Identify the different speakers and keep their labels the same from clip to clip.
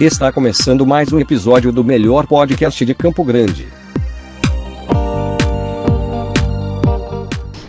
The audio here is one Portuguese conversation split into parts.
Speaker 1: Está começando mais um episódio do melhor podcast de Campo Grande.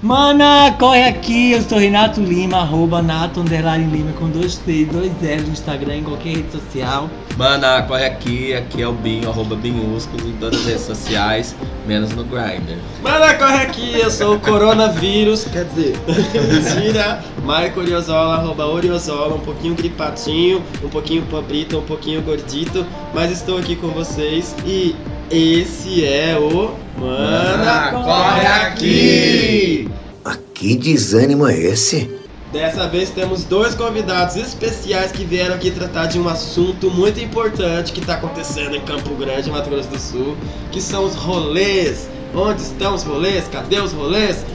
Speaker 2: Mana, corre aqui, eu sou Renato Lima, arroba Nato Underline Lima com dois T, dois L no Instagram, em qualquer rede social.
Speaker 3: Mana, corre aqui, aqui é o Binho, arroba Binhúsculo em todas as redes sociais, menos no Grindr.
Speaker 4: Manda, corre aqui, eu sou o coronavírus, quer dizer, mentira, Marco Oriozola, arroba Oriozola, um pouquinho gripadinho, um pouquinho pobrito, um pouquinho gordito, mas estou aqui com vocês e esse é o Mana,
Speaker 2: corre
Speaker 3: aqui!
Speaker 5: Mas que desânimo é esse?
Speaker 4: Dessa vez temos dois convidados especiais que vieram aqui tratar de um assunto muito importante que está acontecendo em Campo Grande, Mato Grosso do Sul, que são os rolês. Onde estão os rolês? Cadê os rolês?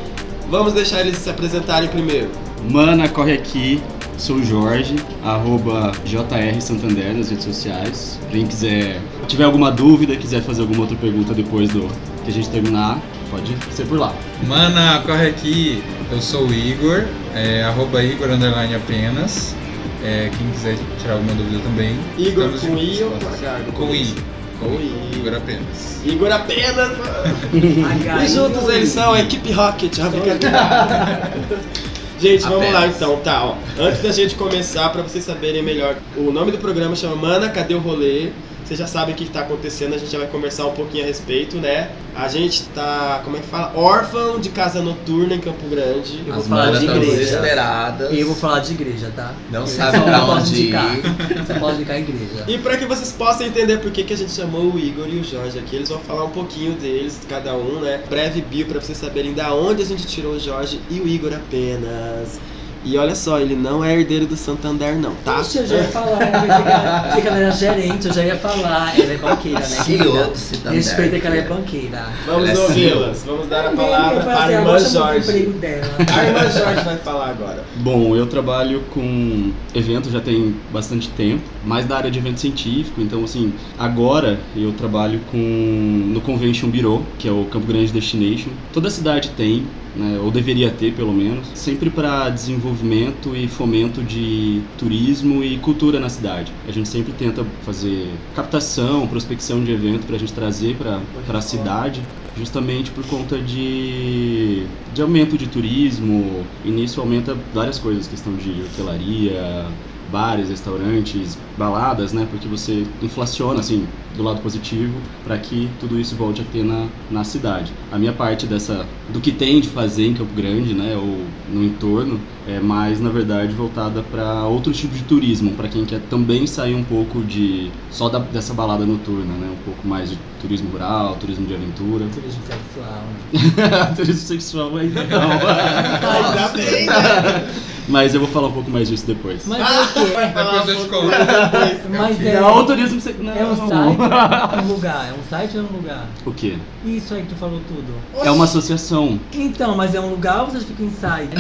Speaker 4: Vamos deixar eles se apresentarem primeiro.
Speaker 6: Mana, corre aqui. Sou o Jorge, arroba JR Santander nas redes sociais. Quem quiser, tiver alguma dúvida, quiser fazer alguma outra pergunta depois do que a gente terminar, pode ser por lá.
Speaker 7: Mana, corre aqui. Eu sou o Igor, é, arroba Igor underline apenas. É, quem quiser tirar alguma dúvida também.
Speaker 4: Igor
Speaker 7: estamos
Speaker 4: com I ou com
Speaker 7: dispostos.
Speaker 4: H?
Speaker 7: Com I.
Speaker 4: Com I.
Speaker 7: Igor apenas.
Speaker 4: Igor apenas! e juntos eles são a equipe Rocket, já fica Gente, vamos lá
Speaker 3: Apenas.
Speaker 4: então, tá, ó. Antes da gente começar, pra vocês saberem melhor, o nome do programa chama Mana, Cadê o Rolê? Vocês já sabem o que que tá acontecendo, a gente já vai conversar um pouquinho a respeito, né? A gente tá, como é que fala? Órfão de casa noturna em Campo Grande.
Speaker 2: Eu vou
Speaker 3: As
Speaker 2: falar
Speaker 3: manas
Speaker 2: de
Speaker 3: estão
Speaker 2: igreja.
Speaker 3: desesperadas.
Speaker 2: Eu vou falar de igreja, tá?
Speaker 3: Não
Speaker 2: Eu
Speaker 3: sabe
Speaker 2: só
Speaker 3: pra
Speaker 2: posso
Speaker 3: onde ir.
Speaker 2: indicar. né? Só posso indicar a igreja.
Speaker 4: E para que vocês possam entender por que, que a gente chamou o Igor e o Jorge aqui, eles vão falar um pouquinho deles, cada um, né? Breve bio para vocês saberem da onde a gente tirou o Jorge e o Igor apenas. E olha só, ele não é herdeiro do Santander, não, tá?
Speaker 2: Poxa, eu já ia falar, né? eu pensei que ela- pensei que ela era é gerente, eu já ia falar. Ela é banqueira, né?
Speaker 3: CEO do Santander.
Speaker 2: Respeita que ela é banqueira.
Speaker 4: Vamos
Speaker 3: Ele é
Speaker 4: ouvi-las, vamos dar a palavra
Speaker 2: Eu falei
Speaker 4: para a
Speaker 2: assim,
Speaker 4: irmã
Speaker 2: agora chama o
Speaker 4: Jorge.
Speaker 2: emprego dela.
Speaker 4: A irmã Jorge vai falar agora.
Speaker 6: Bom, eu trabalho com evento já tem bastante tempo, mais da área de evento científico, então assim, agora eu trabalho com no Convention Bureau, que é o Campo Grande Destination. Toda cidade tem, né, ou deveria ter pelo menos, sempre para desenvolvimento e fomento de turismo e cultura na cidade. A gente sempre tenta fazer captação, prospecção de evento para a gente trazer para a cidade justamente por conta de, de aumento de turismo, e nisso aumenta várias coisas, questão de hotelaria, bares, restaurantes, baladas, né? Porque você inflaciona, assim, do lado positivo, para que tudo isso volte a ter na, na cidade. A minha parte dessa, do que tem de fazer em Campo Grande, né, ou no entorno, é mais, na verdade, voltada para outro tipo de turismo, para quem quer também sair um pouco de, só da- dessa balada noturna, né? Um pouco mais de turismo rural, turismo de aventura.
Speaker 2: Turismo sexual.
Speaker 6: turismo sexual ainda não.
Speaker 2: é
Speaker 4: Ainda bem, né?
Speaker 6: Mas eu vou falar um pouco mais disso depois.
Speaker 2: Mas é o quê?
Speaker 4: Vai falar um
Speaker 7: Depois eu te
Speaker 4: pouco depois.
Speaker 2: Mas é,
Speaker 6: Não, turismo sexual.
Speaker 2: é um site ou um lugar? É um site ou é um lugar?
Speaker 6: O quê?
Speaker 2: Isso aí que tu falou tudo.
Speaker 6: É uma associação.
Speaker 2: Então, mas é um lugar ou vocês ficam em site?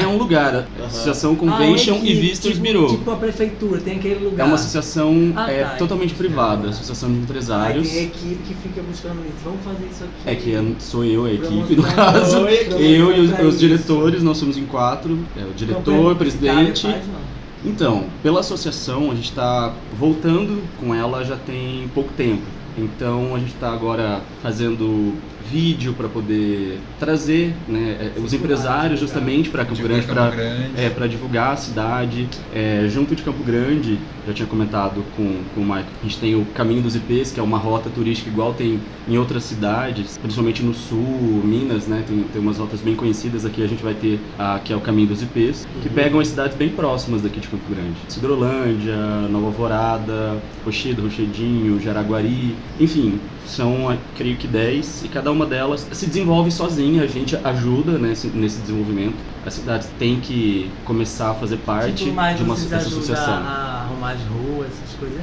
Speaker 6: É um lugar. Associação Um Convention
Speaker 2: Ah, é
Speaker 6: e
Speaker 2: que,
Speaker 6: Visitors
Speaker 2: tipo,
Speaker 6: Mirou.
Speaker 2: Tipo a prefeitura, tem aquele lugar.
Speaker 6: é uma associação
Speaker 2: Ah,
Speaker 6: é,
Speaker 2: tá,
Speaker 6: totalmente
Speaker 2: entendi.
Speaker 6: privada, associação de
Speaker 2: Aí
Speaker 6: empresários.
Speaker 2: tem equipe que fica buscando isso. Vamos fazer isso aqui.
Speaker 6: É que eu- sou eu a
Speaker 2: Promoção
Speaker 6: equipe,
Speaker 2: pra
Speaker 6: no caso.
Speaker 2: isso,
Speaker 4: Eu
Speaker 2: promoção
Speaker 6: Eu e os,
Speaker 2: pra
Speaker 6: os
Speaker 2: isso.
Speaker 6: diretores, nós somos em quatro. É, o
Speaker 2: Então,
Speaker 6: diretor,
Speaker 2: publicitário
Speaker 6: presidente.
Speaker 2: faz, não.
Speaker 6: Então, pela associação, a gente está voltando com ela já tem pouco tempo. Então, a gente está agora fazendo vídeo para poder trazer né, eh, os empresários justamente para Campo Grande, para
Speaker 7: grande.
Speaker 6: é, para divulgar a cidade. É, junto de Campo Grande, já tinha comentado com, com o Mike, a gente tem o Caminho dos IPs, que é uma rota turística igual tem em outras cidades, principalmente no sul, Minas, né? Tem, tem umas rotas bem conhecidas aqui, a gente vai ter a, que é o Caminho dos IPs, que pegam as cidades bem próximas daqui de Campo Grande. Cidrolândia, Nova Alvorada, Rochedo, Rochedinho, Jaraguari, enfim, são, ah, creio que 10, e cada uma delas se desenvolve sozinha, a gente ajuda né, nesse- nesse desenvolvimento. As cidades têm que começar a fazer parte
Speaker 2: Tipo, mas
Speaker 6: de uma
Speaker 2: vocês
Speaker 6: dessa
Speaker 2: ajudam
Speaker 6: associação.
Speaker 2: A arrumar as ruas, essas coisas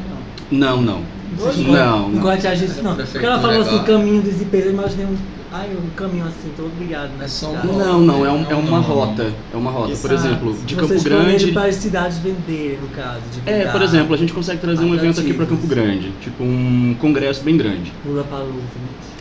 Speaker 2: não.
Speaker 6: Não, não.
Speaker 2: Vocês
Speaker 6: Não,
Speaker 2: Não
Speaker 6: não.
Speaker 2: gosto de agir isso não. Porque ela
Speaker 3: Prefeitura é
Speaker 2: falou assim,
Speaker 3: agora.
Speaker 2: caminho dos IPs, eu imaginei um. Ai, um caminho assim, tô obrigado, né?
Speaker 3: É só um
Speaker 2: cidade.
Speaker 3: nome.
Speaker 6: Não, não, é, um- é
Speaker 7: Não,
Speaker 6: uma
Speaker 7: não.
Speaker 6: rota. É uma rota. Por
Speaker 4: Ah,
Speaker 6: exemplo, de Campo
Speaker 2: Vocês
Speaker 6: Grande.
Speaker 2: planejam para as cidades venderem, no caso. de
Speaker 6: É, por
Speaker 2: pegar
Speaker 6: exemplo, a gente consegue trazer um evento aqui para Campo Grande, tipo um congresso bem grande.
Speaker 2: Lula Palusa.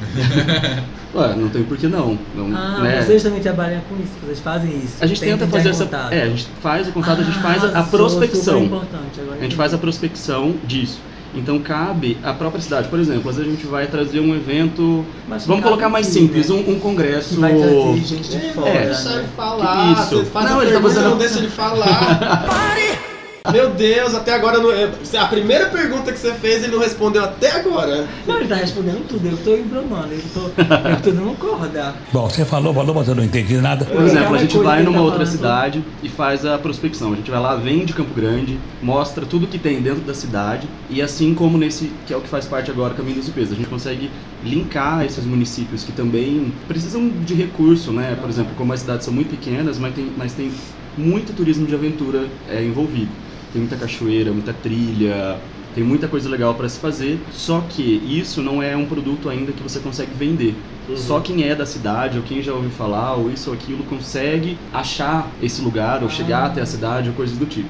Speaker 2: Né?
Speaker 6: Ué, não tem por que não. não
Speaker 2: Ah,
Speaker 6: né?
Speaker 2: vocês também trabalham com isso, vocês fazem isso.
Speaker 6: A gente tenta
Speaker 2: Tentam
Speaker 6: fazer
Speaker 2: entrar em
Speaker 6: essa.
Speaker 2: contato.
Speaker 6: É, a gente faz o contato, a gente faz a- a
Speaker 2: Ah, sou- super
Speaker 6: prospecção.
Speaker 2: importante, agora
Speaker 6: A gente
Speaker 2: entendi.
Speaker 6: faz a prospecção disso. Então cabe à própria cidade. Por exemplo, às vezes a gente vai trazer um evento.
Speaker 2: Mas
Speaker 6: Vamos
Speaker 2: não
Speaker 6: colocar
Speaker 2: cabe
Speaker 6: mais
Speaker 2: aqui,
Speaker 6: simples,
Speaker 2: né?
Speaker 6: um, um
Speaker 2: Que
Speaker 6: congresso.
Speaker 2: vai trazer gente de
Speaker 4: É,
Speaker 2: fora.
Speaker 6: É.
Speaker 2: né?
Speaker 4: Deixa ele falar.
Speaker 6: Que que é isso?
Speaker 4: Você faz
Speaker 6: Não,
Speaker 4: uma
Speaker 6: ele tá
Speaker 4: pergunta,
Speaker 6: fazendo-
Speaker 4: não deixa ele falar. Pare! Meu Deus, até agora eu não. eu- A primeira pergunta que você fez, ele não respondeu até agora.
Speaker 2: Não, ele tá respondendo tudo, eu tô embromando, eu tô, eu tô dando corda.
Speaker 8: Bom, você falou, falou, mas eu não entendi nada.
Speaker 2: É.
Speaker 6: Por exemplo, a gente
Speaker 2: Cada coisa
Speaker 6: vai
Speaker 2: que
Speaker 6: numa
Speaker 2: tá
Speaker 6: outra
Speaker 2: falando.
Speaker 6: cidade e faz a prospecção. A gente vai lá, vende Campo Grande, mostra tudo que tem dentro da cidade e assim como nesse, que é o que faz parte agora, Caminho dos IPs, a gente consegue linkar esses municípios que também precisam de recurso, né? Por exemplo, como as cidades são muito pequenas, mas tem, mas tem muito turismo de aventura é, envolvido. Tem muita cachoeira, muita trilha, tem muita coisa legal para se fazer, só que isso não é um produto ainda que você consegue vender. Só quem é da cidade, ou quem já ouviu falar, ou isso ou aquilo, consegue achar esse lugar, ou chegar até a cidade, ou coisas do tipo.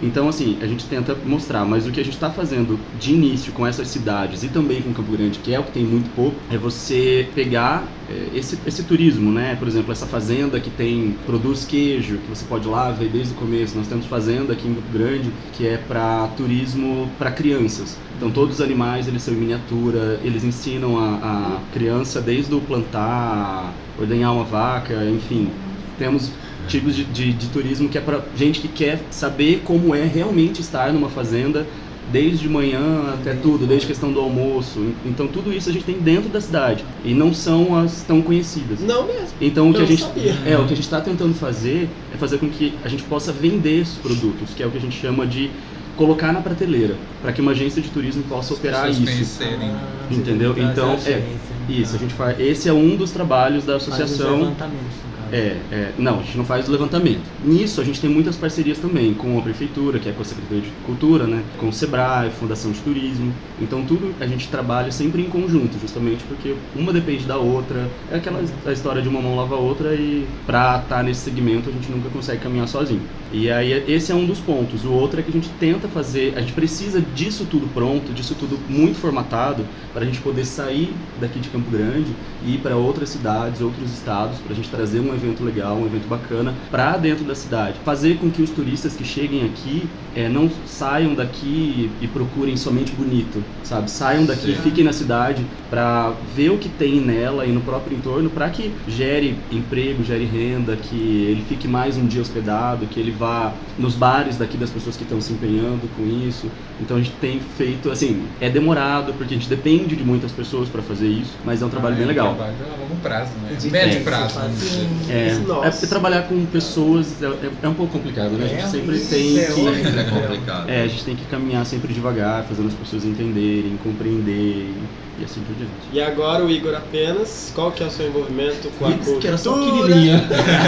Speaker 6: Então, assim, a gente tenta mostrar, mas o que a gente está fazendo de início com essas cidades e também com Campo Grande, que é o que tem muito pouco, é você pegar eh, esse, esse turismo, né? Por exemplo, essa fazenda que tem, produz queijo, que você pode ir lá ver desde o começo. Nós temos fazenda aqui em Campo Grande, que é para turismo para crianças. Então, todos os animais, eles são em miniatura, eles ensinam a, a criança desde o plantar, ordenhar uma vaca, enfim. Temos tipos de, de, de turismo que é para gente que quer saber como é realmente estar numa fazenda desde manhã até tudo, desde questão do almoço. Então tudo isso a gente tem dentro da cidade e não são as tão conhecidas.
Speaker 4: Não mesmo.
Speaker 6: Então o que
Speaker 4: Eu
Speaker 6: a gente
Speaker 4: sabia.
Speaker 6: é o que a gente está tentando fazer é fazer com que a gente possa vender esses produtos, que é o que a gente chama de colocar na prateleira, para que uma agência de turismo possa operar
Speaker 7: pessoas
Speaker 6: isso.
Speaker 7: conhecerem.
Speaker 2: né?
Speaker 6: Entendeu? Então, é. Isso, a gente faz. Esse é um dos trabalhos da associação. É, é, não, a gente não faz o levantamento. Nisso, a gente tem muitas parcerias também com a prefeitura, que é com a Secretaria de Cultura, né? Com o SEBRAE, Fundação de Turismo. Então, tudo a gente trabalha sempre em conjunto, justamente porque uma depende da outra. É aquela his- a história de uma mão lava a outra e pra estar nesse segmento a gente nunca consegue caminhar sozinho. E aí, esse é um dos pontos. O outro é que a gente tenta fazer, a gente precisa disso tudo pronto, disso tudo muito formatado, para a gente poder sair daqui de Campo Grande e ir para outras cidades, outros estados, para a gente trazer um evento legal, um evento bacana para dentro da cidade. Fazer com que os turistas que cheguem aqui eh, não saiam daqui e procurem somente bonito, sabe? Saiam daqui,
Speaker 7: Sim.
Speaker 6: fiquem na cidade para ver o que tem nela e no próprio entorno, para que gere emprego, gere renda, que ele fique mais um dia hospedado, que ele vá nos bares daqui das pessoas que estão se empenhando com isso. Então a gente tem feito, assim, é demorado, porque a gente depende de muitas pessoas para fazer isso, mas é um trabalho
Speaker 7: Ah,
Speaker 6: bem
Speaker 7: é um
Speaker 6: legal.
Speaker 7: Trabalho a longo prazo, né?
Speaker 2: De
Speaker 7: Médio
Speaker 2: tempo,
Speaker 7: prazo.
Speaker 2: faz-
Speaker 7: vamos dizer.
Speaker 6: É,
Speaker 4: Nossa.
Speaker 6: é porque trabalhar com pessoas é, é- é um pouco complicado, né? A gente
Speaker 2: É,
Speaker 6: sempre
Speaker 2: isso
Speaker 6: tem
Speaker 2: é
Speaker 6: que.
Speaker 2: horrível.
Speaker 3: Sempre é complicado.
Speaker 6: É, a gente tem que caminhar sempre devagar, fazendo as pessoas entenderem, compreenderem e assim por diante.
Speaker 4: E agora o Igor apenas, qual que é o seu envolvimento com a
Speaker 6: Isso
Speaker 4: cultura?
Speaker 6: que era só pequenininha.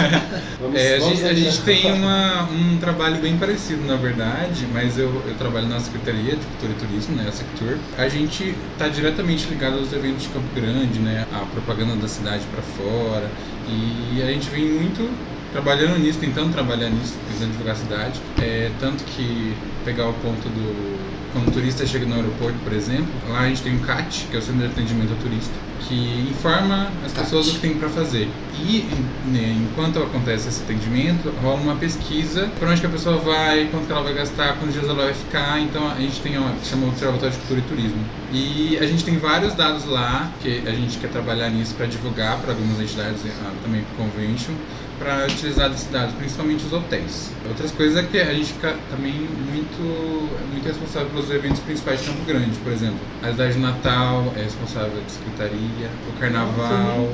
Speaker 4: Vamos,
Speaker 7: É, a,
Speaker 4: vamos
Speaker 7: gente, a
Speaker 4: ali.
Speaker 7: gente tem uma- um trabalho bem parecido, na verdade, mas eu, eu trabalho na Secretaria de Cultura e Turismo, né, a Sectur. A gente está diretamente ligado aos eventos de Campo Grande, né, a propaganda da cidade para fora, e a gente vem muito trabalhando nisso, tentando trabalhar nisso, tentando divulgar a cidade. É, tanto que pegar o ponto do. Quando o turista chega no aeroporto, por exemplo, lá a gente tem o CAT, que é o Centro de Atendimento ao Turista, que informa as pessoas o que tem para fazer. E em- né, enquanto acontece esse atendimento, rola uma pesquisa para onde que a pessoa vai, quanto que ela vai gastar, quantos dias ela vai ficar. Então a gente tem uma que chama Observatório de Cultura e Turismo. E a gente tem vários dados lá que a gente quer trabalhar nisso para divulgar para algumas entidades, ah, também para convention para utilizar das cidades, principalmente os hotéis. Outras coisas é que a gente fica também muito, muito responsável pelos eventos principais de Campo Grande, por exemplo. A cidade de Natal é responsável de secretaria, o carnaval.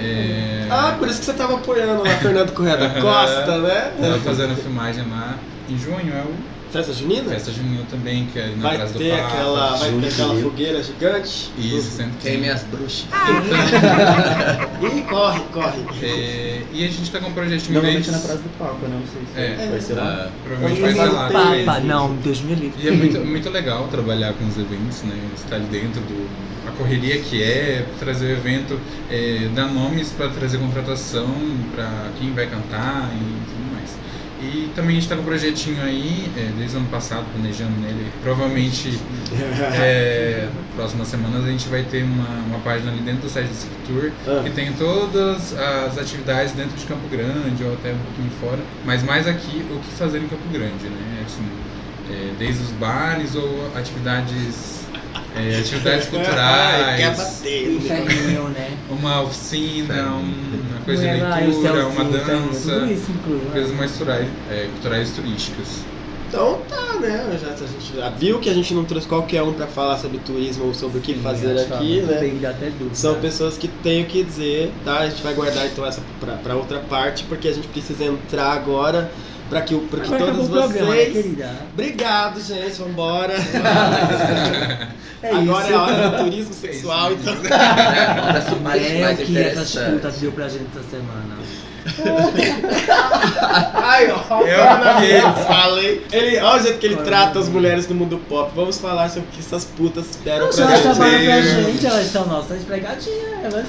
Speaker 7: É,
Speaker 4: Ah, por isso que você tava apoiando lá Fernando Correia da Costa,
Speaker 7: ela
Speaker 4: né?
Speaker 7: fazendo a filmagem lá. Em junho é o
Speaker 4: Festa junina?
Speaker 7: Festa Junina também, que é na
Speaker 4: Vai
Speaker 7: Praça do
Speaker 4: ter
Speaker 7: Papa.
Speaker 4: aquela, vai ter
Speaker 6: Junina.
Speaker 4: aquela fogueira gigante.
Speaker 7: Isso, sempre tem.
Speaker 3: Queime as bruxas.
Speaker 4: Ih, corre, corre.
Speaker 7: É, e a gente tá com um projeto em inglês.
Speaker 6: Normalmente é na Praça do Papa, né? Não sei se
Speaker 7: É.
Speaker 6: vai ser lá.
Speaker 3: Ah,
Speaker 7: Provavelmente vai ser lá.
Speaker 2: um
Speaker 7: né?
Speaker 2: Papa, não, Deus me livre.
Speaker 7: E é muito, muito legal trabalhar com os eventos, né? Estar ali dentro do a correria que é, trazer o evento, é, dar nomes para trazer contratação, para quem vai cantar e tudo mais. E também a gente está com um projetinho aí, é, desde o ano passado, planejando nele. Provavelmente, é, próximas semanas, a gente vai ter uma, uma página ali dentro do site do Sectur
Speaker 3: Ah.
Speaker 7: que tem todas as atividades dentro de Campo Grande ou até um pouquinho fora, mas mais aqui o que fazer em Campo Grande, né? Assim, é, desde os bares ou atividades, é, atividades culturais,
Speaker 2: O inferninho, né?
Speaker 7: uma oficina, um- uma coisa de
Speaker 2: Mulher ah, lá, e o
Speaker 4: é
Speaker 7: leitura,
Speaker 2: Celcinho,
Speaker 7: uma
Speaker 2: inferninho, então, Tudo
Speaker 7: dança,
Speaker 2: isso inclui.
Speaker 7: coisas mais culturais, é, culturais turísticas.
Speaker 4: Então tá, né? Já, a gente já viu que a gente não trouxe qualquer um pra falar sobre turismo ou sobre o que fazer aqui, né?
Speaker 2: Tem que dar até dúvida.
Speaker 4: São pessoas que têm o que dizer, tá? A gente vai guardar então essa pra, pra outra parte, porque a gente precisa entrar agora pra que, o- pra que
Speaker 2: Agora acabou
Speaker 4: todos
Speaker 2: o programa, né,
Speaker 4: vocês.
Speaker 2: querida?
Speaker 4: Obrigado, gente. Vambora.
Speaker 2: É
Speaker 4: agora
Speaker 2: isso.
Speaker 4: é a hora do turismo sexual, então.
Speaker 3: Olha só, mais,
Speaker 2: É o
Speaker 3: mais
Speaker 2: que essa
Speaker 3: interessante.
Speaker 2: escuta deu pra gente essa semana.
Speaker 4: Ai, ó,
Speaker 7: É o quê?
Speaker 4: falei. Ele, olha o jeito que ele
Speaker 2: Olha.
Speaker 4: trata as mulheres do mundo pop. Vamos falar sobre o que essas putas deram
Speaker 2: Elas
Speaker 4: pra gente.
Speaker 2: trabalham pra
Speaker 7: Deus.
Speaker 2: gente, elas são nossas pregadinhas. Elas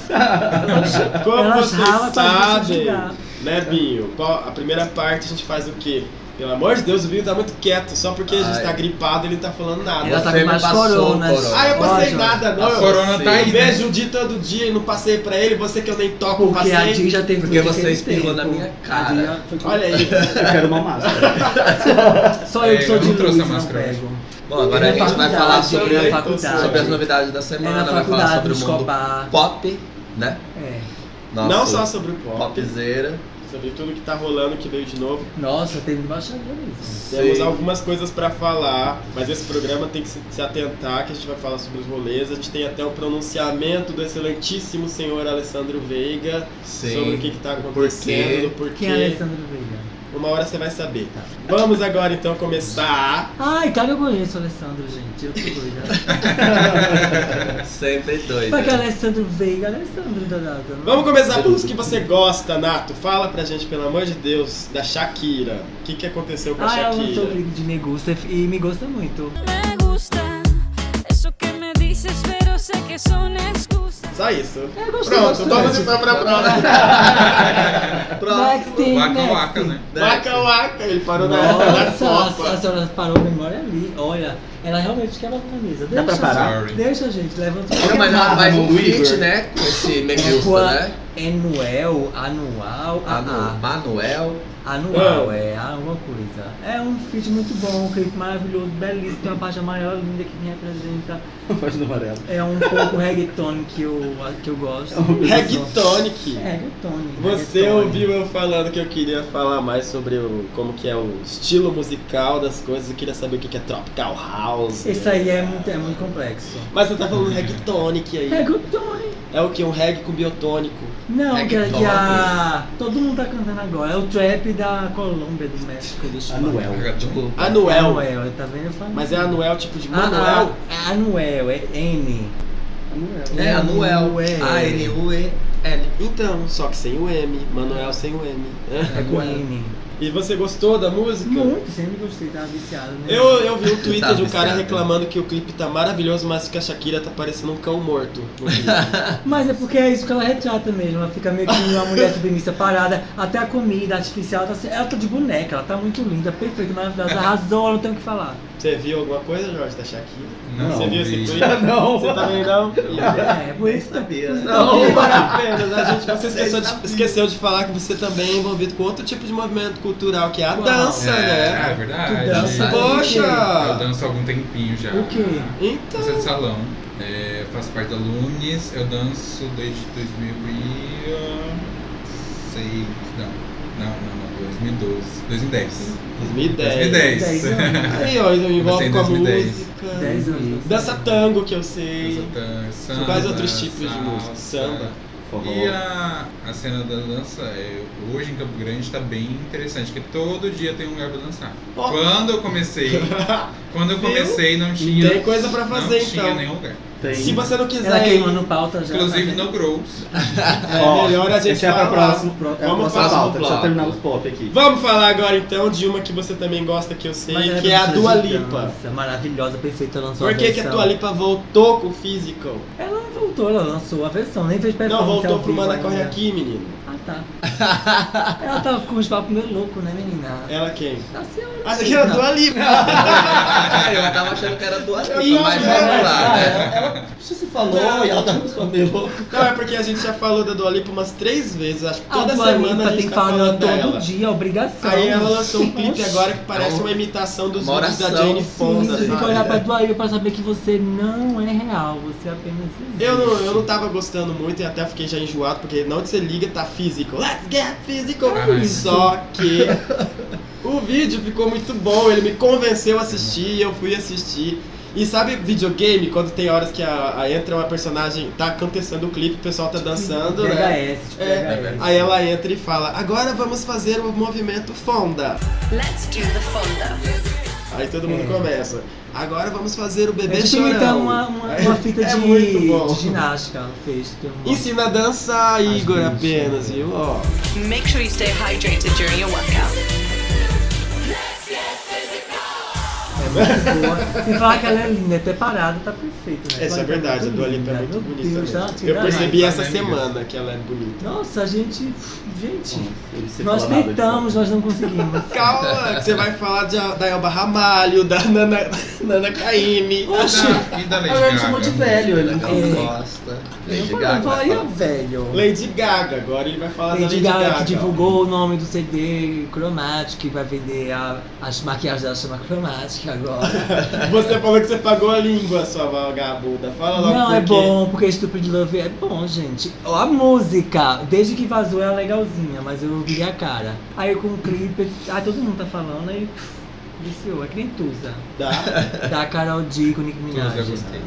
Speaker 4: Como
Speaker 2: Elas ralam pra
Speaker 4: vocês
Speaker 2: gente
Speaker 4: sabem,
Speaker 2: ajudar.
Speaker 4: né, Binho? Qual- a primeira parte a gente faz o quê? Pelo amor de Deus, o Binho tá muito quieto. Só porque a gente
Speaker 3: Ai.
Speaker 4: tá gripado, ele não tá falando nada.
Speaker 2: Ela tá
Speaker 3: Você
Speaker 2: com
Speaker 3: me
Speaker 2: mais
Speaker 3: passou,
Speaker 2: coronas.
Speaker 3: corona.
Speaker 4: Ah, eu passei
Speaker 2: Ó,
Speaker 4: nada, não.
Speaker 3: A
Speaker 4: Eu
Speaker 7: corona tá aí, né?
Speaker 4: Beijo o Di todo dia e não passei pra ele. Você que eu nem toco,
Speaker 2: Porque a
Speaker 4: passei.
Speaker 2: Dinho já teve
Speaker 3: Porque
Speaker 2: tudo
Speaker 3: você
Speaker 2: que ele
Speaker 3: espirrou
Speaker 2: teve,
Speaker 3: na
Speaker 2: pô.
Speaker 3: minha
Speaker 2: A
Speaker 3: cara.
Speaker 2: Dinho foi com-
Speaker 4: Olha aí.
Speaker 6: Eu quero uma máscara.
Speaker 2: Só eu que
Speaker 7: É,
Speaker 2: sou
Speaker 7: eu
Speaker 2: de
Speaker 7: não trouxe
Speaker 2: luz,
Speaker 7: a
Speaker 2: não
Speaker 7: máscara hoje.
Speaker 2: pego.
Speaker 3: Bom, agora
Speaker 2: É
Speaker 3: a gente vai
Speaker 2: faculdade,
Speaker 3: falar
Speaker 2: é
Speaker 3: sobre,
Speaker 2: faculdade.
Speaker 3: sobre as novidades da
Speaker 2: É na
Speaker 3: semana, vai falar
Speaker 2: faculdade,
Speaker 3: sobre o mundo
Speaker 2: escopar.
Speaker 3: pop, né?
Speaker 2: É.
Speaker 3: Nosso
Speaker 4: Não só sobre o pop,
Speaker 3: popzeira.
Speaker 4: sobre tudo que tá rolando, que veio de novo.
Speaker 2: Nossa, teve bastante mesmo.
Speaker 4: Temos
Speaker 3: Sim.
Speaker 4: algumas coisas pra falar, mas esse programa tem que se, se atentar, que a gente vai falar sobre os rolês. A gente tem até o pronunciamento do excelentíssimo senhor Alessandro Veiga
Speaker 3: Sim.
Speaker 4: sobre o que, que tá
Speaker 3: quê?
Speaker 4: acontecendo, porque
Speaker 2: Quem é Alessandro Veiga?
Speaker 4: uma hora você vai saber. Vamos agora então começar.
Speaker 2: Ai, cara, eu conheço o Alessandro, gente. Eu tô doida.
Speaker 3: Sempre doido.
Speaker 2: Pra que é Alessandro Veiga, Alessandro danado.
Speaker 4: Vamos começar pelos que você gosta, Nato. Fala pra gente, pelo amor de Deus, da Shakira. O que, que aconteceu com a
Speaker 2: Ah, eu
Speaker 7: né?
Speaker 2: sou
Speaker 4: Shakira?
Speaker 2: brigo de me gusta e me gosta muito.
Speaker 9: Me gusta eso que me dices, pero sé que son excusas.
Speaker 4: Só isso.
Speaker 2: Eu gostei
Speaker 4: Pronto,
Speaker 2: bastante.
Speaker 4: vamos então pra próxima.
Speaker 2: Next thing,
Speaker 7: Waka
Speaker 2: next
Speaker 7: waka,
Speaker 2: thing.
Speaker 7: né?
Speaker 4: Waka Waka, ele parou na, na
Speaker 2: Nossa, a
Speaker 4: Copa.
Speaker 2: senhora parou a memória ali. Olha, ela realmente quebra a camisa. Deixa,
Speaker 6: pra parar?
Speaker 7: Sorry.
Speaker 2: Deixa, gente, levanta
Speaker 3: Não, mas
Speaker 4: Ah,
Speaker 3: ela faz um
Speaker 6: Armando
Speaker 3: feat,
Speaker 6: Igor.
Speaker 3: né? Com esse
Speaker 2: Qua-
Speaker 3: Megusta, né?
Speaker 2: Anuel, anual,
Speaker 3: Manu-
Speaker 2: ah,
Speaker 3: Manuel.
Speaker 2: ah, anual, é alguma coisa. É um feat muito bom, um clipe maravilhoso, belíssimo, tem uma parte amarela linda que me representa.
Speaker 6: Página amarela.
Speaker 2: É um pouco reggaeton que eu, que eu gosto.
Speaker 4: Reggaetonic.
Speaker 2: É, reggaeton.
Speaker 4: Você
Speaker 2: reggaeton.
Speaker 4: ouviu eu falando que eu queria falar mais sobre o, como que é o estilo musical das coisas, eu queria saber o que que é Tropical House.
Speaker 2: Isso aí é muito, é muito complexo.
Speaker 4: Mas você tá falando reggaetonic aí.
Speaker 2: Reggaeton!
Speaker 4: É o que? Um reggae com biotônico.
Speaker 2: Não, que, é-
Speaker 3: Reggaeton.
Speaker 2: que a. Todo mundo tá cantando agora. É o trap da Colômbia, do México, do Chile.
Speaker 6: Anuel.
Speaker 3: Tipo,
Speaker 4: Anuel.
Speaker 2: Anuel, tá vendo? Eu falo.
Speaker 4: Mas é Anuel tipo de
Speaker 2: Ah,
Speaker 4: Manuel.
Speaker 2: ah, é Anuel, é N.
Speaker 3: é Anuel.
Speaker 2: Anuel.
Speaker 4: Ah,
Speaker 3: A-N-U-E-L.
Speaker 4: Então, só que sem o M. Manuel sem o M.
Speaker 2: É com N.
Speaker 4: E você gostou da música?
Speaker 2: Muito, sempre gostei, tava viciado. Né?
Speaker 4: Eu, eu vi um Twitter
Speaker 3: Tá
Speaker 4: de um cara
Speaker 3: viciado, né?
Speaker 4: reclamando que o clipe tá maravilhoso, mas que a Shakira tá parecendo um cão morto. no clipe.
Speaker 2: Mas é porque é isso que ela retrata mesmo. Ela fica meio que uma mulher submissa parada. Até a comida artificial, tá, ela tá de boneca, ela tá muito linda, perfeita, maravilhosa. Arrasou, não tenho o que falar.
Speaker 4: Você viu alguma coisa, Jorge, da Shakira?
Speaker 7: Não,
Speaker 4: Ah, Você viu esse
Speaker 7: vi.
Speaker 4: tweet?
Speaker 6: Não.
Speaker 4: Você também não?
Speaker 2: É, por isso.
Speaker 3: sabia.
Speaker 4: Não, parabéns. A né, gente, você esqueceu de, esqueceu de falar que você também é envolvido com outro tipo de movimento cultural, que é a
Speaker 2: Uau.
Speaker 4: dança,
Speaker 7: É, é
Speaker 4: né?
Speaker 7: verdade. É
Speaker 2: Tu dança?
Speaker 7: Eu
Speaker 4: Poxa!
Speaker 7: danço há algum tempinho já.
Speaker 2: O quê?
Speaker 4: Então,
Speaker 7: Dança de salão. É, faço parte da Lunes. Eu danço desde 2006. Não, não, não, não. 2012. 2010.
Speaker 4: 2010.
Speaker 7: 2010.
Speaker 2: Dez anos.
Speaker 4: Aí, ó, eu
Speaker 7: Comecei
Speaker 4: envolve
Speaker 7: em
Speaker 4: com a
Speaker 7: 2010.
Speaker 4: música.
Speaker 2: Dez anos.
Speaker 4: Dança tango, que eu sei.
Speaker 7: Dança, tan-
Speaker 4: São
Speaker 7: samba,
Speaker 4: quais outros tipos de
Speaker 7: salsa.
Speaker 4: música? Samba.
Speaker 7: E
Speaker 4: ah,
Speaker 7: a, a cena da dança é, hoje em Campo Grande está bem interessante, porque todo dia tem um lugar pra dançar.
Speaker 4: Ó.
Speaker 7: Quando eu comecei, quando eu
Speaker 4: Viu?
Speaker 7: comecei não tinha.
Speaker 4: Tem coisa pra fazer,
Speaker 7: não tinha
Speaker 4: então.
Speaker 7: nenhum lugar.
Speaker 6: Tem...
Speaker 4: Se você não quiser,
Speaker 2: Ela tá
Speaker 4: ir,
Speaker 2: queimando pauta já.
Speaker 7: Inclusive
Speaker 2: tá
Speaker 7: no Grows.
Speaker 4: é melhor a gente
Speaker 6: Essa é pra
Speaker 4: falar.
Speaker 6: próxima, pro- é a
Speaker 4: Vamos
Speaker 6: próxima
Speaker 4: falar
Speaker 6: pauta.
Speaker 3: do
Speaker 6: Deixa eu
Speaker 3: bloco.
Speaker 6: terminar os pop aqui.
Speaker 4: Vamos falar agora então de uma que você também gosta, que eu sei,
Speaker 2: Mas ela
Speaker 4: que é a
Speaker 2: dança
Speaker 4: Dua
Speaker 2: de
Speaker 4: Lipa.
Speaker 2: dança, Maravilhosa, perfeita, lançou
Speaker 4: Por que, que a
Speaker 2: versão.
Speaker 4: Dua Lipa voltou com o Physical?
Speaker 2: Ela não voltou, ela lançou a versão, nem fez performance.
Speaker 4: Não,
Speaker 2: ao
Speaker 4: voltou pro
Speaker 2: vivo
Speaker 4: Mana
Speaker 2: ainda.
Speaker 4: Corre Aqui, menino.
Speaker 2: Ah, matar. Ela tava com uns papos meio louco, né, menina? Tá
Speaker 4: Ela quem?
Speaker 2: A senhora.
Speaker 4: Ah, que era do ali.
Speaker 3: eu tava achando que era do
Speaker 4: Ih,
Speaker 3: anel, mas
Speaker 4: cara.
Speaker 3: vamos lá, né?
Speaker 4: É,
Speaker 10: Você se falou e ela
Speaker 4: tá
Speaker 10: tava com meio louca.
Speaker 4: Não, é porque a gente já falou da Dua Lipa umas três vezes, acho que
Speaker 2: A
Speaker 4: toda
Speaker 2: Dua Lipa
Speaker 4: semana a gente
Speaker 2: tem que
Speaker 4: tá
Speaker 2: falar
Speaker 4: falando
Speaker 2: dela todo
Speaker 4: dela.
Speaker 2: dia, obrigação.
Speaker 4: Aí ela lançou um clipe
Speaker 2: Oxi.
Speaker 4: agora que parece
Speaker 2: É
Speaker 3: Então,
Speaker 4: uma imitação dos
Speaker 3: uma
Speaker 4: vídeos da
Speaker 3: oração,
Speaker 4: Jane
Speaker 3: sim,
Speaker 4: Fonda,
Speaker 2: Você tem que olhar
Speaker 4: sabe?
Speaker 2: pra Dua Lipa pra saber que você não é real, você apenas existe.
Speaker 4: Eu não, eu não tava gostando muito e até fiquei já enjoado, porque na hora que você liga tá físico. Let's get physical!
Speaker 7: Ah,
Speaker 4: Só que o vídeo ficou muito bom, ele me convenceu a assistir, eu fui assistir. E sabe videogame, quando tem horas que a, a entra uma personagem, tá acontecendo o clipe, o pessoal tá dançando, né?
Speaker 2: VHS, tipo,
Speaker 4: É,
Speaker 2: VHS.
Speaker 4: Aí ela entra e fala, agora vamos fazer o movimento Fonda.
Speaker 9: Let's do the fonda.
Speaker 4: Aí todo mundo começa. Agora vamos fazer o bebê
Speaker 2: Eu tive que É. tipo imitar
Speaker 4: chorão.
Speaker 2: uma, uma,
Speaker 4: É-
Speaker 2: uma fita
Speaker 4: é
Speaker 2: de,
Speaker 4: muito bom.
Speaker 2: de ginástica, ela fez. tem uma-
Speaker 4: Ensina a dançar, Igor,
Speaker 2: que isso,
Speaker 4: apenas, viu? Ó.
Speaker 9: Make sure you stay hydrated during your workout.
Speaker 2: boa. Sem falar que ela é linda, é preparada, tá perfeito, né?
Speaker 4: Essa é
Speaker 2: Ela tá
Speaker 4: verdade, a Dua Lipa é
Speaker 2: linda,
Speaker 4: muito
Speaker 2: meu
Speaker 4: bonita
Speaker 2: Deus, ela
Speaker 4: mesmo.
Speaker 2: tira
Speaker 4: Eu percebi
Speaker 2: nada.
Speaker 4: essa
Speaker 7: né,
Speaker 4: semana que ela é bonita.
Speaker 2: Nossa, a gente. Gente,
Speaker 6: Eu não sei
Speaker 2: nós
Speaker 6: Hum, falar nada de
Speaker 2: tentamos, nós não conseguimos.
Speaker 4: Calma, que você vai falar de, da Elba Ramalho, da Nana, Nana Caymmi.
Speaker 7: E da, e da Lady
Speaker 10: Agora me chamou de
Speaker 7: Gaga?
Speaker 10: velho, ele.
Speaker 3: Legal,
Speaker 2: É.
Speaker 3: gosta.
Speaker 2: Eu não falei,
Speaker 3: Lady
Speaker 2: eu
Speaker 3: Gaga.
Speaker 2: falaria velho.
Speaker 4: Lady Gaga, agora ele vai falar da
Speaker 2: Lady
Speaker 4: Lady
Speaker 2: Gaga que divulgou o nome do CD Chromatic, que vai vender a- as maquiagens dela chama Chromatic agora.
Speaker 4: Você falou que você pagou a língua, sua vagabunda. Fala logo
Speaker 2: Não,
Speaker 4: por
Speaker 2: é
Speaker 4: quê.
Speaker 2: bom, porque Stupid Love é bom, gente. Ó, A música, desde que vazou, é legalzinha, mas eu vi a cara. Aí com o clipe, ah, todo mundo tá falando, aí pff, viciou, é que nem Tusa.
Speaker 4: Tá?
Speaker 2: Da Carol D com Nick
Speaker 6: Ah,
Speaker 2: Minaj.
Speaker 7: Todos eu gostei.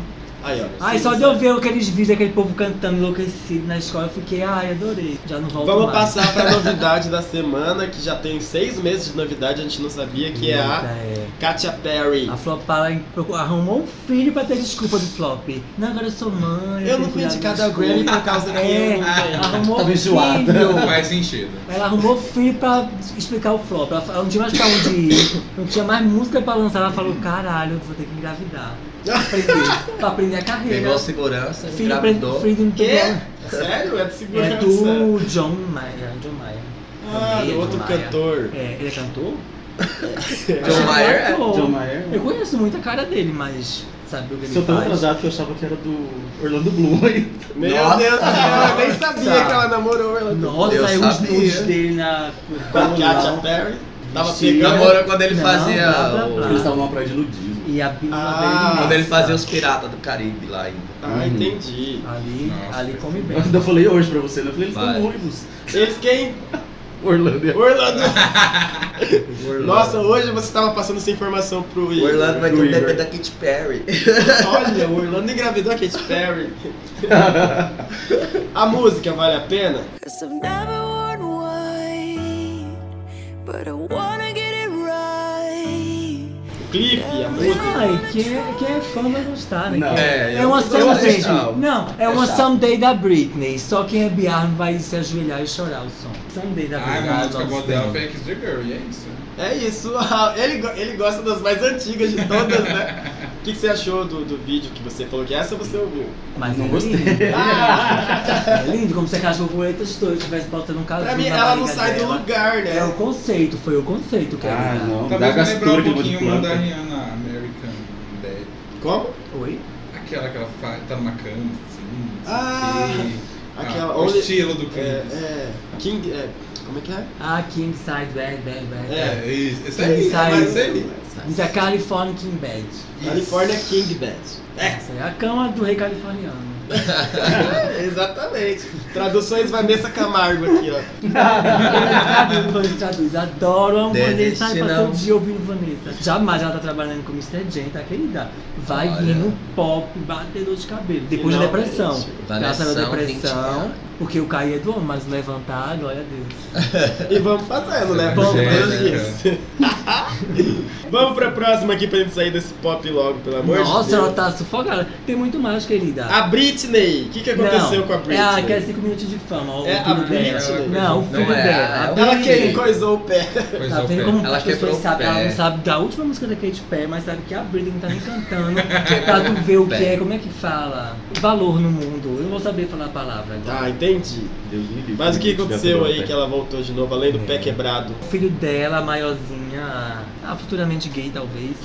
Speaker 4: Aí, ó.
Speaker 2: Ai, só de eu ver aqueles vídeos daquele povo cantando enlouquecido na escola, eu fiquei, ai, adorei. Já não volto
Speaker 4: Vamos
Speaker 2: mais.
Speaker 4: passar pra novidade da semana, que já tem seis meses de novidade, a gente não sabia, que é
Speaker 2: Eita,
Speaker 4: a
Speaker 2: é.
Speaker 4: Katia Perry.
Speaker 2: A Flopala procurou- arrumou um filho pra ter desculpa do Flop. Não, agora eu sou mãe.
Speaker 4: Eu não
Speaker 2: tenho
Speaker 4: fui
Speaker 2: cuidado
Speaker 4: indicada
Speaker 2: das
Speaker 4: ao Grammy Tá
Speaker 2: coisas.
Speaker 4: por causa que
Speaker 2: É,
Speaker 4: eu não tenho.
Speaker 2: arrumou um
Speaker 10: Tava enjoada.
Speaker 7: Não
Speaker 2: filho.
Speaker 7: faz sentido.
Speaker 2: Ela arrumou filho pra explicar o Flop. Ela, ela não tinha mais pra onde ir, não tinha mais música pra lançar. Ela falou, caralho, eu vou ter que engravidar. Pra aprender, pra aprender a
Speaker 3: Pegou
Speaker 2: carreira.
Speaker 3: segurança,
Speaker 2: Filho pra
Speaker 3: engravidou.
Speaker 2: Freedom
Speaker 4: Quê?
Speaker 2: Pegou-
Speaker 4: Sério? É de
Speaker 2: É
Speaker 4: segurança.
Speaker 2: do John Mayer. John Mayer.
Speaker 4: Ah, do
Speaker 2: John
Speaker 4: outro
Speaker 2: Mayer.
Speaker 4: cantor.
Speaker 2: É, ele é cantor?
Speaker 3: John Mayer.
Speaker 2: Ator.
Speaker 6: nada. John Mayer.
Speaker 2: Eu conheço muito a cara dele, mas sabe o que ele
Speaker 10: Se eu tava
Speaker 2: faz?
Speaker 10: atrasado que eu achava que era do Orlando Bloom aí.
Speaker 4: Meu
Speaker 3: Nossa.
Speaker 4: Deus do céu, eu nem sabia
Speaker 2: Nossa.
Speaker 4: que ela namorou ela.
Speaker 2: Nossa,
Speaker 3: Eu
Speaker 2: aí os
Speaker 3: sabia.
Speaker 2: nudes dele na.
Speaker 4: Com a Katia Perry. Tava
Speaker 2: Sim.
Speaker 4: pegando.
Speaker 3: Namorou quando ele
Speaker 2: Não,
Speaker 3: fazia.
Speaker 2: blá, blá,
Speaker 3: o-
Speaker 2: blá.
Speaker 6: Eles estavam numa praia de nudismo.
Speaker 2: E a bíblia
Speaker 4: Ah,
Speaker 2: dele.
Speaker 3: Quando ele
Speaker 2: imensa.
Speaker 3: fazia os piratas do Caribe lá ainda.
Speaker 4: Ah, entendi.
Speaker 2: Ali,
Speaker 7: Nossa,
Speaker 2: ali
Speaker 7: foi
Speaker 2: come bem.
Speaker 6: Quando eu falei hoje pra você, né? eu falei, eles
Speaker 3: Vai.
Speaker 6: estão noivos.
Speaker 4: Eles quem?
Speaker 6: Orlando é e
Speaker 4: Orlando.
Speaker 3: Orlando.
Speaker 4: Nossa, hoje você tava passando essa informação pro
Speaker 3: O
Speaker 4: Igor.
Speaker 3: Orlando vai ter
Speaker 4: Pro
Speaker 3: um
Speaker 4: Igor.
Speaker 3: bebê da Katy Perry.
Speaker 4: Olha, o Orlando engravidou a Katy Perry. a música vale a pena?
Speaker 9: Cause I've never worn white, but I wanna get it right.
Speaker 4: O clipe, a música.
Speaker 2: Ai, quem é, quem é fã vai gostar, né?
Speaker 6: Não.
Speaker 2: cara?
Speaker 3: É,
Speaker 2: é uma
Speaker 3: eu- eu
Speaker 2: someday.
Speaker 3: assisti.
Speaker 2: Não, é
Speaker 3: É
Speaker 2: uma
Speaker 3: chato.
Speaker 2: someday da Britney. Só quem é Biarn vai se ajoelhar e chorar o som. Someday da
Speaker 7: Ah,
Speaker 2: Britney.
Speaker 7: a música boa
Speaker 2: nossa.
Speaker 7: dela foi X The Girl, e é isso.
Speaker 4: É isso. Ele, go- ele gosta das mais antigas de todas, né? O que, que você achou do, do vídeo que você falou que essa você ouviu?
Speaker 2: Mas
Speaker 6: Não
Speaker 2: é
Speaker 6: gostei.
Speaker 2: lindo.
Speaker 4: Ah,
Speaker 2: É lindo como se aquelas borboletas todas estivessem botando um casinho
Speaker 4: pra mim
Speaker 2: na
Speaker 4: ela não
Speaker 2: barriga
Speaker 4: sai do
Speaker 2: dela.
Speaker 4: lugar,
Speaker 2: É o
Speaker 4: né?
Speaker 2: conceito, foi o conceito que
Speaker 6: Ah,
Speaker 2: era.
Speaker 6: não. Dá
Speaker 7: Talvez me lembrar
Speaker 6: gastura
Speaker 7: um
Speaker 6: que eu vou de
Speaker 7: pouquinho uma da
Speaker 6: planta.
Speaker 7: Rihanna American Bad.
Speaker 4: Como?
Speaker 2: Oi?
Speaker 7: Aquela que ela fa- tá numa cama, assim. não sei
Speaker 4: Ah,
Speaker 7: o quê. Ah,
Speaker 4: aquela-
Speaker 7: o
Speaker 4: only-
Speaker 7: estilo do
Speaker 4: É,
Speaker 7: clipe.
Speaker 4: é. King. É, como é que é?
Speaker 2: Ah, King Side Bad Bad Bad.
Speaker 4: É.
Speaker 7: É, isso. Isso
Speaker 2: Ele
Speaker 7: aí,
Speaker 2: sai-
Speaker 7: mas isso aí.
Speaker 2: Diz a California King Bad.
Speaker 4: California King Bad.
Speaker 2: Essa é a cama do rei californiano.
Speaker 4: É, exatamente. Traduções Vanessa Camargo aqui, ó.
Speaker 2: Vanessa traduz, adoro a
Speaker 3: Deve
Speaker 2: Vanessa. Ai,
Speaker 3: ser
Speaker 2: passei o
Speaker 3: não.
Speaker 2: dia ouvindo Vanessa. Jamais ela tá trabalhando com Mr. Jane, tá querida? Vai
Speaker 3: Olha.
Speaker 2: vir no pop, batedor de cabelo. Depois da
Speaker 4: Finalmente.
Speaker 2: depressão. Ela saiu da
Speaker 3: Vanessão,
Speaker 2: depressão,
Speaker 3: gente.
Speaker 2: porque eu caí é do homem, mas levantar, glória a Deus.
Speaker 4: E vamos fazendo, né?
Speaker 7: Vamos,
Speaker 4: Pelo
Speaker 7: né,
Speaker 4: menos isso. Vamos pra próxima aqui pra gente sair desse pop logo, pelo amor de
Speaker 2: Nossa,
Speaker 4: Deus.
Speaker 2: ela tá sufocada. Tem muito mais, querida.
Speaker 4: A Britney! O que, que aconteceu
Speaker 2: Não,
Speaker 4: com a Britney?
Speaker 2: É a que é 5 minutos de fama. O
Speaker 4: É a
Speaker 2: filho dela.
Speaker 4: Britney.
Speaker 2: Não, o filho
Speaker 4: Não é
Speaker 2: dela.
Speaker 4: a-
Speaker 2: A
Speaker 4: Ela
Speaker 2: Britney.
Speaker 4: quem coisou o pé.
Speaker 7: Coisa
Speaker 2: Tá
Speaker 7: ao
Speaker 2: vendo
Speaker 7: é, pé.
Speaker 2: como
Speaker 3: Ela
Speaker 2: as pessoas
Speaker 3: quebrou o
Speaker 2: sabem, ela
Speaker 3: pé.
Speaker 2: não sabe da última música da Katy Perry, mas sabe que a Britney tá me cantando pra tu ver o que é, como é que fala, valor no mundo. Eu não vou saber falar a palavra agora.
Speaker 4: Ah, entendi.
Speaker 6: Deus me livre.
Speaker 4: Mas o que
Speaker 6: Tiver
Speaker 4: aconteceu
Speaker 6: tudo
Speaker 4: aí
Speaker 6: bem.
Speaker 4: que ela um voltou de novo, além do pé quebrado?
Speaker 2: O filho dela, a maiorzinha, ah, futuramente gay talvez.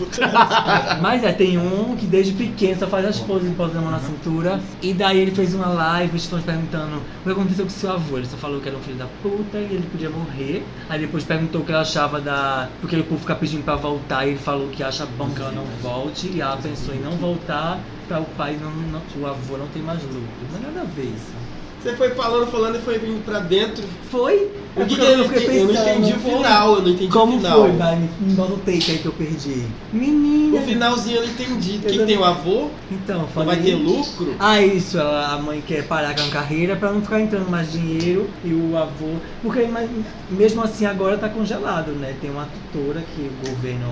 Speaker 2: Mas é, tem um que desde pequeno só faz as
Speaker 4: Uhum.
Speaker 2: poses de pôr a mão na cintura. E daí ele fez uma live, os fãs perguntando o que aconteceu com seu avô. Ele só falou que era um filho da puta e ele podia morrer. Aí depois perguntou o que ela achava da. Porque o povo fica pedindo pra voltar e ele falou que acha bom que ela não volte. E ela pensou em não voltar pra o pai, não, não, o avô não tem mais lucro. Mas nada a ver isso.
Speaker 4: Você foi falando, falando e foi vindo pra dentro.
Speaker 2: Foi?
Speaker 4: O que que
Speaker 2: É Eu
Speaker 4: É eu,
Speaker 2: fiquei
Speaker 4: eu não
Speaker 2: pensando,
Speaker 4: entendi o
Speaker 2: foi?
Speaker 4: final, eu não entendi
Speaker 2: Como
Speaker 4: o final.
Speaker 2: foi, vai? Me bota o take aí que eu perdi. Menina!
Speaker 4: O finalzinho eu não entendi. Quem
Speaker 2: não-
Speaker 4: tem o avô
Speaker 2: Então,
Speaker 4: não
Speaker 2: falei.
Speaker 4: vai ter lucro?
Speaker 2: Ah, isso, ela- a mãe quer parar com a carreira pra não ficar entrando mais dinheiro e o avô. Porque mas, mesmo assim agora tá congelado, né? Tem uma tutora que o governo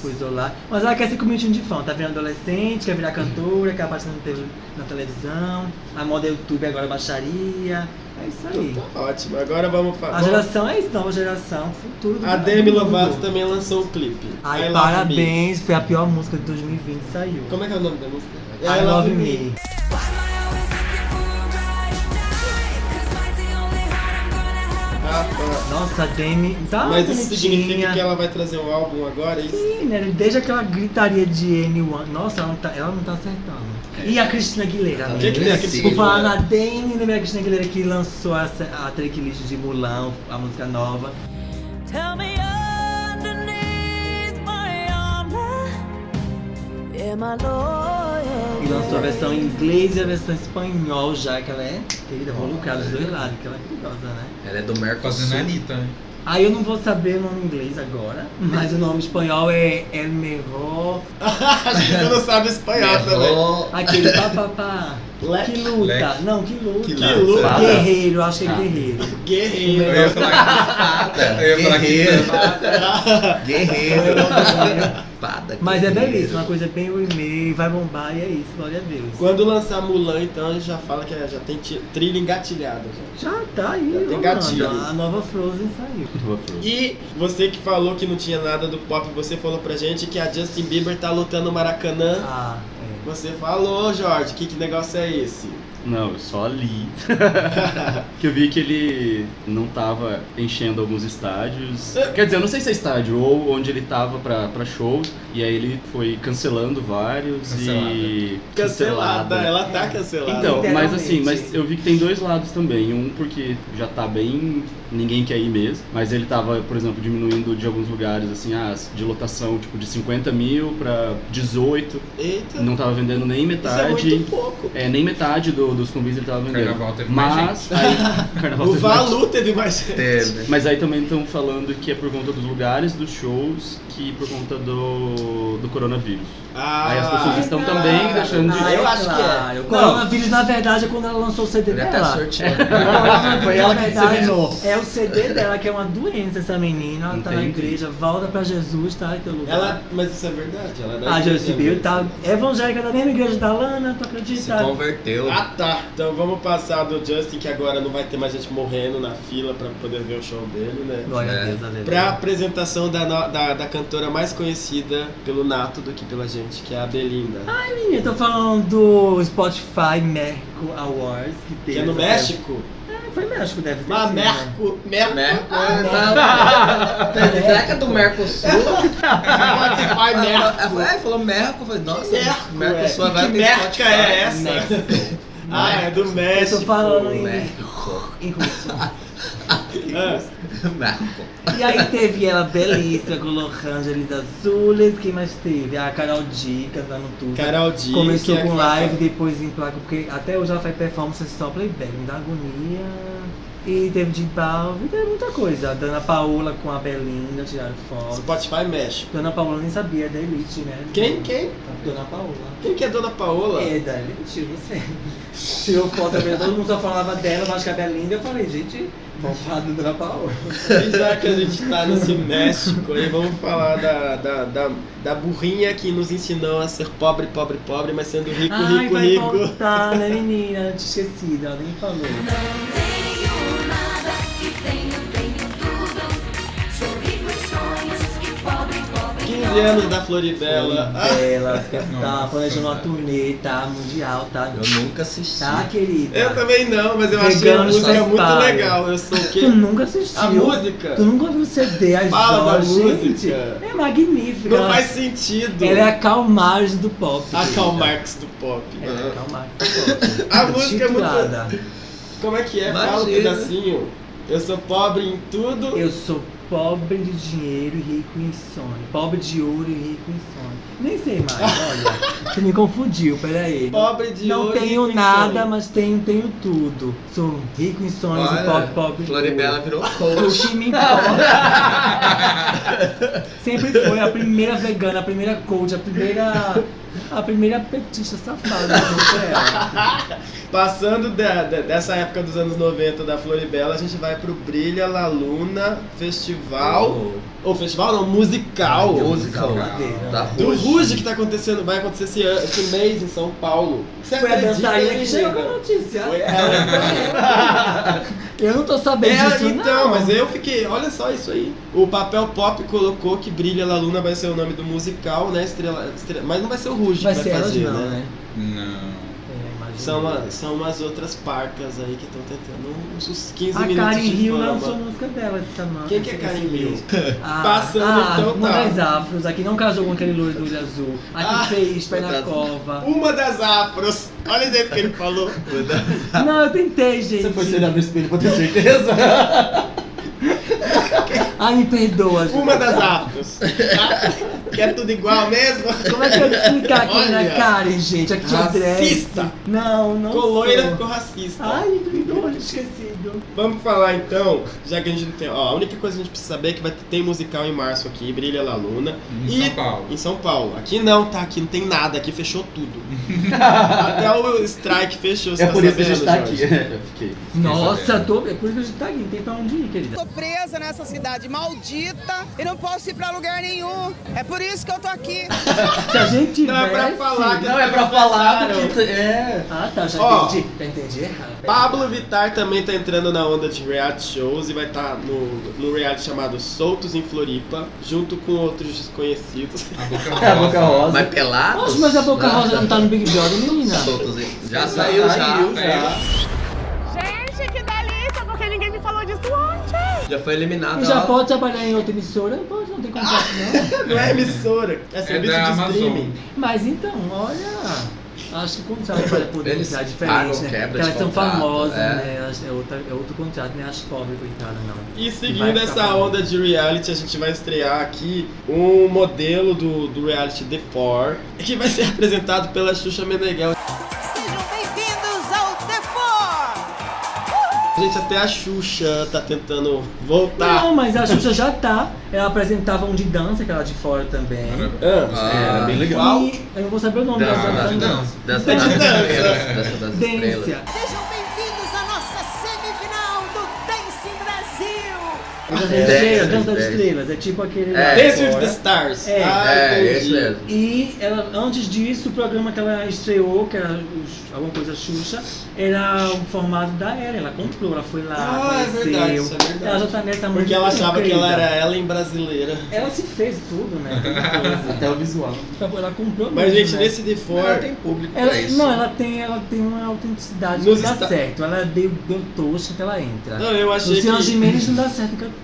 Speaker 2: coisou lá. Mas ela quer ser community de fã, tá virando adolescente, quer virar cantora, quer aparecer na tele- na televisão, a moda é YouTube agora baixaria. É isso aí.
Speaker 4: Tá ótimo, agora
Speaker 2: A
Speaker 4: vamos falar.
Speaker 2: geração é isso, nova geração, futuro do
Speaker 4: A Demi
Speaker 2: mundo.
Speaker 4: Lovato também lançou o clipe. I
Speaker 2: Ai,
Speaker 4: Love Me.
Speaker 2: parabéns, foi a pior música de 2020 que saiu.
Speaker 4: Como é que é o nome da música?
Speaker 2: I Love Me.
Speaker 4: Ah, tá.
Speaker 2: Nossa, a Demi tá
Speaker 4: Mas isso
Speaker 2: bonitinha.
Speaker 4: significa que ela vai trazer um álbum agora? é Isso?
Speaker 2: Sim, né? Desde aquela gritaria de N1. Nossa, ela não tá, ela não tá acertando. E a Cristina Aguilera,
Speaker 4: O que, que tem aqui?
Speaker 2: Vou falar na Demi, lembra a Cristina Aguilera que lançou a, a tracklist de Mulan, a música nova.
Speaker 9: Tell me underneath my armor, am I loyal?
Speaker 2: E lançou a versão em inglês e a versão em espanhol já, que ela é, querida, vou lucrar dos dois lados, que ela é curiosa, né?
Speaker 3: Ela é do
Speaker 7: Fazendo a
Speaker 3: Mercosul.
Speaker 7: Anitta, né?
Speaker 2: Aí eu não vou saber o nome em inglês agora, mas o nome em espanhol é El Mejor,
Speaker 4: Acho que você não sabe espanhol também.
Speaker 3: Errou.
Speaker 2: aquele papapá,
Speaker 4: Le-
Speaker 2: que luta,
Speaker 7: Leque.
Speaker 2: não, que luta,
Speaker 4: Que luta.
Speaker 2: guerreiro, acho que
Speaker 6: Ah.
Speaker 2: é guerreiro.
Speaker 4: Guerreiro.
Speaker 7: Eu ia falar que. Eu ia falar que.
Speaker 3: Guerreiro. Espada.
Speaker 2: Mas é
Speaker 3: guerreiro.
Speaker 2: belíssimo, uma coisa bem o e-mail, vai bombar e é isso, glória a Deus.
Speaker 4: Quando lançar Mulan, então, a gente já fala que já tem ti- trilha engatilhada. já.
Speaker 2: Já tá aí,
Speaker 4: Já tem
Speaker 2: rolando,
Speaker 4: gatilho.
Speaker 2: a nova Frozen saiu.
Speaker 4: E você que falou que não tinha nada do pop, você falou pra gente que a Justin Bieber tá lutando no Maracanã.
Speaker 2: Ah,
Speaker 4: Você falou, Jorge, que, que negócio é esse?
Speaker 6: Não, eu só li. que eu vi que ele não tava enchendo alguns estádios. Quer dizer, eu não sei se é estádio ou onde ele tava pra, pra show. E aí ele foi cancelando vários e.
Speaker 4: Cancelada, ela tá cancelada.
Speaker 6: Então, mas
Speaker 2: Literalmente.
Speaker 6: assim, mas eu vi que tem dois lados também. Um porque já tá bem. ninguém quer ir mesmo. Mas ele tava, por exemplo, diminuindo de alguns lugares, assim, ah, de lotação, tipo, de 50 mil pra 18.
Speaker 4: Eita,
Speaker 6: Não tava vendendo nem
Speaker 4: Então, isso é
Speaker 6: metade.
Speaker 4: muito pouco.
Speaker 6: É, nem metade do- dos convites ele tava vendendo.
Speaker 7: Carnaval teve mais
Speaker 6: Mas aí. Carnaval
Speaker 4: O
Speaker 6: teve mais gente.
Speaker 4: Valu teve mais gente.
Speaker 3: Teve.
Speaker 6: Mas aí também estão falando que é por conta dos lugares dos shows que por conta do, do coronavírus.
Speaker 4: Ah,
Speaker 6: Aí as pessoas estão também deixando de.
Speaker 4: Ah, eu acho que é.
Speaker 2: O coronavírus, na verdade, é quando ela lançou o CD
Speaker 3: Ele até
Speaker 2: dela.
Speaker 3: sorteando.
Speaker 6: Foi ela que disseminou.
Speaker 2: É o CD dela, que é uma doença essa menina. Ela tá na
Speaker 6: Entendi.
Speaker 2: igreja, volta pra Jesus, tá? Em teu lugar.
Speaker 4: Ela, mas isso é verdade, ela é da
Speaker 2: A
Speaker 3: Né?
Speaker 4: igreja
Speaker 2: Joyce Bill
Speaker 4: mesmo.
Speaker 2: tá evangélica da mesma igreja da Lana, tu
Speaker 3: Se
Speaker 2: acredita?
Speaker 3: converteu.
Speaker 4: Ah tá, então vamos passar do Justin, que agora não vai ter mais gente morrendo na fila pra poder ver o show dele, né?
Speaker 2: Glória a
Speaker 3: É.
Speaker 2: Deus, aleluia.
Speaker 4: Pra apresentação da, no- da, da cantora mais conhecida pelo Nato do que pela gente, que é a Belinda.
Speaker 2: Menina, eu tô falando do Spotify Merco Awards, que teve.
Speaker 4: que é no
Speaker 2: essa-
Speaker 4: México?
Speaker 2: Ah, Foi México, deve ter.
Speaker 4: Ah,
Speaker 2: sido, né?
Speaker 4: Merco, Merco,
Speaker 3: Merco- tá- Será que é do Mercosul?
Speaker 4: Spotify
Speaker 2: né?
Speaker 4: Merco.
Speaker 3: Ela falou- é, falou Merco. Eu falei, nossa,
Speaker 4: Merco,
Speaker 3: Mercosul
Speaker 4: é.
Speaker 3: agora
Speaker 4: Que
Speaker 3: tem
Speaker 4: merca
Speaker 3: Spotify.
Speaker 4: é essa?
Speaker 3: Merco.
Speaker 4: Ah, é do
Speaker 2: Eu
Speaker 4: México. É.
Speaker 2: tô falando em,
Speaker 3: Merco.
Speaker 2: em russo.
Speaker 4: Ah,
Speaker 3: Merco.
Speaker 2: E aí teve ela belíssima com Los Angeles Azules. Quem mais teve? A Carol D cantando tudo.
Speaker 4: Carol Dias.
Speaker 2: Começou com
Speaker 4: é
Speaker 2: live,
Speaker 4: live
Speaker 2: depois em placa, porque até hoje ela faz performance só playback, me dá agonia. E teve de Balve, teve muita coisa. Dana Paola com a Belinda tiraram foto.
Speaker 4: Spotify mexe.
Speaker 2: Dona Paola nem sabia da Elite, né?
Speaker 4: Quem? Quem?
Speaker 2: Dona Paola.
Speaker 4: Quem que é Dona Paola?
Speaker 2: É, da Elite, não sei. Tirou foto da Belinda, todo mundo só falava dela, mas que a Belinda. Eu falei, gente, vamos falar do Dona Paola.
Speaker 4: E já que a gente tá nesse México aí, vamos falar da, da, da, da burrinha que nos ensinou a ser pobre, pobre, pobre, mas sendo rico,
Speaker 2: Ai,
Speaker 4: rico,
Speaker 2: vai
Speaker 4: rico.
Speaker 2: voltar, né, menina? Eu tinha esquecido, ela nem falou.
Speaker 9: Quem
Speaker 4: 15 anos da Floribela. Ah,
Speaker 2: Ela tá planejando uma turnê, tá? Mundial, tá?
Speaker 3: Eu nunca assisti.
Speaker 2: Tá, querida?
Speaker 4: eu também não, mas eu achei a
Speaker 2: Veganos
Speaker 4: música
Speaker 2: faz
Speaker 4: muito
Speaker 2: parte.
Speaker 4: legal. Eu sou o quê?
Speaker 2: Tu nunca assistiu.
Speaker 4: A música?
Speaker 2: Tu nunca ouviu o CD, a
Speaker 4: Fala da
Speaker 2: história, gente.
Speaker 4: música.
Speaker 2: É magnífica.
Speaker 4: Não
Speaker 2: Ela-
Speaker 4: faz sentido.
Speaker 2: Ela é a Karl Marx do pop.
Speaker 4: A Karl é Marx do pop.
Speaker 2: Ela é a Karl Marx do pop.
Speaker 4: A música é muito-
Speaker 2: Intitulada,
Speaker 4: Como é que é? Fala um
Speaker 3: Imagina.
Speaker 4: pedacinho. Eu sou pobre em tudo.
Speaker 2: Eu sou pobre de dinheiro e rico em sonho. Pobre de ouro e rico em sonho. Nem sei mais, olha. Tu me confundiu, peraí.
Speaker 4: Pobre de
Speaker 2: Não
Speaker 4: ouro e
Speaker 2: tenho
Speaker 4: rico em
Speaker 2: nada,
Speaker 4: sonho.
Speaker 2: mas tenho, tenho tudo. Sou rico em sonhos e pobre, pobre. de
Speaker 3: Floribela
Speaker 2: ouro.
Speaker 3: virou
Speaker 2: O
Speaker 3: coach.
Speaker 2: que me importa. Sempre foi a primeira vegana, a primeira coach, a primeira. A primeira petista safada não é ela.
Speaker 4: Passando da- da- dessa época dos anos 90 da Floribela, a gente vai pro Brilha La Luna
Speaker 2: Oh.
Speaker 4: Festival. Ou festival não, musical.
Speaker 3: Musical.
Speaker 2: Brincadeira.
Speaker 3: Da
Speaker 4: Do
Speaker 3: Ruge.
Speaker 4: Ruge que tá acontecendo, vai acontecer esse, ano- esse mês em São Paulo. Você
Speaker 2: Foi a
Speaker 4: acredita, É,
Speaker 2: dançarina que
Speaker 4: menina?
Speaker 2: chegou com a notícia.
Speaker 4: Foi né? ela.
Speaker 2: Eu não tô sabendo
Speaker 4: É,
Speaker 2: disso,
Speaker 4: então,
Speaker 2: não.
Speaker 4: mas eu fiquei, olha só isso aí. O papel pop colocou que Brilha La Luna vai ser o nome do musical, né? Estrela, estrela- mas não vai ser o Ruge
Speaker 2: Vai
Speaker 4: que
Speaker 2: ser
Speaker 4: vai
Speaker 2: elas
Speaker 4: fazer,
Speaker 2: não,
Speaker 4: né?
Speaker 2: né?
Speaker 7: Não.
Speaker 2: É, imagina.
Speaker 4: São, a- são umas outras parcas aí que estão tentando um, uns 15
Speaker 2: A
Speaker 4: minutos
Speaker 2: Karen
Speaker 4: de
Speaker 2: Hill
Speaker 4: fama.
Speaker 2: lançou música dela essa semana.
Speaker 4: Quem que é Karen Hill?
Speaker 2: Ah,
Speaker 4: Passando,
Speaker 2: ah,
Speaker 4: então,
Speaker 2: uma
Speaker 4: tá.
Speaker 2: das afros, a que não casou com aquele loiro do olho azul. A que
Speaker 4: Ah,
Speaker 2: fez pé
Speaker 3: uma
Speaker 2: na
Speaker 3: das-
Speaker 2: cova.
Speaker 4: Uma das afros. Olha o jeito que ele falou.
Speaker 2: Não, eu tentei, gente.
Speaker 10: Você foi se olhar no espelho pra ter certeza?
Speaker 2: Ai, me perdoa, gente.
Speaker 4: Uma das afros. Tá? Que é tudo igual mesmo.
Speaker 2: Como é que eu vou explicar aqui na
Speaker 4: Olha.
Speaker 2: Karen, gente? Aqui tinha dress.
Speaker 4: Racista.
Speaker 2: Não, não
Speaker 4: Colou
Speaker 2: sou.
Speaker 4: e ele ficou racista.
Speaker 2: Ai, me perdoa, tinha esquecido.
Speaker 4: Vamos falar então, já que a gente não tem. Ó, a única coisa que a gente precisa saber é que vai ter tem musical em março aqui, Brilha La Luna.
Speaker 7: Em
Speaker 4: E-
Speaker 7: São Paulo.
Speaker 4: Em São Paulo. Aqui não, tá? Aqui não tem nada, aqui fechou tudo. Até o strike fechou, você
Speaker 10: É
Speaker 4: tá
Speaker 10: por isso que a gente
Speaker 4: sabendo,
Speaker 10: tá
Speaker 4: Jorge?
Speaker 10: aqui. É, eu fiquei.
Speaker 2: Nossa, tô... é por isso que a gente tá aqui, não tem pra onde ir, querida.
Speaker 11: Tô presa nessa cidade maldita e não posso ir pra lugar nenhum. É por isso que eu tô aqui.
Speaker 2: Se a gente tivesse...
Speaker 4: Não é pra falar que
Speaker 10: Não, é pra falar do que. É.
Speaker 2: Ah, tá, já
Speaker 4: Ó.
Speaker 2: entendi. Já entendi é errado.
Speaker 4: Pablo Vittar também tá entrando na onda de reality shows e vai estar no, no reality chamado Soltos em Floripa, junto com outros desconhecidos.
Speaker 7: A boca
Speaker 10: É a boca
Speaker 7: rosa.
Speaker 10: rosa.
Speaker 3: Mas pelado?
Speaker 2: Nossa, mas a Boca Rosa não tá no Big Brother, menina.
Speaker 3: Já saiu, já.
Speaker 11: Gente, que delícia, porque ninguém me falou disso ontem.
Speaker 3: Já foi eliminado.
Speaker 2: E já
Speaker 3: ó.
Speaker 2: pode trabalhar em outra emissora? Pode, não tem contrato não.
Speaker 4: Não é emissora, é serviço
Speaker 7: da
Speaker 4: de
Speaker 7: Amazon.
Speaker 4: streaming.
Speaker 2: Mas então, olha... Acho que o contrato para poder
Speaker 3: Eles
Speaker 2: usar é
Speaker 3: pagam
Speaker 2: diferente, né?
Speaker 3: quebra
Speaker 2: Porque
Speaker 3: de
Speaker 2: elas são
Speaker 3: contrato,
Speaker 2: famosas,
Speaker 3: é.
Speaker 2: né? Elas, é, outra, é outro contrato, né? As pobres, coitadas, não.
Speaker 4: E
Speaker 2: Vai
Speaker 4: seguindo
Speaker 2: ficar
Speaker 4: essa
Speaker 2: bom.
Speaker 4: onda de reality, a gente vai estrear aqui um modelo do, do reality The Four, que vai ser apresentado pela Xuxa Meneghel.
Speaker 11: Sejam bem-vindos ao The Four.
Speaker 4: Gente, até a Xuxa tá tentando voltar.
Speaker 2: Não, mas a Xuxa já tá. Ela apresentava um de dança, que era de fora também.
Speaker 4: Ah,
Speaker 3: Ah,
Speaker 10: Era bem legal.
Speaker 2: E eu não vou saber o nome
Speaker 3: Não,
Speaker 2: dessa
Speaker 3: não,
Speaker 2: dança,
Speaker 7: não.
Speaker 2: não.
Speaker 3: Dessa
Speaker 4: Tem
Speaker 3: das
Speaker 4: de dança.
Speaker 3: estrelas. Dessa das
Speaker 2: Dência.
Speaker 3: estrelas.
Speaker 11: Sejam bem-vindos à nossa semifinal do Dance Brasil.
Speaker 2: Dança das
Speaker 3: Dência,
Speaker 2: estrelas, dança das
Speaker 3: dência.
Speaker 2: estrelas. É tipo aquele.
Speaker 3: É.
Speaker 2: lá
Speaker 4: Dance with
Speaker 2: fora.
Speaker 4: the Stars.
Speaker 2: É.
Speaker 4: Ah,
Speaker 3: É,
Speaker 4: entendi.
Speaker 3: esse mesmo.
Speaker 2: E ela, antes disso, o programa que ela estreou, que era os- alguma coisa Xuxa, era o formato da Ellen. Ela comprou, ela foi lá,
Speaker 4: Ah, é
Speaker 2: conheceu.
Speaker 4: verdade, isso é verdade.
Speaker 2: Ela já tá nessa
Speaker 4: Porque
Speaker 2: muito
Speaker 4: ela achava que
Speaker 2: querida.
Speaker 4: ela era Ellen brasileira.
Speaker 2: Ela se fez tudo, né?
Speaker 10: Até o visual.
Speaker 6: né?
Speaker 2: Tudo. ela comprou
Speaker 4: Então, Mas,
Speaker 2: mesmo,
Speaker 4: gente,
Speaker 2: né?
Speaker 4: nesse The Four.
Speaker 3: Ela tem público
Speaker 2: Ela,
Speaker 3: pra isso.
Speaker 2: não, ela tem, ela tem uma autenticidade
Speaker 4: Nos
Speaker 2: que dá
Speaker 4: esta-
Speaker 2: certo. Ela deu, deu tosca que ela entra.
Speaker 4: Não, É. eu achei
Speaker 2: Luciano
Speaker 4: que.
Speaker 2: Gimenez não dá certo que eu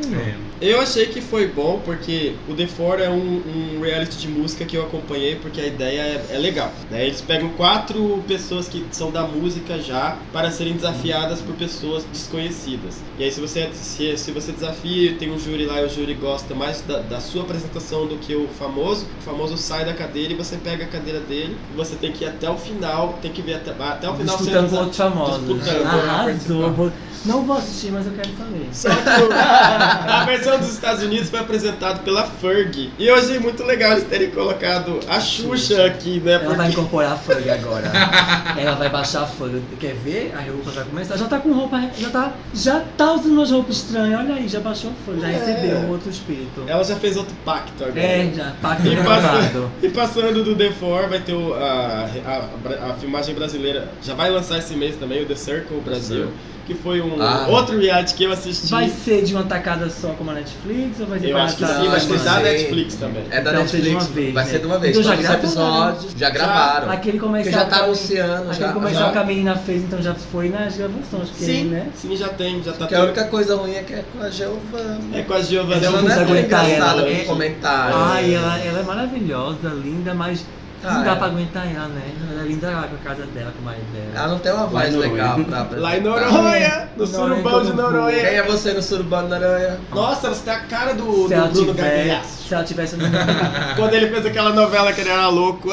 Speaker 4: Eu achei que foi bom porque o The Four é um, um reality de música que eu acompanhei porque a ideia é, é legal. né? Eles pegam quatro pessoas que são da música já para serem desafiadas por pessoas desconhecidas. E aí se você se, se você desafia, tem um júri lá e o júri gosta mais da, da sua apresentação do que o famoso, o famoso sai da cadeira e você pega a cadeira dele e você tem que ir até o final, tem que ver até, até o final
Speaker 2: Disputando com
Speaker 4: desa-
Speaker 2: outros famosos.
Speaker 4: disputando, né?
Speaker 2: Arrasou. vou- Não vou assistir, mas eu quero saber.
Speaker 4: Só que o- a versão dos Estados Unidos foi apresentada pela Ferg. E eu achei muito legal eles terem colocado a Xuxa aqui, né?
Speaker 2: Ela vai
Speaker 4: Porque
Speaker 2: incorporar a Fug agora. Ela vai baixar a Fug. Quer ver? A roupa vai começar. Já tá com roupa. Já tá, já tá usando as roupas estranhas. Olha aí, já baixou a Fug. Já
Speaker 4: É.
Speaker 2: recebeu um outro espírito.
Speaker 4: ela já fez outro pacto agora.
Speaker 2: É, já. Pacto
Speaker 4: É. E,
Speaker 2: gravado.
Speaker 4: passa- e passando do The Four, vai ter o- a, a, a filmagem brasileira. Já vai lançar esse mês também, o The Circle Brasil. Que foi um
Speaker 2: Ah.
Speaker 4: outro reality que eu assisti.
Speaker 2: Vai ser de uma tacada só como a Netflix? Ou vai ser
Speaker 4: Eu acho que
Speaker 2: separado?
Speaker 4: sim, vai ser da
Speaker 3: sei.
Speaker 4: Netflix também.
Speaker 3: É da
Speaker 2: Então,
Speaker 3: Netflix,
Speaker 2: seja de uma vez,
Speaker 3: vai
Speaker 2: né?
Speaker 3: ser de uma vez.
Speaker 2: Então, já
Speaker 3: Todos os
Speaker 2: gravaram?
Speaker 3: episódios já gravaram.
Speaker 2: Aquele
Speaker 3: Porque
Speaker 2: comercial.
Speaker 3: já tá anunciando,
Speaker 2: Aquele
Speaker 3: já-
Speaker 2: comercial
Speaker 3: já.
Speaker 2: que a menina fez, então já foi nas gravações. Porque,
Speaker 4: Sim,
Speaker 2: né?
Speaker 4: sim, já tem, já tá
Speaker 3: Que a única coisa ruim é que é com a Giovanna.
Speaker 4: É com a Giovanna.
Speaker 3: Ela não
Speaker 2: Difícil
Speaker 3: é tão
Speaker 2: aguentar
Speaker 3: engraçada
Speaker 2: ela,
Speaker 3: com
Speaker 2: né?
Speaker 3: comentário.
Speaker 2: Ai, ela, ela é maravilhosa, linda, mas não
Speaker 3: Ah,
Speaker 2: dá
Speaker 3: é.
Speaker 2: pra aguentar ela, né? Ela é linda lá com a casa dela, com o marido dela.
Speaker 3: Ela não tem uma voz
Speaker 6: Lá em
Speaker 3: legal
Speaker 6: Noronha.
Speaker 3: pra apresentar.
Speaker 4: Lá em Noronha, no
Speaker 2: Noronha,
Speaker 4: surubão de
Speaker 2: todo mundo.
Speaker 4: Noronha.
Speaker 3: Quem é você no surubão de Noronha?
Speaker 4: Nossa, você tem a cara do,
Speaker 2: se,
Speaker 4: do
Speaker 2: ela
Speaker 4: Bruno
Speaker 2: tiver,
Speaker 4: Gagliasso.
Speaker 2: se ela tivesse no meu
Speaker 4: Quando ele fez aquela novela que ele era louco.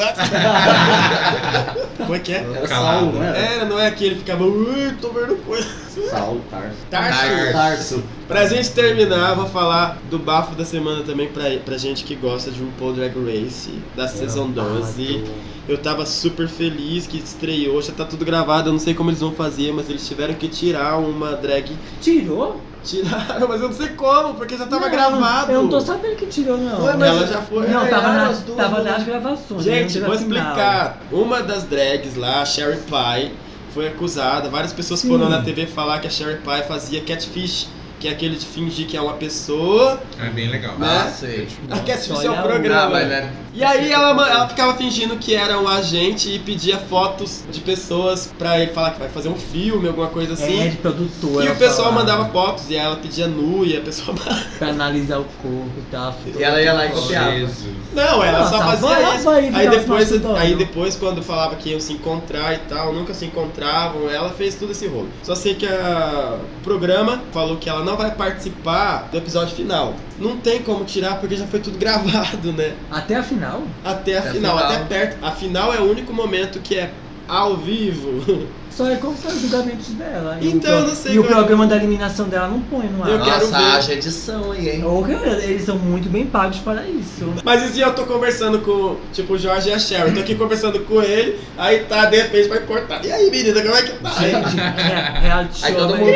Speaker 4: Como é que é?
Speaker 6: Era
Speaker 7: Calado.
Speaker 6: Saulo, né?
Speaker 4: Era, não é que ele ficava, "Ui, tô vendo coisa.
Speaker 6: Saulo, Tarso.
Speaker 4: Tarso.
Speaker 6: Tarso.
Speaker 4: Pra gente terminar, vou falar do bafo da semana também pra, pra gente que gosta de RuPaul Drag Race,
Speaker 2: É,
Speaker 4: da
Speaker 2: ah,
Speaker 4: Season 12. Eu tava super feliz que estreou, já tá tudo gravado, eu não sei como eles vão fazer, mas eles tiveram que tirar uma drag.
Speaker 2: Tirou?
Speaker 4: Tiraram, mas eu não sei como, porque já tava
Speaker 2: Não,
Speaker 4: gravado.
Speaker 2: Eu não tô sabendo que tirou, não.
Speaker 3: Foi, mas-
Speaker 4: Ela já foi.
Speaker 2: Não,
Speaker 3: é,
Speaker 2: tava, na-
Speaker 3: as duas,
Speaker 2: tava
Speaker 3: né?
Speaker 2: nas gravações. né? Não
Speaker 4: Gente,
Speaker 2: teve
Speaker 4: vou
Speaker 2: a final.
Speaker 4: explicar. Uma das drags lá, a Sherry Pie, foi acusada. Várias pessoas
Speaker 2: Sim.
Speaker 4: foram na TV falar que a Sherry Pie fazia catfish, que é aquele de fingir que é uma pessoa.
Speaker 7: É bem legal.
Speaker 3: Ah,
Speaker 4: Né?
Speaker 3: sei.
Speaker 4: a catfish é
Speaker 2: olha
Speaker 4: o
Speaker 2: a
Speaker 3: Ah,
Speaker 4: programa.
Speaker 3: mas né?
Speaker 4: e aí ela, ma- ela ficava fingindo que era um agente e pedia fotos de pessoas pra ele falar que vai fazer um filme, alguma coisa assim.
Speaker 2: É, de produtor.
Speaker 4: E
Speaker 2: ela
Speaker 4: o pessoal
Speaker 2: fala,
Speaker 4: mandava fotos e ela pedia nu e a pessoa.
Speaker 2: Pra analisar o corpo e tal.
Speaker 3: E ela ia lá e copiava.
Speaker 7: Jesus.
Speaker 4: Não, ela
Speaker 2: Nossa,
Speaker 4: só fazia
Speaker 2: vai-
Speaker 4: isso.
Speaker 2: vai
Speaker 4: Aí,
Speaker 2: virar os
Speaker 4: depois,
Speaker 2: bastidores.
Speaker 4: aí depois, quando falava que iam se encontrar e tal, nunca se encontravam, ela fez tudo esse rolo. Só sei que a- o programa falou que ela não vai participar do episódio final. Não tem como tirar porque já foi tudo gravado, né?
Speaker 2: Até a final?
Speaker 4: Até a
Speaker 3: Até a
Speaker 4: final,
Speaker 3: final.
Speaker 4: até perto. A final é o único momento que é ao vivo.
Speaker 2: Só é como foi o julgamento dela. E o
Speaker 4: Então,
Speaker 2: pro-
Speaker 4: eu não sei
Speaker 2: E o
Speaker 4: como-
Speaker 2: programa da eliminação dela não põe no ar.
Speaker 4: Eu quero
Speaker 3: Nossa,
Speaker 4: ver.
Speaker 3: haja edição aí, hein?
Speaker 2: Ô, cara, eles são muito bem pagos para isso.
Speaker 4: Mas esse dia eu tô conversando com, tipo, o Jorge e a Cheryl. Tô aqui conversando com ele, aí tá, de repente vai cortar. E aí, menina, como é que tá? Aí,
Speaker 2: Gente, é, reality show.
Speaker 3: Aí todo
Speaker 2: mas-
Speaker 3: mundo.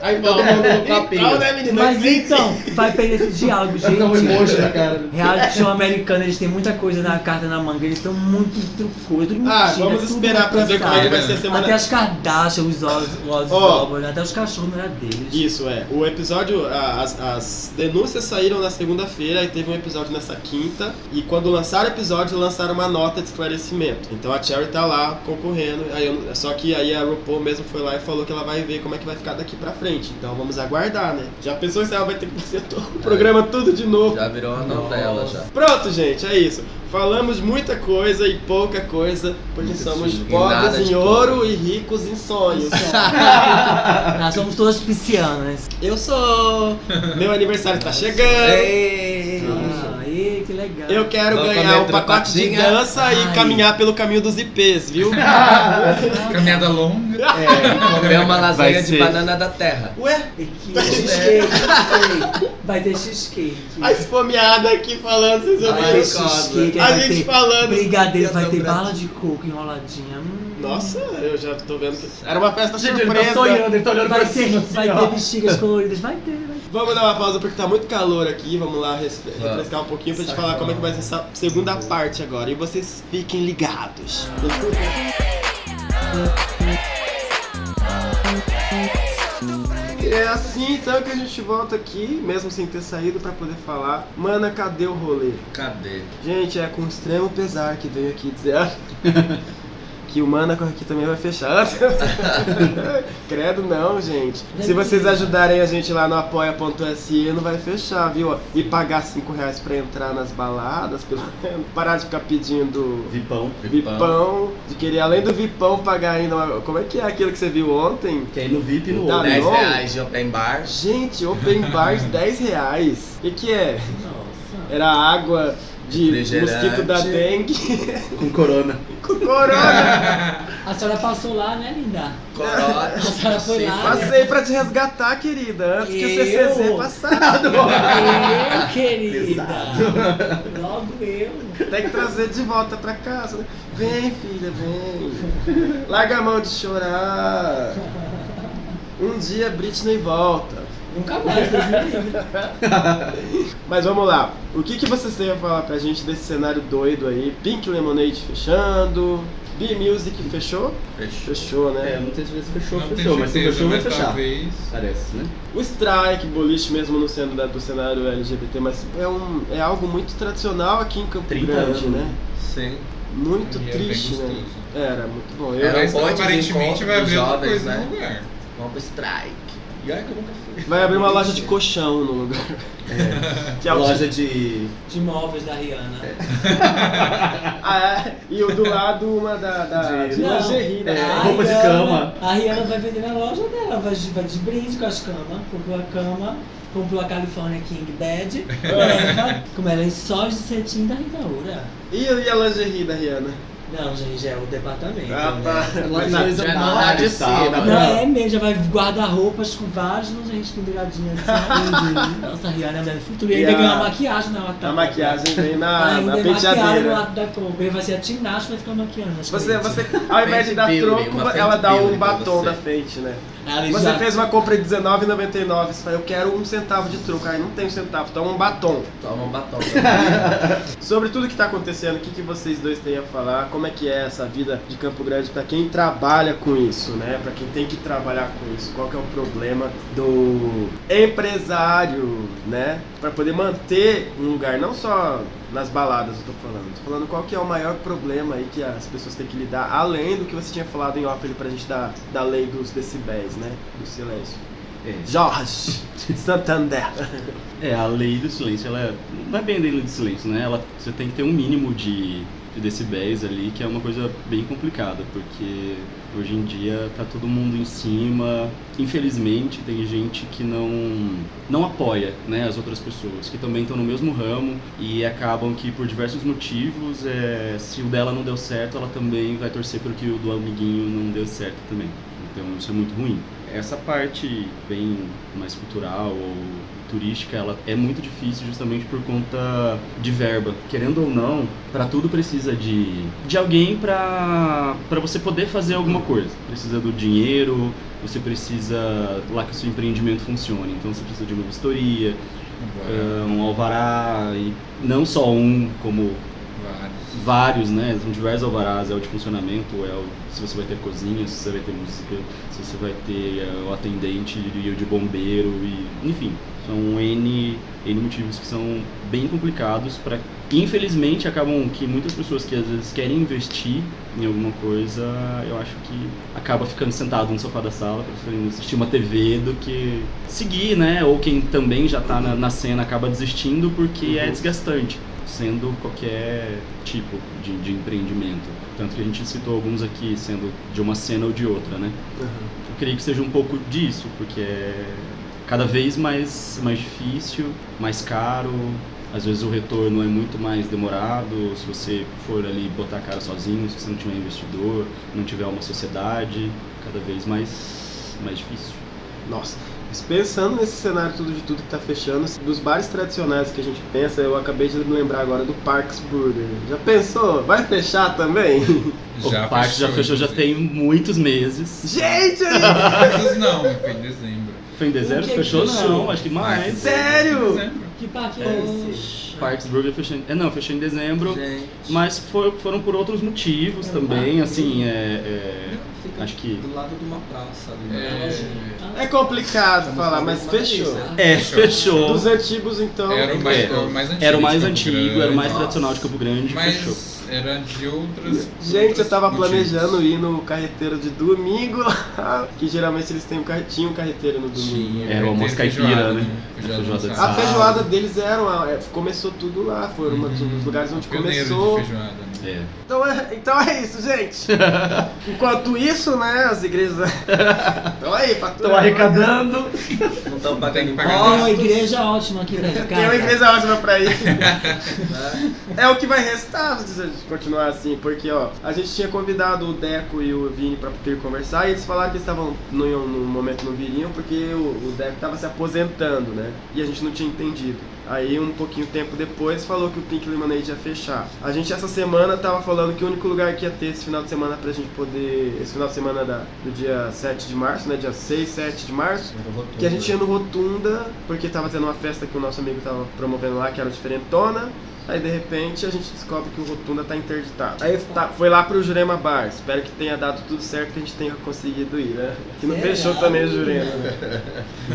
Speaker 4: aí
Speaker 3: Todo
Speaker 4: volta.
Speaker 3: mundo no papinho.
Speaker 4: Então, né, menina?
Speaker 2: Mas
Speaker 4: Sim, sim.
Speaker 2: então, vai perder esse diálogo,
Speaker 10: um emoji
Speaker 2: gente.
Speaker 10: na cara.
Speaker 4: É.
Speaker 2: Reality show americano, eles têm muita coisa na carta na manga, eles são muito trucudos, tudo mentira,
Speaker 4: Ah, vamos
Speaker 2: tudo
Speaker 4: esperar pra ver como é que vai ser a semana.
Speaker 2: Até as Kardashian, os Oz, os
Speaker 4: Ó.
Speaker 2: Osborne, até os cachorros não era deles.
Speaker 4: Isso, é. O episódio, a- as, as denúncias saíram na segunda-feira e teve um episódio nessa quinta. E quando lançaram o episódio, lançaram uma nota de esclarecimento. Então a Cherry tá lá concorrendo. Aí eu- só que aí a RuPaul mesmo foi lá e falou que ela vai ver como é que vai ficar daqui pra frente. Então vamos aguardar, né? Já pensou se ela vai ter que fazer todo o programa tudo de novo?
Speaker 3: Já virou uma novela já.
Speaker 4: Pronto, gente, é isso. Falamos muita coisa e pouca coisa, porque
Speaker 6: Muita
Speaker 4: somos
Speaker 6: sujeira.
Speaker 3: E nada
Speaker 4: pobres
Speaker 3: de
Speaker 4: em ouro e ricos em sonhos.
Speaker 2: Nós somos todas piscianas.
Speaker 4: Eu sou. Meu aniversário tá chegando.
Speaker 3: Ei!
Speaker 2: Ai, que legal.
Speaker 4: Ah, Eu quero
Speaker 3: Vou
Speaker 4: ganhar
Speaker 3: comer
Speaker 4: um pacote de
Speaker 3: trepadinha.
Speaker 4: dança
Speaker 2: Ai.
Speaker 4: e caminhar pelo caminho dos IPs, viu?
Speaker 7: Caminhada longa.
Speaker 3: Comer uma
Speaker 6: Vai
Speaker 3: lasanha de
Speaker 6: ser.
Speaker 3: banana da terra.
Speaker 4: Ué,
Speaker 2: E que cheesecake, cheesecake. Vai ter cheesecake.
Speaker 4: a esfomeada aqui falando, vocês vão
Speaker 3: Ai,
Speaker 2: Vai ter
Speaker 4: ver.
Speaker 2: cheesecake,
Speaker 4: A
Speaker 2: vai
Speaker 4: gente
Speaker 2: ter
Speaker 4: falando.
Speaker 2: brigadeiro, vai
Speaker 3: Eu
Speaker 10: um
Speaker 2: ter
Speaker 3: tô
Speaker 2: bala de coco enroladinha. Hum.
Speaker 4: Nossa, eu já tô vendo que. Era uma festa
Speaker 10: Gente, ele tá
Speaker 4: surpresa.
Speaker 10: sonhando, ele tá olhando
Speaker 2: Vai
Speaker 10: pra
Speaker 2: ter,
Speaker 10: cima.
Speaker 2: vai
Speaker 4: assim,
Speaker 2: ter bexigas coloridas, vai ter, vai ter.
Speaker 4: Vamos dar uma pausa porque tá muito calor aqui. Vamos lá res- refrescar um pouquinho pra gente falar como é que vai ser essa segunda parte agora. E vocês fiquem ligados. É assim então que a gente volta aqui, mesmo sem ter saído, pra poder falar. Mana, cadê o rolê?
Speaker 3: Cadê?
Speaker 4: Gente, é com extremo pesar que venho aqui dizer que o Manaco aqui também vai fechar. Credo não, gente. Se vocês ajudarem a gente lá no apoia.se, não vai fechar, viu? E pagar 5 reais pra entrar nas baladas, pelo menos. Parar de ficar pedindo
Speaker 6: Vipão.
Speaker 4: vipão. De querer, além do vipão, pagar ainda uma... Como é que é aquilo que você viu ontem?
Speaker 6: Que aí no VIP
Speaker 4: no
Speaker 3: Dá 10 reais de open bar.
Speaker 4: Gente, open bars 10 reais. O que, que é? Era água de
Speaker 3: Refrigerante.
Speaker 4: mosquito da dengue.
Speaker 6: né? Com corona.
Speaker 4: Com corona.
Speaker 2: A senhora passou lá, né, linda?
Speaker 3: Corona.
Speaker 2: A senhora foi lá. né?
Speaker 4: Passei pra te resgatar, querida, antes que o CCZ
Speaker 2: Eu?
Speaker 4: passado.
Speaker 2: Eu, querida. Logo eu.
Speaker 4: Tem que trazer de volta pra casa. né? Vem, filha, vem. Larga a mão de chorar. Um dia Britney volta.
Speaker 2: Nunca mais, Deus me livre.
Speaker 4: Mas vamos lá. O que, que vocês têm a falar pra gente desse cenário doido aí? Pink Lemonade fechando. B-Music fechou?
Speaker 7: Fechou.
Speaker 4: Fechou, né?
Speaker 6: É, não tenho certeza se fechou,
Speaker 7: Não
Speaker 6: fechou,
Speaker 7: tenho
Speaker 6: mas se
Speaker 7: certeza,
Speaker 6: fechou, vai
Speaker 7: mas
Speaker 6: fechar.
Speaker 7: talvez.
Speaker 6: Parece, né?
Speaker 4: O strike, boliche, mesmo não sendo da- do cenário LGBT, mas é, um, é algo muito tradicional aqui em Campo
Speaker 6: 30
Speaker 4: Grande,
Speaker 6: anos,
Speaker 4: né?
Speaker 3: Sim.
Speaker 4: Muito
Speaker 7: E é bem
Speaker 4: triste, né?
Speaker 7: gostoso.
Speaker 4: Era, muito bom. Eu-
Speaker 3: Era um
Speaker 7: Mas
Speaker 3: ponte de
Speaker 7: aparentemente
Speaker 3: encontro
Speaker 7: vai
Speaker 3: dos
Speaker 7: abrir outra
Speaker 3: jovens,
Speaker 7: coisa
Speaker 3: né?
Speaker 7: no lugar.
Speaker 3: Vamos pro strike. E olha que eu nunca fui.
Speaker 4: Vai abrir uma loja de colchão no lugar. Que é o-
Speaker 6: Loja de.
Speaker 2: De móveis da Rihanna.
Speaker 4: Ah, é. E o do lado, uma da, da
Speaker 6: De-
Speaker 4: de
Speaker 2: Não. é.
Speaker 4: lingerie, né?
Speaker 2: A
Speaker 6: É, roupa de
Speaker 2: Rihanna-
Speaker 6: cama.
Speaker 2: A Rihanna vai vender na loja dela, vai de, vai de brinde com as camas. Comprou a cama, comprou a California King Bed,
Speaker 6: É.
Speaker 2: leva, como ela é só de cetim da Ritaura.
Speaker 4: E, e a lingerie da Rihanna?
Speaker 2: Não, gente, já é o departamento.
Speaker 4: Ah,
Speaker 2: né?
Speaker 4: tá. Mas-
Speaker 6: Loja de
Speaker 3: já
Speaker 6: coisa
Speaker 3: é na
Speaker 6: mal
Speaker 3: área de
Speaker 4: Tá,
Speaker 6: e tal,
Speaker 3: cima,
Speaker 6: né?
Speaker 2: Não, é mesmo, já vai guardar roupas com várias lingeries penduradinhas assim. Nossa, a Rihanna é a mulher do futuro. E
Speaker 4: E
Speaker 2: ainda
Speaker 4: a-
Speaker 2: ganhou a maquiagem na lata.
Speaker 4: A tá maquiagem vem na,
Speaker 2: Ainda
Speaker 4: na
Speaker 2: é maquiada no
Speaker 4: penteadeira.
Speaker 2: ato da compra. Vai ser a Tinashe vai ficar maquiando. as
Speaker 4: Você,
Speaker 2: clientes.
Speaker 4: você, ao invés de dar
Speaker 3: Fenty Beauty,
Speaker 4: troco,
Speaker 3: uma Fenty
Speaker 4: ela dá um
Speaker 3: Beauty pra
Speaker 4: batom
Speaker 3: você.
Speaker 4: da frente, né?
Speaker 2: Ela
Speaker 4: Você
Speaker 2: já-
Speaker 4: fez uma compra de R$19,99, você fala, eu quero um centavo de troco, aí não tem um centavo, toma um batom.
Speaker 3: Toma um batom.
Speaker 4: Sobre tudo que tá acontecendo, o que, que vocês dois têm a falar? Como é que é essa vida de Campo Grande pra quem trabalha com isso, né? Pra quem tem que trabalhar com isso, qual que é o problema do empresário, né? Pra poder manter um lugar, não só nas baladas eu tô falando, tô falando qual que é o maior problema aí que as pessoas têm que lidar, além do que você tinha falado em off ali pra gente da, da lei dos decibéis, né? Do silêncio.
Speaker 6: É.
Speaker 4: Jorge Santander.
Speaker 6: É, a lei do silêncio, ela é- não é bem a lei do silêncio, né? Ela, você tem que ter um mínimo de, de decibéis ali, que é uma coisa bem complicada, porque hoje em dia tá todo mundo em cima. Infelizmente, tem gente que não, não apoia né, as outras pessoas, que também estão no mesmo ramo e acabam que, por diversos motivos, é, se o dela não deu certo, ela também vai torcer pelo que o do amiguinho não deu certo também. Então, isso é muito ruim essa parte bem mais cultural ou turística, ela é muito difícil justamente por conta de verba. Querendo ou não, para tudo precisa de, de alguém para você poder fazer alguma coisa. Precisa do dinheiro, você precisa lá que o seu empreendimento funcione. Então você precisa de uma vistoria,
Speaker 7: É.
Speaker 6: eh, um alvará e não só um, como É.
Speaker 7: Vários.
Speaker 6: vários, né? São diversos alvarás, é o de funcionamento, é o, se você vai ter cozinha, se você vai ter música, se você vai ter é, o atendente e o de bombeiro, e, enfim, são N, N motivos que são bem complicados para infelizmente acabam que muitas pessoas que às vezes querem investir em alguma coisa, eu acho que acaba ficando sentado no sofá da sala, preferindo assistir uma TV do que seguir, né? Ou quem também já tá na, na cena acaba desistindo porque é desgastante, sendo qualquer tipo de, de empreendimento. Tanto que a gente citou alguns aqui, sendo de uma cena ou de outra, né? Eu creio que seja um pouco disso, porque é cada vez mais, mais difícil, mais caro. Às vezes o retorno é muito mais demorado se você for ali botar a cara sozinho, se você não tiver investidor, não tiver uma sociedade, cada vez mais, mais difícil.
Speaker 4: Nossa, mas pensando nesse cenário tudo de tudo que tá fechando, dos bares tradicionais que a gente pensa, eu acabei de me lembrar agora do Parks Burger. Já pensou? Vai fechar também?
Speaker 6: o parque já fechou, já tem muitos meses.
Speaker 4: gente!
Speaker 7: Mas não, foi em dezembro.
Speaker 6: Foi em
Speaker 2: O
Speaker 6: dezembro?
Speaker 2: que que
Speaker 6: fechou?
Speaker 2: fechou?
Speaker 6: Não, acho que mais.
Speaker 4: Sério?
Speaker 7: Dezembro.
Speaker 2: Que parque é
Speaker 6: É,
Speaker 2: esse?
Speaker 6: Parks Burger fechou em... É, não, fechou em dezembro,
Speaker 3: né? Gente.
Speaker 6: mas for- foram por outros motivos também, assim, é-
Speaker 10: Fica
Speaker 6: Acho que-
Speaker 10: do lado de uma praça ali, né?
Speaker 7: É,
Speaker 4: É complicado falar, mas
Speaker 10: Uma
Speaker 4: fechou.
Speaker 10: coisa.
Speaker 6: é... É,
Speaker 7: Fechou.
Speaker 6: fechou.
Speaker 4: Dos antigos, então.
Speaker 7: né? Era um o mais,
Speaker 6: É.
Speaker 7: era o mais antigo.
Speaker 6: Era o mais
Speaker 7: de Campo
Speaker 6: antigo,
Speaker 7: Grande.
Speaker 6: era o mais
Speaker 3: nossa.
Speaker 6: tradicional de Campo Grande, fechou.
Speaker 7: Mas era de outras.
Speaker 4: Gente, eu tava
Speaker 7: motivos.
Speaker 4: planejando ir no carreteiro de domingo, que geralmente eles têm um car... tinha um carreteiro no domingo.
Speaker 6: Era o almoço caipira, né?
Speaker 7: Feijoada
Speaker 6: Feijoada de
Speaker 4: A
Speaker 6: sábado.
Speaker 4: feijoada deles era uma, é, começou tudo lá, foram uma- um dos lugares onde
Speaker 7: Uhum. Pioneiro
Speaker 4: começou.
Speaker 7: de feijoada. né?
Speaker 6: É.
Speaker 4: Então é, então é isso, gente. Enquanto isso, né, as igrejas estão aí,
Speaker 2: Tão arrecadando.
Speaker 4: Não estão
Speaker 7: Tem que pagar
Speaker 2: Ó,
Speaker 7: gastos.
Speaker 2: igreja ótima aqui perto de
Speaker 4: Tem uma
Speaker 2: casa.
Speaker 4: empresa ótima pra isso. é o que vai restar se a gente continuar assim, porque ó, a gente tinha convidado o Deco e o Vini pra vir conversar e eles falaram que estavam no, no momento não viriam porque o, o Deco tava se aposentando, né? E a gente não tinha entendido. Aí um pouquinho tempo depois falou que o Pink Lemonade ia fechar. A gente essa semana tava falando que o único lugar que ia ter esse final de semana pra gente poder. Esse final de semana da- do dia 7 de março, né? Dia 6, 7 de março. Que a gente ia no Rotunda, porque tava tendo uma festa que o nosso amigo tava promovendo lá, que era o diferentona. Aí de repente a gente descobre que o Rotunda tá interditado. Aí tá- foi lá pro Jurema Bar. Espero que tenha dado tudo certo, que a gente tenha conseguido ir, né? Que não fechou também o Jurema. né?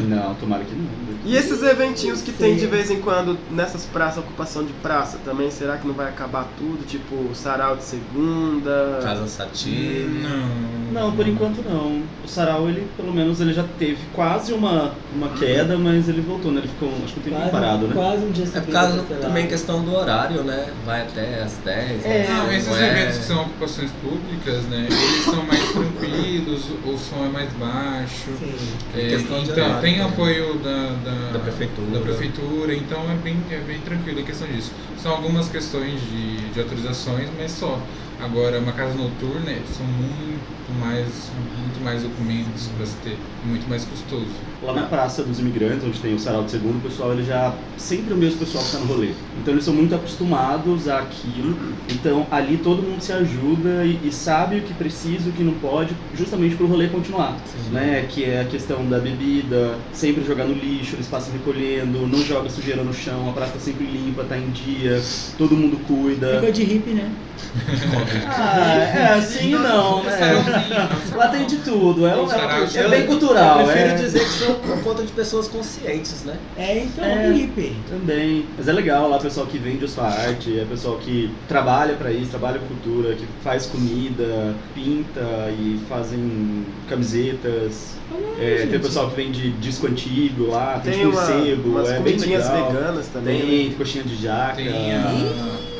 Speaker 6: Não, tomara que não.
Speaker 4: E esses eventinhos que tem de vez em quando nessas praças, ocupação de praça também, será que não vai acabar tudo? Tipo, sarau de segunda.
Speaker 3: É. Casa Sati.
Speaker 7: Não.
Speaker 6: Não, por enquanto não. O Sarau, ele, pelo menos, ele já teve quase uma, uma queda, mas ele voltou, né? Ele ficou, acho que um tempo
Speaker 2: Quase-
Speaker 6: parado, né?
Speaker 2: Quase um dia
Speaker 3: É por
Speaker 2: seguido,
Speaker 3: causa
Speaker 2: sei lá.
Speaker 3: também questão do horário, né? Vai até às 10.
Speaker 6: É,
Speaker 7: Não, esses
Speaker 3: é-
Speaker 7: eventos que são ocupações públicas, né? Eles são mais tranquilos, o som é mais baixo.
Speaker 2: Sim.
Speaker 7: É,
Speaker 3: Questão de
Speaker 7: então,
Speaker 3: horário,
Speaker 7: tem
Speaker 3: né?
Speaker 7: apoio da, da,
Speaker 3: Da prefeitura.
Speaker 7: da prefeitura, então é bem, é bem tranquilo a questão disso. São algumas questões de, de autorizações, mas só. Agora, uma casa noturna é- são muito mais, muito mais documentos para se ter, muito mais custoso.
Speaker 6: Lá na Praça dos Imigrantes, onde tem o Sarau de Segundo, o pessoal ele já. Sempre o mesmo pessoal que tá no rolê. Então eles são muito acostumados àquilo. Então ali todo mundo se ajuda e, e sabe o que precisa, o que não pode, justamente pro rolê continuar. Né? Que é a questão da bebida, sempre jogar no lixo, eles passam recolhendo, não joga sujeira no chão, a praça tá sempre limpa, tá em dia, todo mundo
Speaker 2: É
Speaker 6: cuida.
Speaker 2: coisa de hippie, né?
Speaker 6: Ah, é assim não, né? Lá tem de tudo, é, um- é, um- é bem cultural.
Speaker 10: Eu prefiro
Speaker 6: é.
Speaker 10: dizer que são por conta de pessoas conscientes, né?
Speaker 2: É, então,
Speaker 6: É.
Speaker 2: hippie.
Speaker 6: Também. Mas é legal lá, pessoal que vende a sua arte, é pessoal que trabalha pra isso, trabalha com cultura, que faz comida, pinta e fazem camisetas. É, tem o pessoal que vende disco antigo lá, tem,
Speaker 4: Tem
Speaker 6: tipo um
Speaker 4: uma-
Speaker 6: sebo,
Speaker 4: umas
Speaker 6: é bem
Speaker 4: comidinhas
Speaker 6: legal.
Speaker 4: veganas também. né?
Speaker 6: Tem coxinha de jaca.
Speaker 7: Tem a,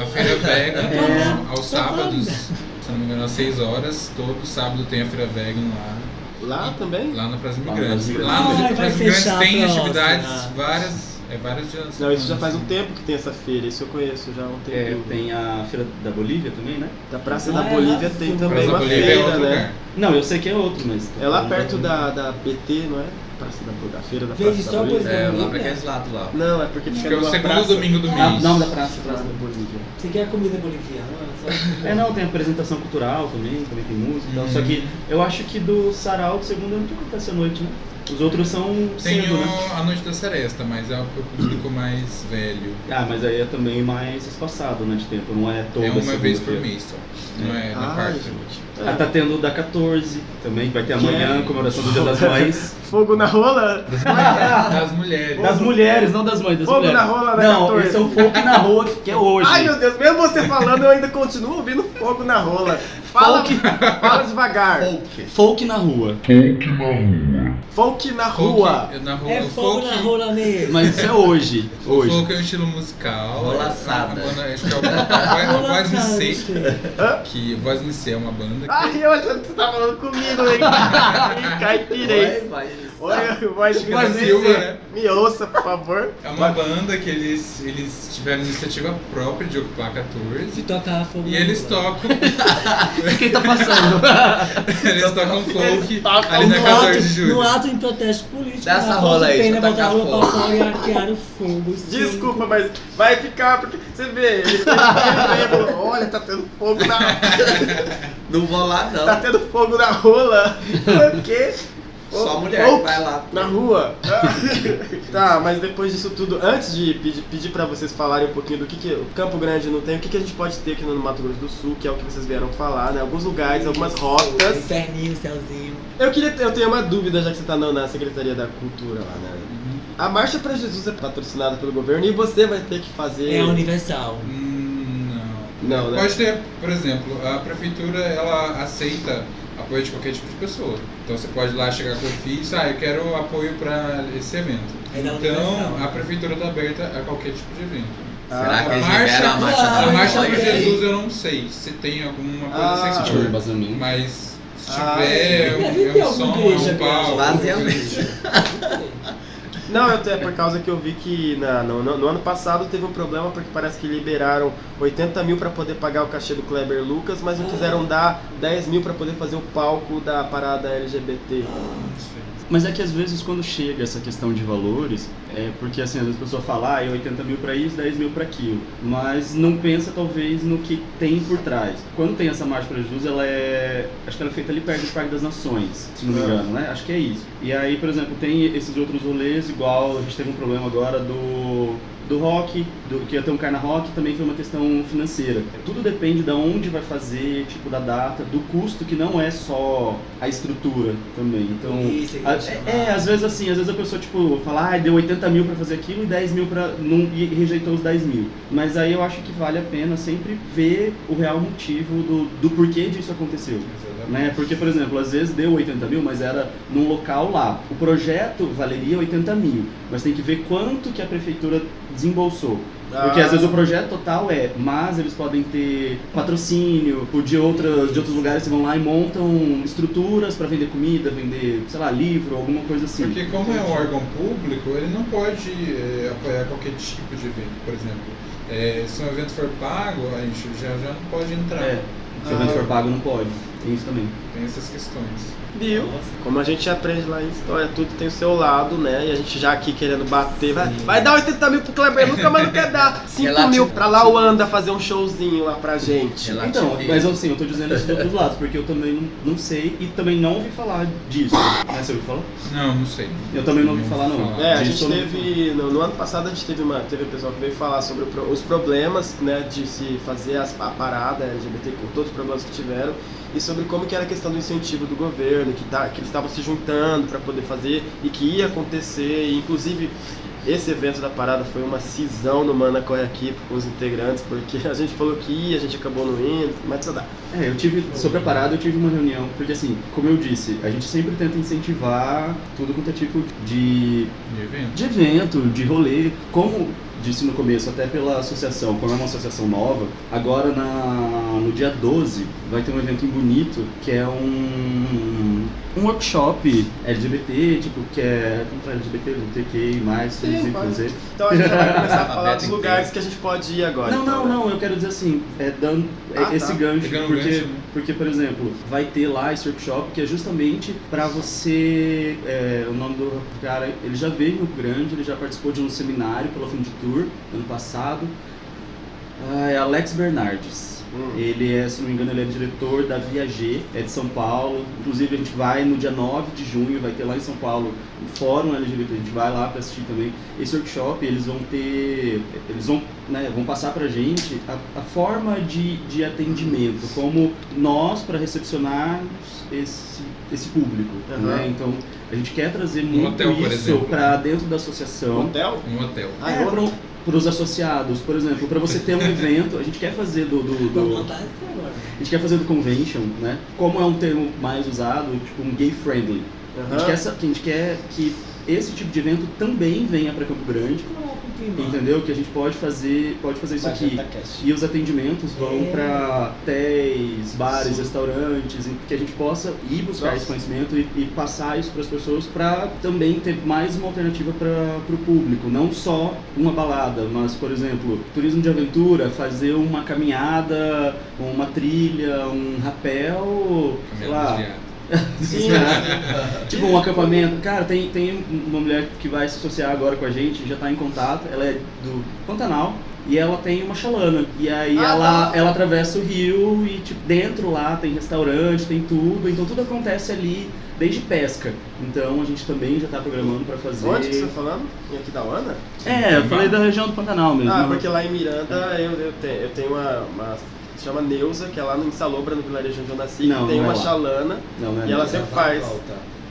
Speaker 7: a Feira Vegan
Speaker 6: É.
Speaker 7: aos sábados, se não me engano, às 6 horas. Todo sábado tem a Feira Vegan lá.
Speaker 4: Lá também?
Speaker 7: Lá na Praça dos
Speaker 6: Lá na
Speaker 7: Imigrantes.
Speaker 6: Praça dos
Speaker 7: Lá
Speaker 2: Imigrantes.
Speaker 7: na
Speaker 2: Ai, vai
Speaker 7: Praça dos Imigrantes
Speaker 2: fechar a
Speaker 7: tem
Speaker 2: próxima.
Speaker 7: atividades
Speaker 6: né?
Speaker 7: várias. É vários dias.
Speaker 4: Não, isso já faz um tempo que tem essa feira, isso eu conheço já há um
Speaker 6: É,
Speaker 4: tempinho.
Speaker 6: tem a Feira da Bolívia também, né?
Speaker 4: Da Praça
Speaker 2: Lá
Speaker 4: da
Speaker 2: é
Speaker 4: Bolívia
Speaker 2: lá
Speaker 4: tem
Speaker 2: fundo.
Speaker 4: também
Speaker 7: Praça
Speaker 4: uma
Speaker 7: Bolívia é
Speaker 4: feira,
Speaker 7: outro
Speaker 4: né?
Speaker 7: lugar.
Speaker 6: Não, eu sei que é outro, mas...
Speaker 4: É lá perto da, da BT, não é? Praça da, da feira da
Speaker 2: Veja
Speaker 4: Praça
Speaker 2: só,
Speaker 4: da Bolívia.
Speaker 2: pois
Speaker 3: É, lá pra aqueles lados lá.
Speaker 4: Não, é porque
Speaker 7: Acho
Speaker 4: fica
Speaker 7: que é o
Speaker 4: numa
Speaker 7: segundo
Speaker 4: praça.
Speaker 7: domingo do mês.
Speaker 6: um Ah, não, da praça,
Speaker 4: Praça
Speaker 6: praça.
Speaker 4: da Bolívia.
Speaker 2: Você quer comida boliviana? Só-
Speaker 6: É, não, tem apresentação cultural também, também tem música e tal.
Speaker 7: Hum.
Speaker 6: Só que eu acho que do Sarau, do segundo, é o que acontece à noite, né? Os outros são
Speaker 7: Tem um-
Speaker 6: cedo,
Speaker 7: o-
Speaker 6: né?
Speaker 7: a Noite da Seresta, mas é o público mais velho.
Speaker 6: Ah, mas aí é também mais espaçado, né, de tempo. Não é toda
Speaker 7: É uma
Speaker 6: segunda-feira.
Speaker 7: vez por mês só. Não é na
Speaker 4: Ah,
Speaker 7: quarta.
Speaker 4: gente.
Speaker 6: Ah, tá tendo o da 14 também, que vai ter amanhã,
Speaker 4: Que é-
Speaker 6: comemoração do Dia das Mães.
Speaker 4: Fogo na rola?
Speaker 7: Das mulheres.
Speaker 6: das mulheres, não das mães, das
Speaker 4: Fogo
Speaker 6: mulheres.
Speaker 4: na rola da
Speaker 6: não,
Speaker 4: 14.
Speaker 6: esse é o fogo na rola, que é hoje.
Speaker 4: Ai meu Deus, mesmo você falando, eu ainda continuo ouvindo fogo na rola. Fala,
Speaker 6: Folk.
Speaker 4: fala devagar.
Speaker 6: Folk na rua.
Speaker 4: Folk na rua.
Speaker 7: Folk- Na rua.
Speaker 2: É
Speaker 7: o
Speaker 2: fogo
Speaker 7: folk-
Speaker 2: na rola mesmo.
Speaker 6: Mas isso é hoje.
Speaker 7: O
Speaker 6: Hoje.
Speaker 7: folk é um estilo musical.
Speaker 3: Rolaçada.
Speaker 7: É uma banda- Acho que é o
Speaker 2: Rola
Speaker 7: Voz
Speaker 2: sabe,
Speaker 7: MC.
Speaker 2: gente.
Speaker 7: Que Voz MC é uma banda que
Speaker 4: Ai, eu achando que você tá falando comigo, hein? Ih, Caipirei.
Speaker 3: Vai, vai.
Speaker 4: Olha, vai
Speaker 7: Fica na Silva, né?
Speaker 4: Me ouça, por favor.
Speaker 7: É uma banda que eles, eles tiveram iniciativa própria de ocupar 14.
Speaker 2: De tocar fogo né?
Speaker 7: E
Speaker 2: na
Speaker 7: eles
Speaker 2: rola.
Speaker 7: tocam,
Speaker 6: Quem tá passando?
Speaker 7: eles tocam folk Tá ali
Speaker 2: No
Speaker 7: na 14 de
Speaker 2: ato-
Speaker 7: julho.
Speaker 2: No ato em protesto político,
Speaker 3: Dá essa
Speaker 2: Afonso
Speaker 3: rola aí,
Speaker 2: Pena
Speaker 3: deixa
Speaker 2: botar
Speaker 3: eu
Speaker 2: a
Speaker 3: tacar
Speaker 2: rua pra
Speaker 3: fogo.
Speaker 2: fora e arquear o fogo. sim.
Speaker 4: Desculpa, mas vai ficar porque você vê, ele tem emprego. Olha, tá tendo fogo na
Speaker 3: Não vou lá, não.
Speaker 4: tá tendo fogo na rola. Por quê?
Speaker 3: Só mulher
Speaker 4: Folk
Speaker 3: vai lá.
Speaker 4: Na rua? tá, mas depois disso tudo, antes de pedir, pedir para vocês falarem um pouquinho do que, que o Campo Grande não tem, o que, que a gente pode ter aqui no Mato Grosso do Sul, que é o que vocês vieram falar, né? Alguns lugares, algumas rotas.
Speaker 2: Inferninho, céuzinho.
Speaker 4: Eu queria, eu tenho uma dúvida, já que você tá na, na Secretaria da Cultura lá, né? A Marcha pra Jesus é patrocinada pelo governo e você vai ter que fazer.
Speaker 2: É universal.
Speaker 7: Hum, não.
Speaker 4: Não, né?
Speaker 7: Pode ter, por exemplo, a prefeitura ela aceita apoio de qualquer tipo de pessoa. Então você pode lá chegar com o FIS, ah, eu quero apoio para esse evento.
Speaker 2: É da Universal.
Speaker 7: Então a prefeitura está aberta a qualquer tipo de evento.
Speaker 3: Será que eles liberam a Ah, marcha
Speaker 7: a
Speaker 3: da
Speaker 7: marcha
Speaker 3: Universal?
Speaker 7: por Jesus eu não sei se tem alguma coisa
Speaker 4: Ah.
Speaker 7: desse
Speaker 6: Tipo,
Speaker 7: tipo,
Speaker 6: embasamento.
Speaker 7: mas se
Speaker 4: Ah,
Speaker 7: tiver,
Speaker 2: sim.
Speaker 7: é
Speaker 2: Deve
Speaker 7: um-
Speaker 2: ter
Speaker 7: é um
Speaker 2: alguma
Speaker 7: som,
Speaker 2: igreja
Speaker 7: é um
Speaker 2: grande.
Speaker 7: pau. alguma
Speaker 3: Lá tem
Speaker 7: coisa
Speaker 3: alguém.
Speaker 7: desse tipo.
Speaker 4: Não, eu tô- é por causa que eu vi que na- no, no- no ano passado teve um problema porque parece que liberaram 80 mil pra poder pagar o cachê do Kleber Lucas, mas não quiseram dar 10 mil pra poder fazer o palco da parada LGBT.
Speaker 6: Mas é que às vezes quando chega essa questão de valores, é porque assim, às vezes a pessoa fala, ah, é 80 mil pra isso, 10 mil pra aquilo. Mas não pensa talvez no que tem por trás. Quando tem essa marcha para Jesus, ela é. Acho que ela é feita ali perto do Parque das Nações, se não me engano, né? Acho que é isso. E aí, por exemplo, tem esses outros rolês, igual a gente teve um problema agora do do rock, do que ia ter um Carna Rock, também foi uma questão financeira. Tudo depende da onde vai fazer, tipo da data, do custo que não é só a estrutura também. Então,
Speaker 2: Isso, é que
Speaker 3: Ah,
Speaker 6: a-
Speaker 2: eu ia
Speaker 6: é,
Speaker 2: chamar.
Speaker 6: às vezes assim, às vezes a pessoa tipo fala, ah, deu 80 mil pra fazer aquilo e 10 mil para não e rejeitou os 10 mil. Mas aí eu acho que vale a pena sempre ver o real motivo do, do porquê disso aconteceu né? Porque, por exemplo, às vezes deu 80 mil, mas era num local lá. O projeto valeria 80 mil, mas tem que ver quanto que a prefeitura desembolsou. Porque às vezes o projeto total é, mas eles podem ter patrocínio, ou de, outras, de outros lugares que vão lá e montam estruturas para vender comida, vender, sei lá, livro, alguma coisa assim.
Speaker 7: Porque como é um órgão público, ele não pode eh, apoiar qualquer tipo de evento, por exemplo. Eh, se um evento for pago, a gente já, já não pode entrar.
Speaker 6: É, se o evento for pago, não pode. Tem isso também.
Speaker 7: Tem essas questões.
Speaker 4: Ah, Viu? Como a gente aprende lá em história, tudo tem o seu lado, né? E a gente já aqui querendo bater, vai, vai dar 80 mil pro Kleber Lucas, mas não quer dar 5 mil
Speaker 3: Relativo.
Speaker 4: pra Lauanda fazer um showzinho lá pra gente.
Speaker 6: Então,
Speaker 3: é Relativo.
Speaker 6: mas assim, eu tô dizendo isso dos outros lados, porque eu também não, não sei e também não ouvi falar disso. Né, você ouviu falar?
Speaker 7: Não, não sei.
Speaker 6: Eu também não ouvi falar, não.
Speaker 4: É, a gente
Speaker 6: Disso eu não-
Speaker 4: teve. No, no ano passado a gente teve uma. Teve um pessoal que veio falar sobre o pro- os problemas, né, de se fazer as, a parada LGBT com todos os problemas que tiveram e sobre como que era a questão do incentivo do governo, que, tá, que eles estavam se juntando para poder fazer e que ia acontecer, e, inclusive. Esse evento da parada foi uma cisão no Mana Corre Aqui com os integrantes, porque a gente falou que ia, a gente acabou não indo, mas isso dá.
Speaker 6: É, eu tive, sobre a parada, eu tive uma reunião, porque assim, como eu disse, a gente sempre tenta incentivar tudo quanto é tipo de,
Speaker 7: De evento.
Speaker 6: de evento, de rolê, como disse no começo, até pela associação, como é uma associação nova, agora na, no dia 12 vai ter um evento em Bonito, que é um, um workshop LGBT, tipo, que é contra LGBT, LGBTQI+, mais,
Speaker 4: Sim, pode.
Speaker 6: fazer.
Speaker 4: Então a gente já vai começar a falar
Speaker 3: Alfabeto
Speaker 4: dos
Speaker 3: inteiro.
Speaker 4: lugares que a gente pode ir agora.
Speaker 6: Não,
Speaker 4: então,
Speaker 6: não,
Speaker 4: né?
Speaker 6: não, eu quero dizer assim, é dando é
Speaker 4: Ah,
Speaker 6: esse
Speaker 4: tá.
Speaker 6: gancho,
Speaker 7: Pegando o
Speaker 6: porque,
Speaker 7: gancho, né?
Speaker 6: porque, por exemplo, vai ter lá esse workshop que é justamente pra você. é, o nome do cara, ele já veio em Rio Grande, ele já participou de um seminário pela Fundo Tour ano passado. Ah, é Alex Bernardes.
Speaker 4: Hum.
Speaker 6: Ele é, se não me engano, ele é diretor da Viager, é de São Paulo. Inclusive, a gente vai no dia 9 de junho, vai ter lá em São Paulo um fórum LGBT. A gente vai lá para assistir também esse workshop. Eles vão ter, eles vão, né, vão passar pra gente a, a forma de, de atendimento, como nós para recepcionarmos esse, esse público.
Speaker 4: Aham.
Speaker 6: né? Então, a gente quer trazer
Speaker 7: Um
Speaker 6: muito
Speaker 7: hotel, por
Speaker 6: isso
Speaker 7: exemplo.
Speaker 6: para dentro da associação.
Speaker 4: Hotel?
Speaker 7: Um hotel.
Speaker 4: Ah,
Speaker 6: É,
Speaker 4: eu-
Speaker 6: para os associados, por exemplo, para você ter um evento, a gente quer fazer do, do,
Speaker 2: Vou
Speaker 6: do-
Speaker 2: contar isso agora.
Speaker 6: a gente quer fazer do convention, né? Como é um termo mais usado, tipo um gay friendly. A gente
Speaker 4: Aham.
Speaker 6: quer, essa- que a gente quer que esse tipo de evento também venha para Campo Grande, entendeu? Que a gente pode fazer, pode fazer isso aqui. E os atendimentos vão
Speaker 2: É.
Speaker 6: para hotéis, bares, restaurantes, e que a gente possa ir buscar esse conhecimento e, e passar isso para as pessoas para também ter mais uma alternativa para o público. Não só uma balada, mas, por exemplo, turismo de aventura, fazer uma caminhada, uma trilha, um
Speaker 7: Caminhada
Speaker 6: rapel, sei lá,
Speaker 7: desviada.
Speaker 4: Sim,
Speaker 6: tipo um acampamento. Cara, tem, tem uma mulher que vai se associar agora com a gente, já tá em contato. Ela é do Pantanal e ela tem uma chalana. E aí
Speaker 4: Ah,
Speaker 6: ela,
Speaker 4: tá.
Speaker 6: ela atravessa o rio e tipo, dentro lá tem restaurante, tem tudo. Então tudo acontece ali, desde pesca. Então a gente também já tá programando pra fazer.
Speaker 4: Onde que você tá falando? Em aqui da Ana?
Speaker 6: É, eu falei da região do Pantanal mesmo.
Speaker 4: Ah,
Speaker 6: né?
Speaker 4: porque lá em Miranda eu, eu, te- eu tenho uma, uma- Se chama Neuza, que é lá no Insalobra, no vilarejo onde eu nasci. que
Speaker 6: Não,
Speaker 4: tem
Speaker 6: não é
Speaker 4: uma
Speaker 6: lá.
Speaker 4: chalana.
Speaker 6: Não, não é
Speaker 4: E ela
Speaker 6: mesmo.
Speaker 4: sempre faz.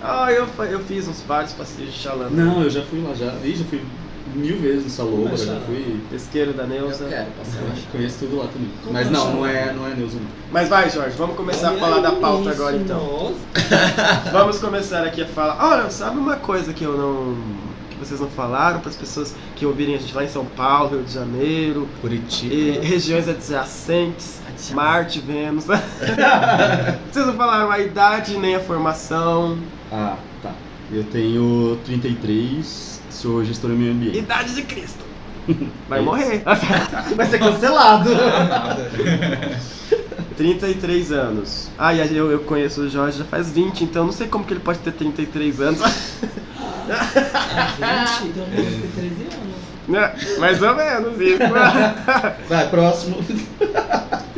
Speaker 4: Ah, eu, fa- eu fiz uns vários passeios de chalana.
Speaker 6: Não, eu já fui lá, já. Ih, já fui mil vezes no Saloba,
Speaker 4: Mas,
Speaker 6: já
Speaker 4: ah,
Speaker 6: fui.
Speaker 4: Pesqueiro da Neuza.
Speaker 6: Eu quero passar lá.
Speaker 4: Como
Speaker 6: Conheço tudo lá também.
Speaker 4: Como
Speaker 6: Mas não,
Speaker 4: chama?
Speaker 6: não é, não é Neuza. não.
Speaker 4: Mas vai, Jorge, vamos começar a falar da pauta agora então. vamos começar aqui a falar. Olha, sabe uma coisa que eu não. que vocês não falaram para as pessoas que ouvirem a gente lá em São Paulo, Rio de Janeiro,
Speaker 3: Curitiba.
Speaker 4: e regiões adjacentes, Marte, Vênus. vocês não falaram a idade nem a formação.
Speaker 6: Ah, tá. Eu tenho 33, sou gestor do meio ambiente.
Speaker 4: Idade de Cristo.
Speaker 6: É
Speaker 4: Vai
Speaker 6: isso.
Speaker 4: morrer.
Speaker 6: Vai ser cancelado.
Speaker 7: Ah,
Speaker 4: 33 anos. Ah, e eu, eu conheço o Jorge já faz 20, então não sei como que ele pode ter 33 anos.
Speaker 2: Gente, então eu tenho 13 anos.
Speaker 4: Né? Mais ou menos isso.
Speaker 6: Vai, próximo.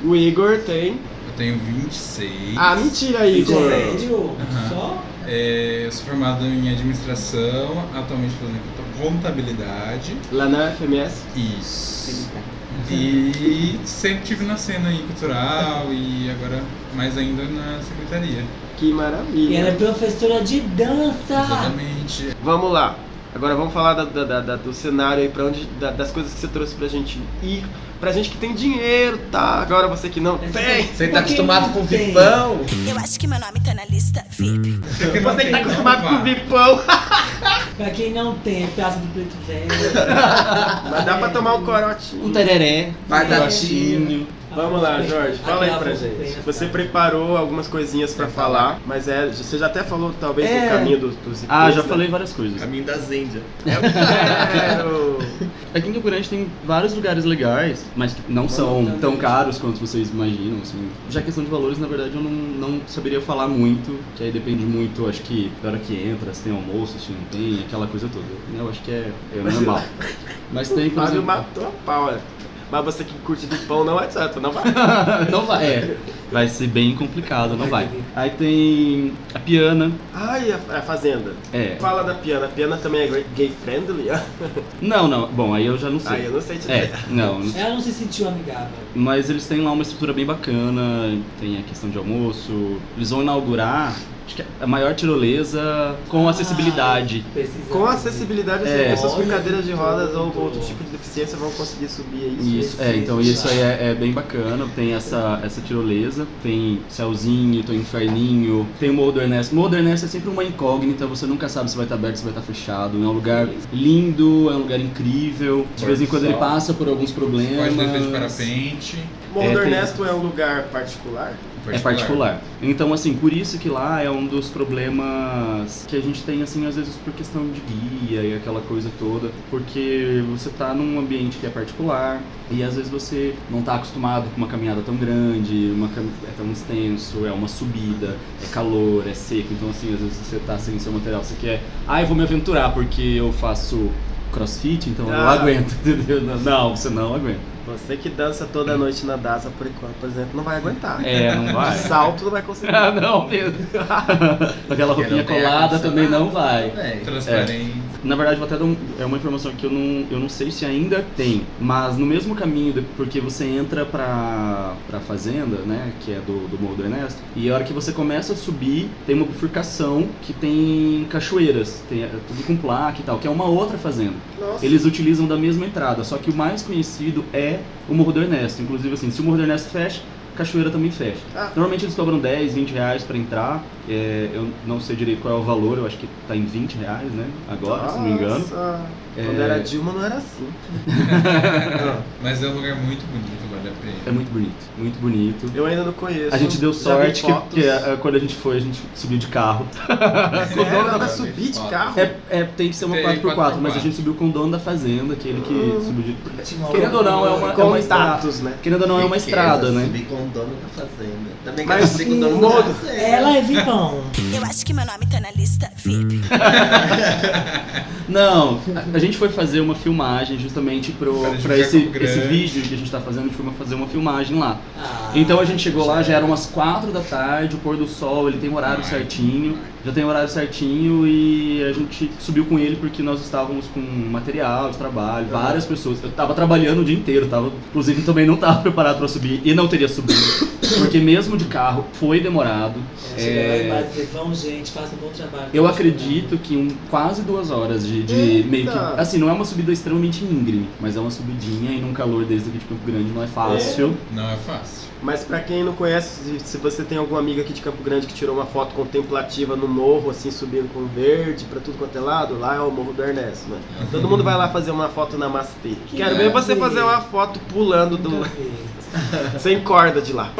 Speaker 4: O Igor tem.
Speaker 7: Eu tenho 26.
Speaker 4: Ah, mentira, Igor.
Speaker 2: é
Speaker 7: Aham. É, eu sou formado em administração, atualmente fazendo conta- contabilidade.
Speaker 4: Lá na FMS?
Speaker 7: Isso. E sempre tive na cena aí cultural e agora mais ainda na secretaria.
Speaker 4: Que
Speaker 2: E ela é
Speaker 4: maravilha.
Speaker 2: professora de
Speaker 7: tá
Speaker 2: dança.
Speaker 7: Exatamente.
Speaker 4: Vamos lá. Agora vamos falar da- da- da- da- do cenário aí, pra onde, da- das coisas que você trouxe pra gente ir. Pra gente que tem dinheiro, tá? Agora você que não tem.
Speaker 3: Você tá
Speaker 2: Por que
Speaker 3: acostumado
Speaker 2: não
Speaker 3: com
Speaker 2: tem?
Speaker 3: vipão?
Speaker 9: Eu acho que meu nome tá na lista VIP.
Speaker 7: Você que não
Speaker 4: Você
Speaker 7: tem,
Speaker 4: que tá
Speaker 7: não,
Speaker 4: acostumado
Speaker 7: vá.
Speaker 4: com vipão.
Speaker 2: Pra quem não tem, é Praça do Preto Velho.
Speaker 4: Mas dá pra tomar um
Speaker 3: Um
Speaker 4: corotinho.
Speaker 3: tereré, vai dar
Speaker 4: Vamos lá, Jorge, fala aí pra
Speaker 2: Aquela
Speaker 4: gente.
Speaker 2: fronteira,
Speaker 4: Você
Speaker 2: sabe?
Speaker 4: preparou algumas coisinhas pra falar, mas é, você já até falou talvez
Speaker 6: É.
Speaker 4: do caminho dos, dos
Speaker 6: Ah,
Speaker 4: hippies,
Speaker 6: já
Speaker 4: né?
Speaker 6: falei várias coisas.
Speaker 3: Caminho das Índias.
Speaker 7: É tá.
Speaker 4: É, o-
Speaker 6: Aqui em Campo Grande tem vários lugares legais, mas que não são tão caros quanto vocês imaginam, assim. Já a questão de valores, na verdade, eu não, não saberia falar muito, que aí depende muito, acho que, da hora que entra, se tem almoço, se não tem, aquela coisa toda. né? Eu acho que é, é normal. Mas tem, por
Speaker 4: Fábio
Speaker 6: exemplo...
Speaker 4: matou a pau, né? Mas você que curte vipão não adianta, não vai.
Speaker 6: não vai, é. Vai ser bem complicado, não vai. Aí tem a piana,
Speaker 4: Ai, a, a Fazenda.
Speaker 6: é.
Speaker 4: Fala da Piana. A Piana também é gay friendly?
Speaker 6: Não, não, bom, aí eu já não
Speaker 4: Ai, eu
Speaker 6: sei.
Speaker 4: não sei te
Speaker 6: É,
Speaker 4: dizer.
Speaker 6: não, não
Speaker 2: Ela não se sentiu amigável.
Speaker 6: Mas eles têm lá uma estrutura bem bacana, tem a questão de almoço. Eles vão inaugurar acho que é a maior tirolesa com acessibilidade.
Speaker 2: Precisa.
Speaker 4: Com acessibilidade, assim,
Speaker 6: É.
Speaker 4: pessoas com
Speaker 2: Olha,
Speaker 4: cadeiras de
Speaker 2: muito
Speaker 4: rodas ou
Speaker 2: bom.
Speaker 4: outro tipo de deficiência vão conseguir subir isso.
Speaker 6: Isso, é, então isso aí é, é bem bacana, tem essa, essa tirolesa, tem Céuzinho, tem Inferninho, tem o Morro do Ernesto. O Morro do Ernesto é sempre uma incógnita, você nunca sabe se vai estar aberto, se vai estar fechado. É um lugar lindo, é um lugar incrível. De vez em quando ele passa por alguns
Speaker 7: Você Pode descer de
Speaker 6: problemas.
Speaker 7: parapente.
Speaker 4: Bom, do
Speaker 6: É, tem-
Speaker 4: Ernesto é um lugar particular?
Speaker 6: É particular. Então, assim, por isso que lá é um dos problemas que a gente tem, assim, às vezes por questão de guia e aquela coisa toda, porque você tá num ambiente que é particular e às vezes você não tá acostumado com uma caminhada tão grande, uma cam... é tão extenso, é uma subida, é calor, é seco, então, assim, às vezes você tá sem seu material, você quer, ah, eu vou me aventurar porque eu faço crossfit, então eu
Speaker 4: Ah.
Speaker 6: aguento, entendeu? Não, você não aguenta.
Speaker 4: Você que dança toda noite na DASA, por enquanto, por exemplo, não vai aguentar.
Speaker 6: É, não vai.
Speaker 4: De salto não vai conseguir.
Speaker 6: Ah, não mesmo. Aquela roupinha
Speaker 3: Porque não tem ar-condicionado.
Speaker 6: colada
Speaker 3: É.
Speaker 6: também não vai.
Speaker 3: Também.
Speaker 7: É, Transparente.
Speaker 6: Na verdade, vou até dar um- é uma informação que eu não, eu não sei se ainda tem, mas no mesmo caminho, de- porque você entra pra, pra fazenda, né, que é do, do Morro do Ernesto, e a hora que você começa a subir, tem uma bifurcação que tem cachoeiras, tem é, tudo com placa e tal, que é uma outra fazenda.
Speaker 4: Nossa.
Speaker 6: Eles utilizam da mesma entrada, só que o mais conhecido é o Morro do Ernesto. Inclusive, assim, se o Morro do Ernesto fecha, a cachoeira também fecha.
Speaker 4: Ah.
Speaker 6: Normalmente eles cobram 10, 20 reais pra entrar. É, eu não sei direito qual é o valor, eu acho que tá em 20 reais, né? Agora, se não me engano.
Speaker 4: Nossa. Quando era Dilma não era assim.
Speaker 7: Mas é um lugar muito bonito, vale a pena.
Speaker 6: É muito bonito, muito bonito.
Speaker 4: Eu ainda não conheço.
Speaker 6: A gente deu
Speaker 4: Já vi
Speaker 6: sorte que,
Speaker 4: fotos.
Speaker 6: que, é, quando a gente foi, a gente subiu de carro.
Speaker 4: Você era
Speaker 7: Não,
Speaker 4: pra
Speaker 7: não,
Speaker 4: subir de
Speaker 7: foto.
Speaker 4: carro?
Speaker 6: É, é, tem que ser uma
Speaker 7: Tem
Speaker 6: 4x4, mas a
Speaker 7: 4x4.
Speaker 6: gente subiu com o dono da fazenda, aquele que
Speaker 4: Hum.
Speaker 6: subiu de.
Speaker 2: Tinha uma
Speaker 6: Querendo ou não, é uma, é uma estrada.
Speaker 4: Contatos, né?
Speaker 6: Querendo ou não, é uma estrada, né?
Speaker 3: Subir com o dono da fazenda. Também
Speaker 4: Mas
Speaker 3: quero subir com o dono
Speaker 4: sim,
Speaker 3: da
Speaker 4: modo.
Speaker 3: fazenda.
Speaker 2: Ela é vipão.
Speaker 9: Eu acho que meu nome tá na lista VIP.
Speaker 6: Não, a, a gente foi fazer uma filmagem justamente pro,
Speaker 7: Para de
Speaker 6: pra
Speaker 7: ficar
Speaker 6: esse,
Speaker 7: com grande.
Speaker 6: esse vídeo que a gente tá fazendo, a gente foi fazer uma filmagem lá.
Speaker 2: Ah,
Speaker 6: Então a gente chegou lá, já eram umas 4 da tarde, o pôr do sol, ele tem um horário certinho, já tem um horário certinho e a gente subiu com ele porque nós estávamos com material de trabalho, várias pessoas. Eu tava trabalhando o dia inteiro, tava, inclusive também não tava preparado pra subir e não teria subido. Porque mesmo de carro foi demorado.
Speaker 2: Chegar Ah, lá
Speaker 6: É,
Speaker 2: e dizer, vamos gente, faça um bom trabalho.
Speaker 6: eu acredito que um, quase duas horas de, de meio que.
Speaker 2: Eita!
Speaker 6: Assim, não é uma subida extremamente íngreme, mas é uma subidinha e num calor desde aqui de Campo Grande não é fácil.
Speaker 7: Não é fácil.
Speaker 4: Mas pra quem não conhece, se- se você tem alguma amiga aqui de Campo Grande que tirou uma foto contemplativa no morro, assim, subindo com verde, pra tudo quanto é lado, lá é o Morro do Ernesto, né? Todo mundo vai lá fazer uma foto na Namastê. Quero ver você fazer uma foto pulando do... sem corda de lá.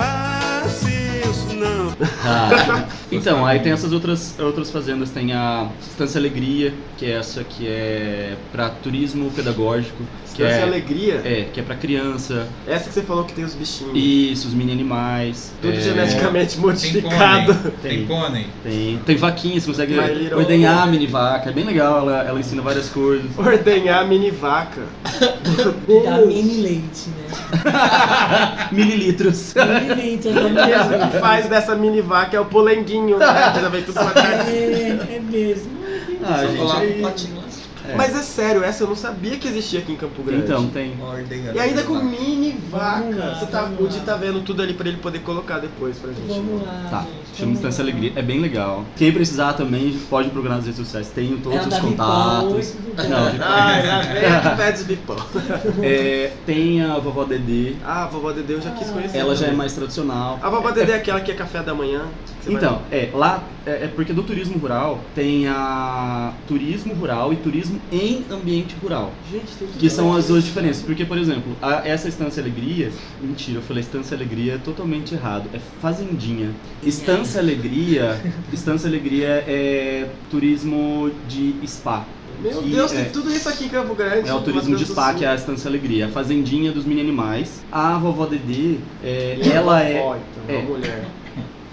Speaker 6: Ah, então, aí tem essas outras, outras fazendas. Tem a Estância Alegria, que é essa que é pra turismo pedagógico. que
Speaker 4: Estância
Speaker 6: é-
Speaker 4: Alegria?
Speaker 6: É, que é pra criança.
Speaker 4: Essa que você falou que tem os bichinhos.
Speaker 6: Isso, os mini animais.
Speaker 4: Tudo
Speaker 6: é,
Speaker 4: geneticamente modificado.
Speaker 6: Tem,
Speaker 7: pônei.
Speaker 6: Tem, tem vaquinha, você consegue
Speaker 4: My little-
Speaker 6: ordenhar a mini vaca. É bem legal, ela, ela ensina várias coisas.
Speaker 4: Ordenhar mini vaca.
Speaker 2: Dá mini leite, né?
Speaker 6: Mililitros.
Speaker 2: Mililitros,
Speaker 4: É mesmo, O que faz dessa mini vaca é o polenguinho, né? Que já vem tudo uma
Speaker 2: É, é mesmo.
Speaker 6: Ah, gente,
Speaker 4: Olá,
Speaker 6: aí-
Speaker 4: patinho.
Speaker 6: É.
Speaker 4: Mas é sério, essa eu não sabia que existia aqui em Campo Grande.
Speaker 6: Então, tem.
Speaker 4: E ainda
Speaker 6: tá?
Speaker 4: com mini vaca. Você tá, o Di tá vendo tudo ali pra ele poder colocar depois pra gente.
Speaker 2: Vamos lá.
Speaker 6: Tá, chama Instância Alegria, é bem legal. Quem precisar também pode procurar nas redes sociais, tem todos
Speaker 4: Ela
Speaker 6: os
Speaker 4: dá bipão,
Speaker 6: contatos.
Speaker 4: isso
Speaker 6: Não,
Speaker 4: tudo. Ah, ela vem que pede bipão.
Speaker 6: É, tem a vovó Dedê.
Speaker 4: Ah, a vovó Dedê eu já quis conhecer.
Speaker 6: Ela já é
Speaker 4: também.
Speaker 6: mais tradicional.
Speaker 4: A vovó Dedê é aquela que é café da manhã. que você vai-
Speaker 6: Então, é, lá é, é porque do turismo rural tem a turismo rural e turismo em ambiente rural.
Speaker 2: Gente, tem
Speaker 6: Ah, Que são as duas diferenças. Porque, por exemplo, a- essa Estância Alegria. Mentira, eu falei Estância Alegria é totalmente errado. É Fazendinha. Estância Alegria. Estância Alegria é turismo de spa.
Speaker 4: Meu
Speaker 6: que
Speaker 4: Deus,
Speaker 6: é-
Speaker 4: tem tudo isso aqui em Campo Grande.
Speaker 6: é o turismo de
Speaker 4: Matheus do
Speaker 6: spa,
Speaker 4: Sul.
Speaker 6: que é a Estância Alegria. A fazendinha dos mini animais. A vovó Dedê, é,
Speaker 4: E a
Speaker 6: ela
Speaker 4: vovó,
Speaker 6: é.
Speaker 4: então, a mulher.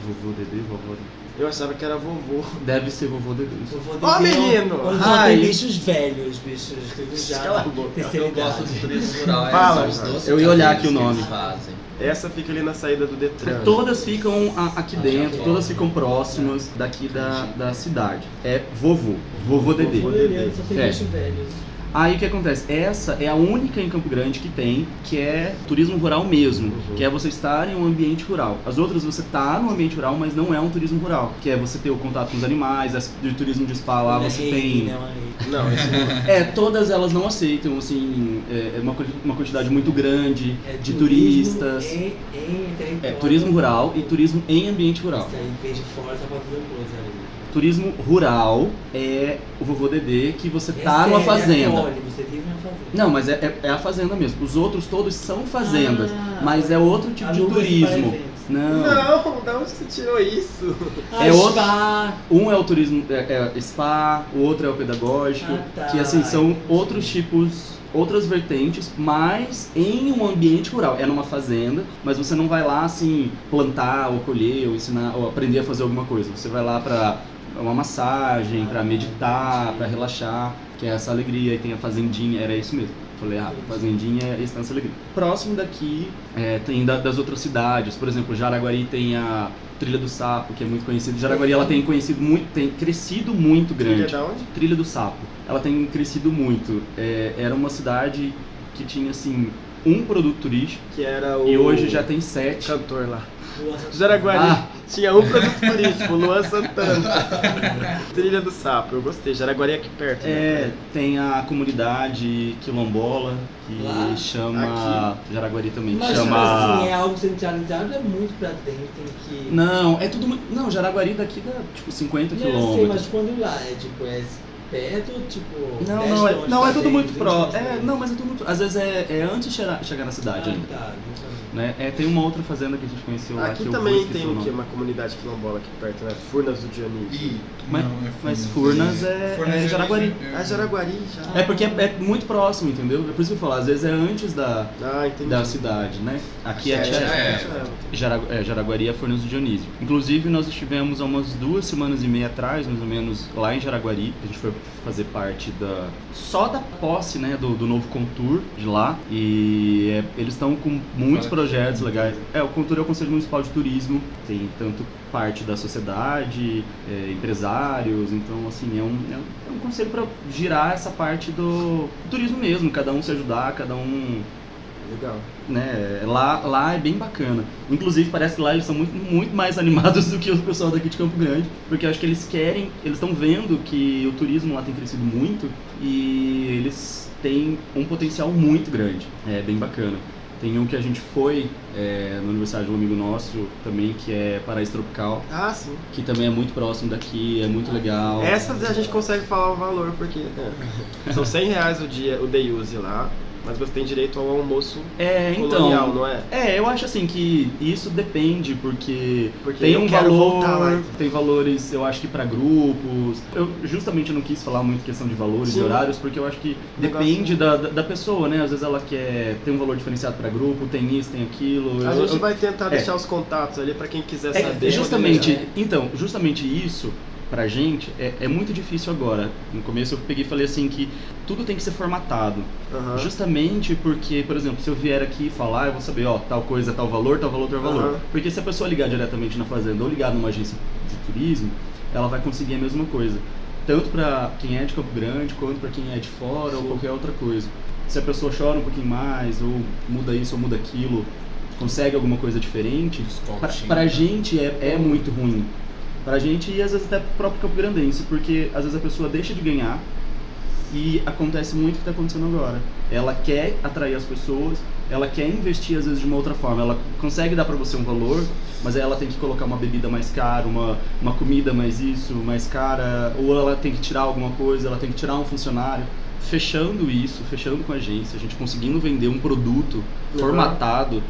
Speaker 6: Vovô Dedê, vovó Dedê.
Speaker 4: Eu achava que era vovô.
Speaker 6: Deve ser vovô Dedê. isso.
Speaker 4: Ó, menino!
Speaker 2: Ai.
Speaker 4: Ai.
Speaker 2: Tem bichos velhos, bichos tudo
Speaker 4: Cala a
Speaker 2: já.
Speaker 6: é
Speaker 4: boca.
Speaker 2: Terceira
Speaker 4: Eu gosto
Speaker 2: idade.
Speaker 4: de
Speaker 3: turismo rural,
Speaker 4: Fala,
Speaker 3: são os doces
Speaker 6: Eu ia olhar aqui o
Speaker 3: cafés que
Speaker 6: nome.
Speaker 3: eles fazem.
Speaker 4: Essa fica ali na saída do Detran.
Speaker 6: Todas ficam a- aqui dentro, todas ficam próximas daqui da, da cidade. É vovô, vovô Dedê.
Speaker 2: Vovô Dedê, só tem
Speaker 6: É.
Speaker 2: bichos velhos.
Speaker 6: Aí o que acontece? Essa é a única em Campo Grande que tem, que é turismo rural mesmo, que é você estar em um ambiente rural. As outras você tá no ambiente rural, mas não é um turismo rural, que é você ter o contato com os animais, as- de turismo de spa lá,
Speaker 2: Não é
Speaker 6: você
Speaker 2: rave,
Speaker 6: tem.
Speaker 2: não é rave.
Speaker 4: Não, isso não.
Speaker 6: É, todas elas não aceitam, assim, é é uma, quan- uma quantidade muito grande
Speaker 2: É
Speaker 6: de
Speaker 2: turismo
Speaker 6: turistas.
Speaker 2: em- em
Speaker 6: É,
Speaker 2: território.
Speaker 6: turismo rural e turismo em ambiente rural.
Speaker 2: é, Isso aí, em vez de fora, só pode fazer coisa. né?
Speaker 6: Turismo rural é o vovô Dedê que você tá
Speaker 2: É
Speaker 6: numa
Speaker 2: sério,
Speaker 6: fazenda.
Speaker 2: olha, você vive numa fazenda.
Speaker 6: Não, mas é, é- é a fazenda mesmo. Os outros todos são fazendas,
Speaker 2: Ah.
Speaker 6: mas é outro tipo de
Speaker 2: Aluga-se
Speaker 6: turismo.
Speaker 2: para eventos.
Speaker 6: Não.
Speaker 4: Não, da onde você tirou isso?
Speaker 6: É outro. Um é o turismo é, é spa, o outro é o pedagógico,
Speaker 4: Ah, tá.
Speaker 6: que assim são outros tipos, outras vertentes, mas em um ambiente rural. É numa fazenda, mas você não vai lá assim plantar, ou colher, ou ensinar, ou aprender a fazer alguma coisa. Você vai lá pra uma massagem, pra meditar, pra relaxar, que é essa alegria. E tem a fazendinha, era isso mesmo. Falei, ah, fazendinha, estância alegria. Próximo daqui é, tem da- das outras cidades, por exemplo, Jaraguari tem a Trilha do Sapo, que é muito conhecida. Jaraguari ela tem conhecido muito, tem crescido muito grande.
Speaker 4: Trilha é da onde?
Speaker 6: Trilha do Sapo. Ela tem crescido muito. É, era uma cidade que tinha assim um produto turístico
Speaker 4: Que era o.
Speaker 6: e hoje já tem sete.
Speaker 4: Cantor lá.
Speaker 2: Luan
Speaker 4: Jaraguari
Speaker 6: Ah.
Speaker 4: tinha um produto turístico, Luan Santana. Trilha do Sapo, eu gostei. Jaraguari é aqui perto.
Speaker 6: É,
Speaker 4: Né?
Speaker 6: tem a comunidade quilombola que
Speaker 2: Lá?
Speaker 6: chama Jaraguari também
Speaker 2: Mas
Speaker 6: chama
Speaker 2: assim, é algo centralizado, é muito pra dentro, tem que.
Speaker 6: Não, é tudo muito. Não, Jaraguari daqui dá tipo
Speaker 2: Não,
Speaker 6: 50
Speaker 2: eu sei,
Speaker 6: quilômetros.
Speaker 2: mas quando lá é tipo, é perto ou tipo.
Speaker 6: Não,
Speaker 2: 10
Speaker 6: não, é,
Speaker 2: quilômetros
Speaker 6: não,
Speaker 2: pra
Speaker 6: é tudo
Speaker 2: dentro,
Speaker 6: muito
Speaker 2: 20
Speaker 6: próximo.
Speaker 2: quilômetros Ah, tá,
Speaker 6: É, não, mas é tudo muito. Às vezes é, é antes de chegar, chegar na cidade ainda.
Speaker 2: pra dentro?
Speaker 6: Né? É, tem uma outra fazenda que a gente conheceu lá que
Speaker 4: Aqui
Speaker 6: eu vou
Speaker 4: também
Speaker 6: esquecer
Speaker 4: tem o
Speaker 6: o
Speaker 4: quê?
Speaker 6: nome.
Speaker 4: Uma comunidade quilombola aqui perto, né? Furnas do Dionísio.
Speaker 6: Mas- não, é mas Furnas. Furnas é- Furnas é é Jaraguari. Dionísio, é.
Speaker 4: Ah, Jaraguari já.
Speaker 6: É porque é, é muito próximo, entendeu? É por isso que eu falo, às vezes é antes da,
Speaker 4: Ah, entendi.
Speaker 6: da cidade, né? Aqui é,
Speaker 4: É,
Speaker 6: Tcharé.
Speaker 4: é.
Speaker 6: Jaragu- é, Jaraguari é Fornos do Dionísio. Inclusive, nós estivemos há umas duas semanas e meia atrás, mais ou menos, lá em Jaraguari. A gente foi fazer parte da. só da posse, né? Do, do novo Contour de lá. E é, eles estão com muitos projetos legais. É, o Contour é o Conselho Municipal de Turismo. Tem tanto parte da sociedade, é, empresários. Então, assim, é um, é um- é um conselho para girar essa parte do turismo mesmo. Cada um se ajudar, cada um
Speaker 4: Legal.
Speaker 6: né? Lá, lá é bem bacana. Inclusive, parece que lá eles são muito, muito mais animados do que o pessoal daqui de Campo Grande, porque eu acho que eles querem, eles estão vendo que o turismo lá tem crescido muito e eles têm um potencial muito grande. É bem bacana. Tem um que a gente foi é, no aniversário de um amigo nosso também, que é Paraíso Tropical,
Speaker 4: Ah, sim.
Speaker 6: que também é muito próximo daqui, é muito legal.
Speaker 4: Essas a gente consegue falar o valor, porque né, são 100 reais o dia, o day use lá, mas você tem direito ao almoço
Speaker 6: É,
Speaker 4: colonial,
Speaker 6: então.
Speaker 4: não é?
Speaker 6: É, eu acho assim que isso depende, porque,
Speaker 4: Porque
Speaker 6: tem
Speaker 4: eu
Speaker 6: um
Speaker 4: quero
Speaker 6: valor,
Speaker 4: voltar lá, então.
Speaker 6: tem valores, eu acho que pra grupos. Eu justamente eu não quis falar muito questão de valores
Speaker 4: Sim.
Speaker 6: e horários, porque eu acho que
Speaker 4: O negócio-
Speaker 6: depende da, da, da pessoa, né? Às vezes ela quer tem um valor diferenciado pra grupo, tem isso, tem aquilo.
Speaker 4: A
Speaker 6: Eu-
Speaker 4: gente
Speaker 6: eu-
Speaker 4: vai tentar
Speaker 6: é.
Speaker 4: deixar os contatos ali pra quem quiser
Speaker 6: é,
Speaker 4: saber.
Speaker 6: justamente,
Speaker 4: poder-
Speaker 6: então, justamente isso pra gente é, é muito difícil agora. No começo eu peguei e falei assim que tudo tem que ser formatado.
Speaker 4: Aham.
Speaker 6: Justamente porque, por exemplo, se eu vier aqui falar, eu vou saber, ó, tal coisa, tal valor, tal valor, tal valor.
Speaker 4: Aham.
Speaker 6: Porque se a pessoa ligar diretamente na fazenda ou ligar numa agência de turismo, ela vai conseguir a mesma coisa. Tanto pra quem é de Campo Grande, quanto pra quem é de fora ou qualquer outra coisa. Se a pessoa chora um pouquinho mais, ou muda isso ou muda aquilo, consegue alguma coisa diferente, pra,
Speaker 7: Scouting,
Speaker 6: pra
Speaker 7: né?
Speaker 6: gente é, é muito ruim. Pra gente e às vezes até pro próprio Campo Grandense, porque às vezes a pessoa deixa de ganhar e acontece muito o que tá acontecendo agora. Ela quer atrair as pessoas, ela quer investir às vezes de uma outra forma. Ela consegue dar pra você um valor, mas aí ela tem que colocar uma bebida mais cara, uma, uma comida mais isso, mais cara, ou ela tem que tirar alguma coisa, ela tem que tirar um funcionário. Fechando isso, fechando com a agência, a gente conseguindo vender um produto
Speaker 4: Uhum.
Speaker 6: formatado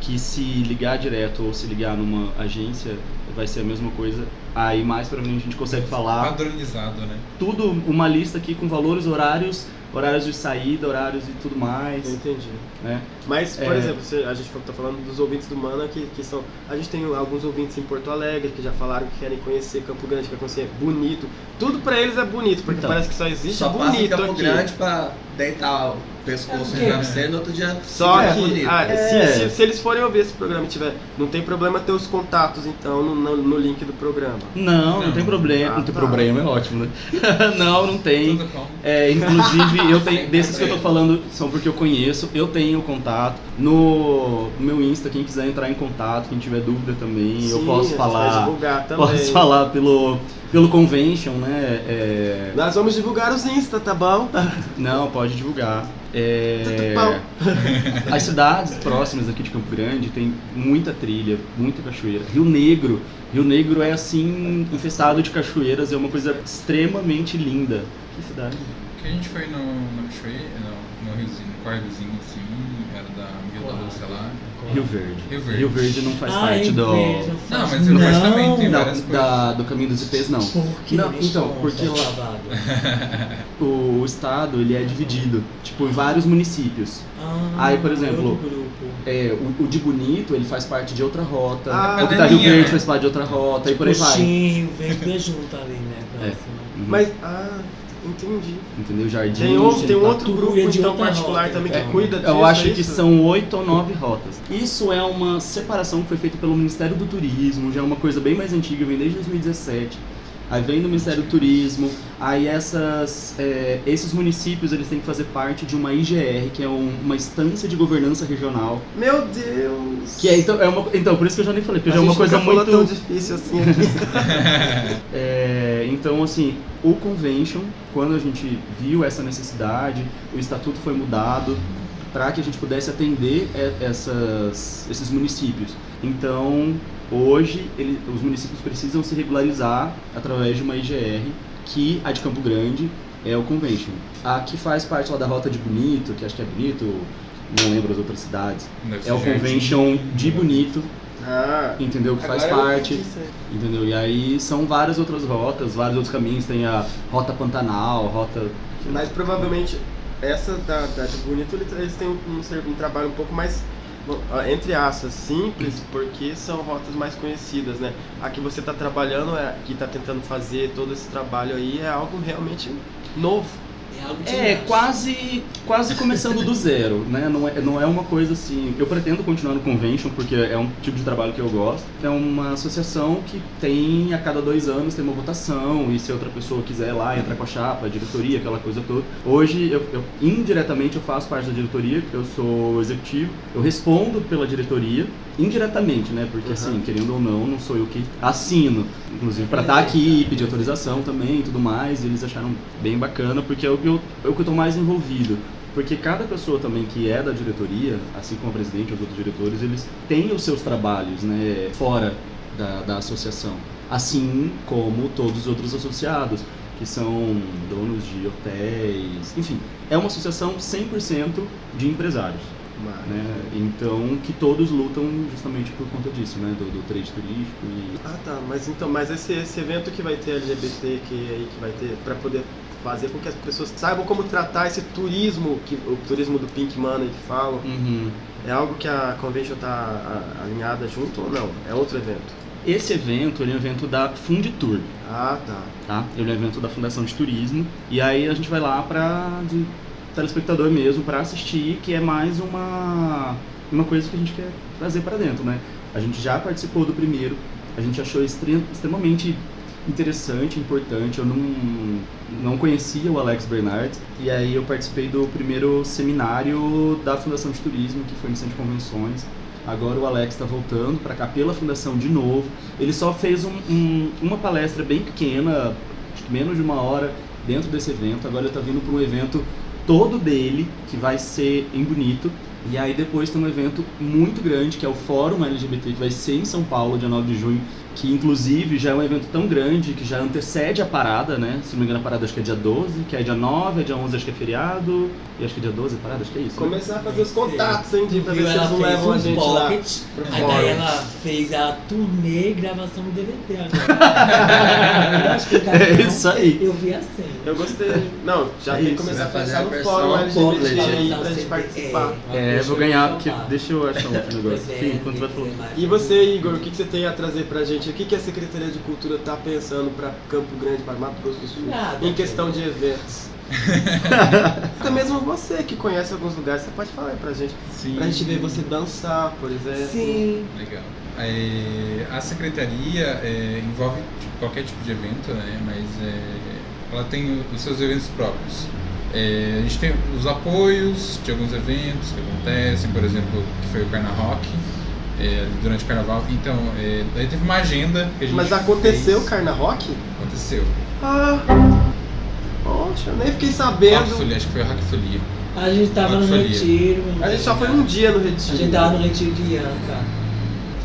Speaker 6: que se ligar direto ou se ligar numa agência vai ser a mesma coisa. Aí mais pra mim a gente consegue falar
Speaker 7: Padronizado, né?
Speaker 6: tudo uma lista aqui com valores, horários, horários de saída, horários e tudo
Speaker 4: Eu
Speaker 6: mais,
Speaker 4: entendi.
Speaker 6: né?
Speaker 4: Mas, por
Speaker 6: É.
Speaker 4: exemplo, você- a gente tá falando dos ouvintes do Mana, que, que são. A gente tem alguns ouvintes em Porto Alegre que já falaram que querem conhecer Campo Grande, que querem conhecer bonito. Tudo pra eles é bonito, porque
Speaker 6: Então,
Speaker 4: parece que só existe
Speaker 3: Só passa em
Speaker 4: é bonito
Speaker 3: Campo
Speaker 4: aqui.
Speaker 3: Grande pra deitar o pescoço
Speaker 2: É,
Speaker 3: no travesseiro no outro dia.
Speaker 4: Só
Speaker 3: seguir
Speaker 4: que,
Speaker 3: bonito.
Speaker 4: ah,
Speaker 6: É.
Speaker 4: se, se- se eles forem ouvir esse programa e tiver, não tem problema ter os contatos então no, no- no link do programa.
Speaker 6: Não, não
Speaker 7: Não.
Speaker 6: tem problema.
Speaker 4: Ah,
Speaker 6: não tem
Speaker 4: tá.
Speaker 6: problema, é ótimo, né? não, não tem.
Speaker 7: Tudo calmo.
Speaker 6: É, inclusive, eu tenho. Desses que eu tô falando são porque eu conheço, eu tenho contato. No meu Insta, quem quiser entrar em contato, quem tiver dúvida também, eu
Speaker 4: Sim, a
Speaker 6: posso
Speaker 4: gente vai
Speaker 6: falar.
Speaker 4: divulgar também.
Speaker 6: Posso falar pelo, pelo convention, né? É,
Speaker 4: Nós vamos divulgar os Insta, tá bom?
Speaker 6: não, pode divulgar. É,
Speaker 4: Tudo
Speaker 6: as cidades próximas aqui de Campo Grande tem muita trilha, muita cachoeira. Rio Negro. Rio Negro é assim, infestado de cachoeiras, é uma coisa extremamente linda. Que cidade?
Speaker 7: Que a gente foi no, no cachoeira, no, no riozinho, no córregozinho assim, era da Miguel da Rússia lá.
Speaker 6: Rio Verde.
Speaker 7: Rio Verde.
Speaker 6: não faz
Speaker 2: Ah,
Speaker 6: parte
Speaker 2: eu
Speaker 6: do.
Speaker 2: vejo, eu
Speaker 7: Não,
Speaker 2: faço-
Speaker 7: mas eu
Speaker 6: Não,
Speaker 7: acho também tem
Speaker 6: da-
Speaker 7: várias coisas.
Speaker 6: da- do caminho dos IPs, não.
Speaker 2: Por que
Speaker 6: Não,
Speaker 2: me
Speaker 6: então,
Speaker 2: esconde
Speaker 6: porque
Speaker 2: essa
Speaker 6: lá-
Speaker 2: lavada?
Speaker 6: O estado ele é dividido, tipo, em vários municípos.
Speaker 2: Ah,
Speaker 6: Aí, por exemplo,
Speaker 2: outro grupo.
Speaker 6: É, o, o de Bonito ele faz parte de outra rota.
Speaker 4: Ah, Tipo
Speaker 6: o que
Speaker 7: é
Speaker 6: tá Rio
Speaker 7: minha.
Speaker 6: Verde faz parte de outra rota e por aí vai.
Speaker 2: Coxinho, verde é junto ali, né? Próximo.
Speaker 6: Uhum.
Speaker 4: Mas, ah, entendi.
Speaker 6: Entendeu? Jardim. tá.
Speaker 4: Tem, outro- tem
Speaker 6: Genipapo.
Speaker 4: outro
Speaker 2: Tudo
Speaker 4: grupo
Speaker 2: ia de
Speaker 4: então
Speaker 2: outra
Speaker 4: particular
Speaker 2: rota,
Speaker 4: também
Speaker 2: então.
Speaker 4: que cuida disso.
Speaker 6: Eu acho
Speaker 4: é
Speaker 6: que
Speaker 4: isso?
Speaker 6: são oito ou nove rotas. Isso é uma separação que foi feita pelo Ministério do Turismo, já é uma coisa bem mais antiga, vem desde 2017. Aí vem do Ministério do Turismo, aí essas, é, esses municípios eles têm que fazer parte de uma IGR, que é um- uma instância de governança regional.
Speaker 4: Meu Deus!
Speaker 6: Que é, então, é uma, então, por isso que eu já nem falei, porque
Speaker 4: A
Speaker 6: já é
Speaker 4: gente
Speaker 6: uma coisa
Speaker 4: nunca falou
Speaker 6: muito.
Speaker 4: tão difícil assim aqui.
Speaker 6: É, então, assim, o convention, quando a gente viu essa necessidade, o estatuto foi mudado para que a gente pudesse atender é, essas, esses municípios. Então, hoje, ele- os municípios precisam se regularizar através de uma IGR, que a de Campo Grande é o convention. A que faz parte lá da Rota de Bonito, que acho que é Bonito, não lembro as outras cidades,
Speaker 7: Deve ser
Speaker 6: é o
Speaker 7: jardim.
Speaker 6: convention de Bonito,
Speaker 4: Ah,
Speaker 6: entendeu? Que faz
Speaker 4: agora eu
Speaker 6: parte.
Speaker 4: entendi isso aí.
Speaker 6: Entendeu? E aí são várias outras rotas, vários outros caminhos. Tem a Rota Pantanal, Rota.
Speaker 4: Mas provavelmente essa da, da de Bonito ele- eles têm um, um ser- um trabalho um pouco mais, bom, ah, entre aspas, simples, porque são rotas mais conhecidas, né? A que você está tá trabalhando, é, que está tentando fazer todo esse trabalho aí, é algo realmente novo.
Speaker 2: É
Speaker 6: É, quase, quase começando do zero, né? Não é, não é uma coisa assim. Eu pretendo continuar no convention porque é um tipo de trabalho que eu gosto. É uma associação que tem a cada dois anos tem uma votação e se outra pessoa quiser ir lá entrar com a chapa, a diretoria, aquela coisa toda. Hoje eu, eu- indiretamente eu faço parte da diretoria, eu sou executivo, eu respondo pela diretoria indiretamente, né? Porque assim, querendo ou não, não sou eu que assino, inclusive pra estar aqui e pedir autorização também e tudo mais. E eles acharam bem bacana porque é o que eu, é o que eu tô mais envolvido. Porque cada pessoa também que é da diretoria, assim como a presidente e os outros diretores, eles têm os seus trabalhos, né, fora da, da associação. Assim como todos os outros associados, que são donos de hotéis, enfim. É uma associação 100% de empresários. Né? Então, que todos lutam justamente por conta disso, né? Do, do trade turístico e...
Speaker 4: Ah tá, mas então, mas esse, esse evento que vai ter LGBT que é aí que vai ter para poder fazer com que as pessoas saibam como tratar esse turismo que o turismo do Pink Money que falam. É algo que a convention tá a- alinhada junto ou não? É outro evento.
Speaker 6: Esse evento ele é um evento da Funditur.
Speaker 4: Ah, tá.
Speaker 6: Tá? Ele é um evento da Fundação de Turismo. E aí a gente vai lá para telespectador mesmo para assistir, que é mais uma uma coisa que a gente quer trazer para dentro, né? A gente já participou do primeiro, a gente achou extre- extremamente interessante, importante. Eu não não conhecia o Alex Bernard e aí eu participei do primeiro seminário da Fundação de Turismo, que foi em Centro de Convenções. Agora o Alex está voltando para cá pela fundação de novo. Ele só fez um- um- uma palestra bem pequena, acho que menos de uma hora, dentro desse evento. Agora ele está vindo para um evento todo dele, que vai ser em Bonito. E aí depois tem um evento muito grande, que é o Fórum LGBT, que vai ser em São Paulo, dia 9 de junho. Que inclusive já é um evento tão grande que já antecede a parada, né? Se não me engano, a parada acho que é dia 12, que é dia 9, é dia 11 acho que é feriado, e acho que é dia 12 a parada, acho que é isso. né?
Speaker 4: Começar a fazer os contatos, hein, de pra ver
Speaker 2: Viu,
Speaker 4: se
Speaker 2: ela
Speaker 4: eles não
Speaker 2: fez
Speaker 4: levam
Speaker 2: um
Speaker 4: a gente lá
Speaker 2: pocket,
Speaker 4: pro
Speaker 2: aí
Speaker 4: fórum.
Speaker 2: daí ela fez a turnê e gravação do DVD agora. Eu acho que o cara
Speaker 6: É
Speaker 2: não-
Speaker 6: isso aí.
Speaker 2: Eu vi assim.
Speaker 4: Eu gostei. Não, já tem que começar a
Speaker 3: Vai fazer
Speaker 4: pensar
Speaker 3: a
Speaker 4: no
Speaker 3: versão
Speaker 4: fórum LGBT
Speaker 3: complete
Speaker 4: aí
Speaker 3: aí.
Speaker 4: pra gente participar.
Speaker 6: É, vou ganhar, porque deixa eu achar um outro negócio.
Speaker 7: é,
Speaker 2: é,
Speaker 6: Sim, enquanto vai falando.
Speaker 4: E você, Igor, o que, que você tem a trazer pra gente? O que, que a Secretaria de Cultura tá pensando pra Campo Grande, para Mato Grosso do Sul,
Speaker 2: Nada,
Speaker 4: em questão de eventos? Até mesmo você que conhece alguns lugares, você pode falar aí pra gente.
Speaker 7: Sim.
Speaker 4: Pra gente ver você dançar, por exemplo.
Speaker 2: Sim.
Speaker 7: Legal. É, a secretaria é, envolve tipo, qualquer tipo de evento, né? Mas é, ela tem o- os seus eventos próprios. É, a gente tem os apoios de alguns eventos que acontecem, por exemplo, que foi o Carna Rock é, durante o Carnaval. Então, é, daí teve uma agenda que a gente
Speaker 4: Mas aconteceu o
Speaker 7: fez.
Speaker 4: Carna Rock?
Speaker 7: Aconteceu.
Speaker 4: Ah! Poxa, eu nem fiquei sabendo.
Speaker 7: Rockfolia, acho que foi a Rockfolia.
Speaker 2: A gente tava no
Speaker 7: Rockfolia.
Speaker 2: retiro.
Speaker 4: A gente só foi um dia no retiro.
Speaker 2: A gente tava no retiro de Ianca.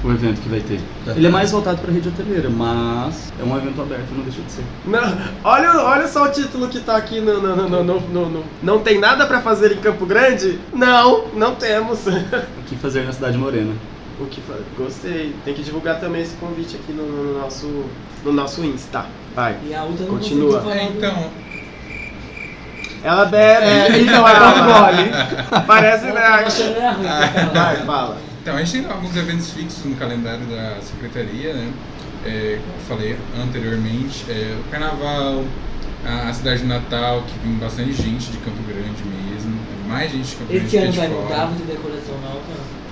Speaker 6: O evento que vai ter. Ele é mais voltado pra rede hoteleira, mas é um evento aberto, não deixa de ser.
Speaker 4: Não, olha, olha só o título que tá aqui no. no, no, no, no, no- no- Não tem nada pra fazer em Campo Grande? Não, não temos.
Speaker 6: O que fazer na Cidade Morena?
Speaker 4: O que fa- Gostei. Tem que divulgar também esse convite aqui no, no nosso, no nosso Insta. tá? Vai.
Speaker 2: E a outra não
Speaker 4: Continua.
Speaker 2: conseguiu falar.
Speaker 7: Então,
Speaker 4: Ela bebe. É, então ela não gole. Parece
Speaker 2: Ela tá
Speaker 4: né?
Speaker 2: achando errado, cara.
Speaker 4: Vai, fala.
Speaker 7: Então, a gente tem alguns eventos fixos no calendário da secretaria, né? É, como eu falei anteriormente, é, o carnaval, a, a cidade de Natal, que vem bastante gente de Campo Grande mesmo, é, mais gente de Campo Grande
Speaker 2: Esse
Speaker 7: que
Speaker 2: ano
Speaker 7: de
Speaker 2: vai
Speaker 7: fora.
Speaker 2: mudar, vai ter decoração nova.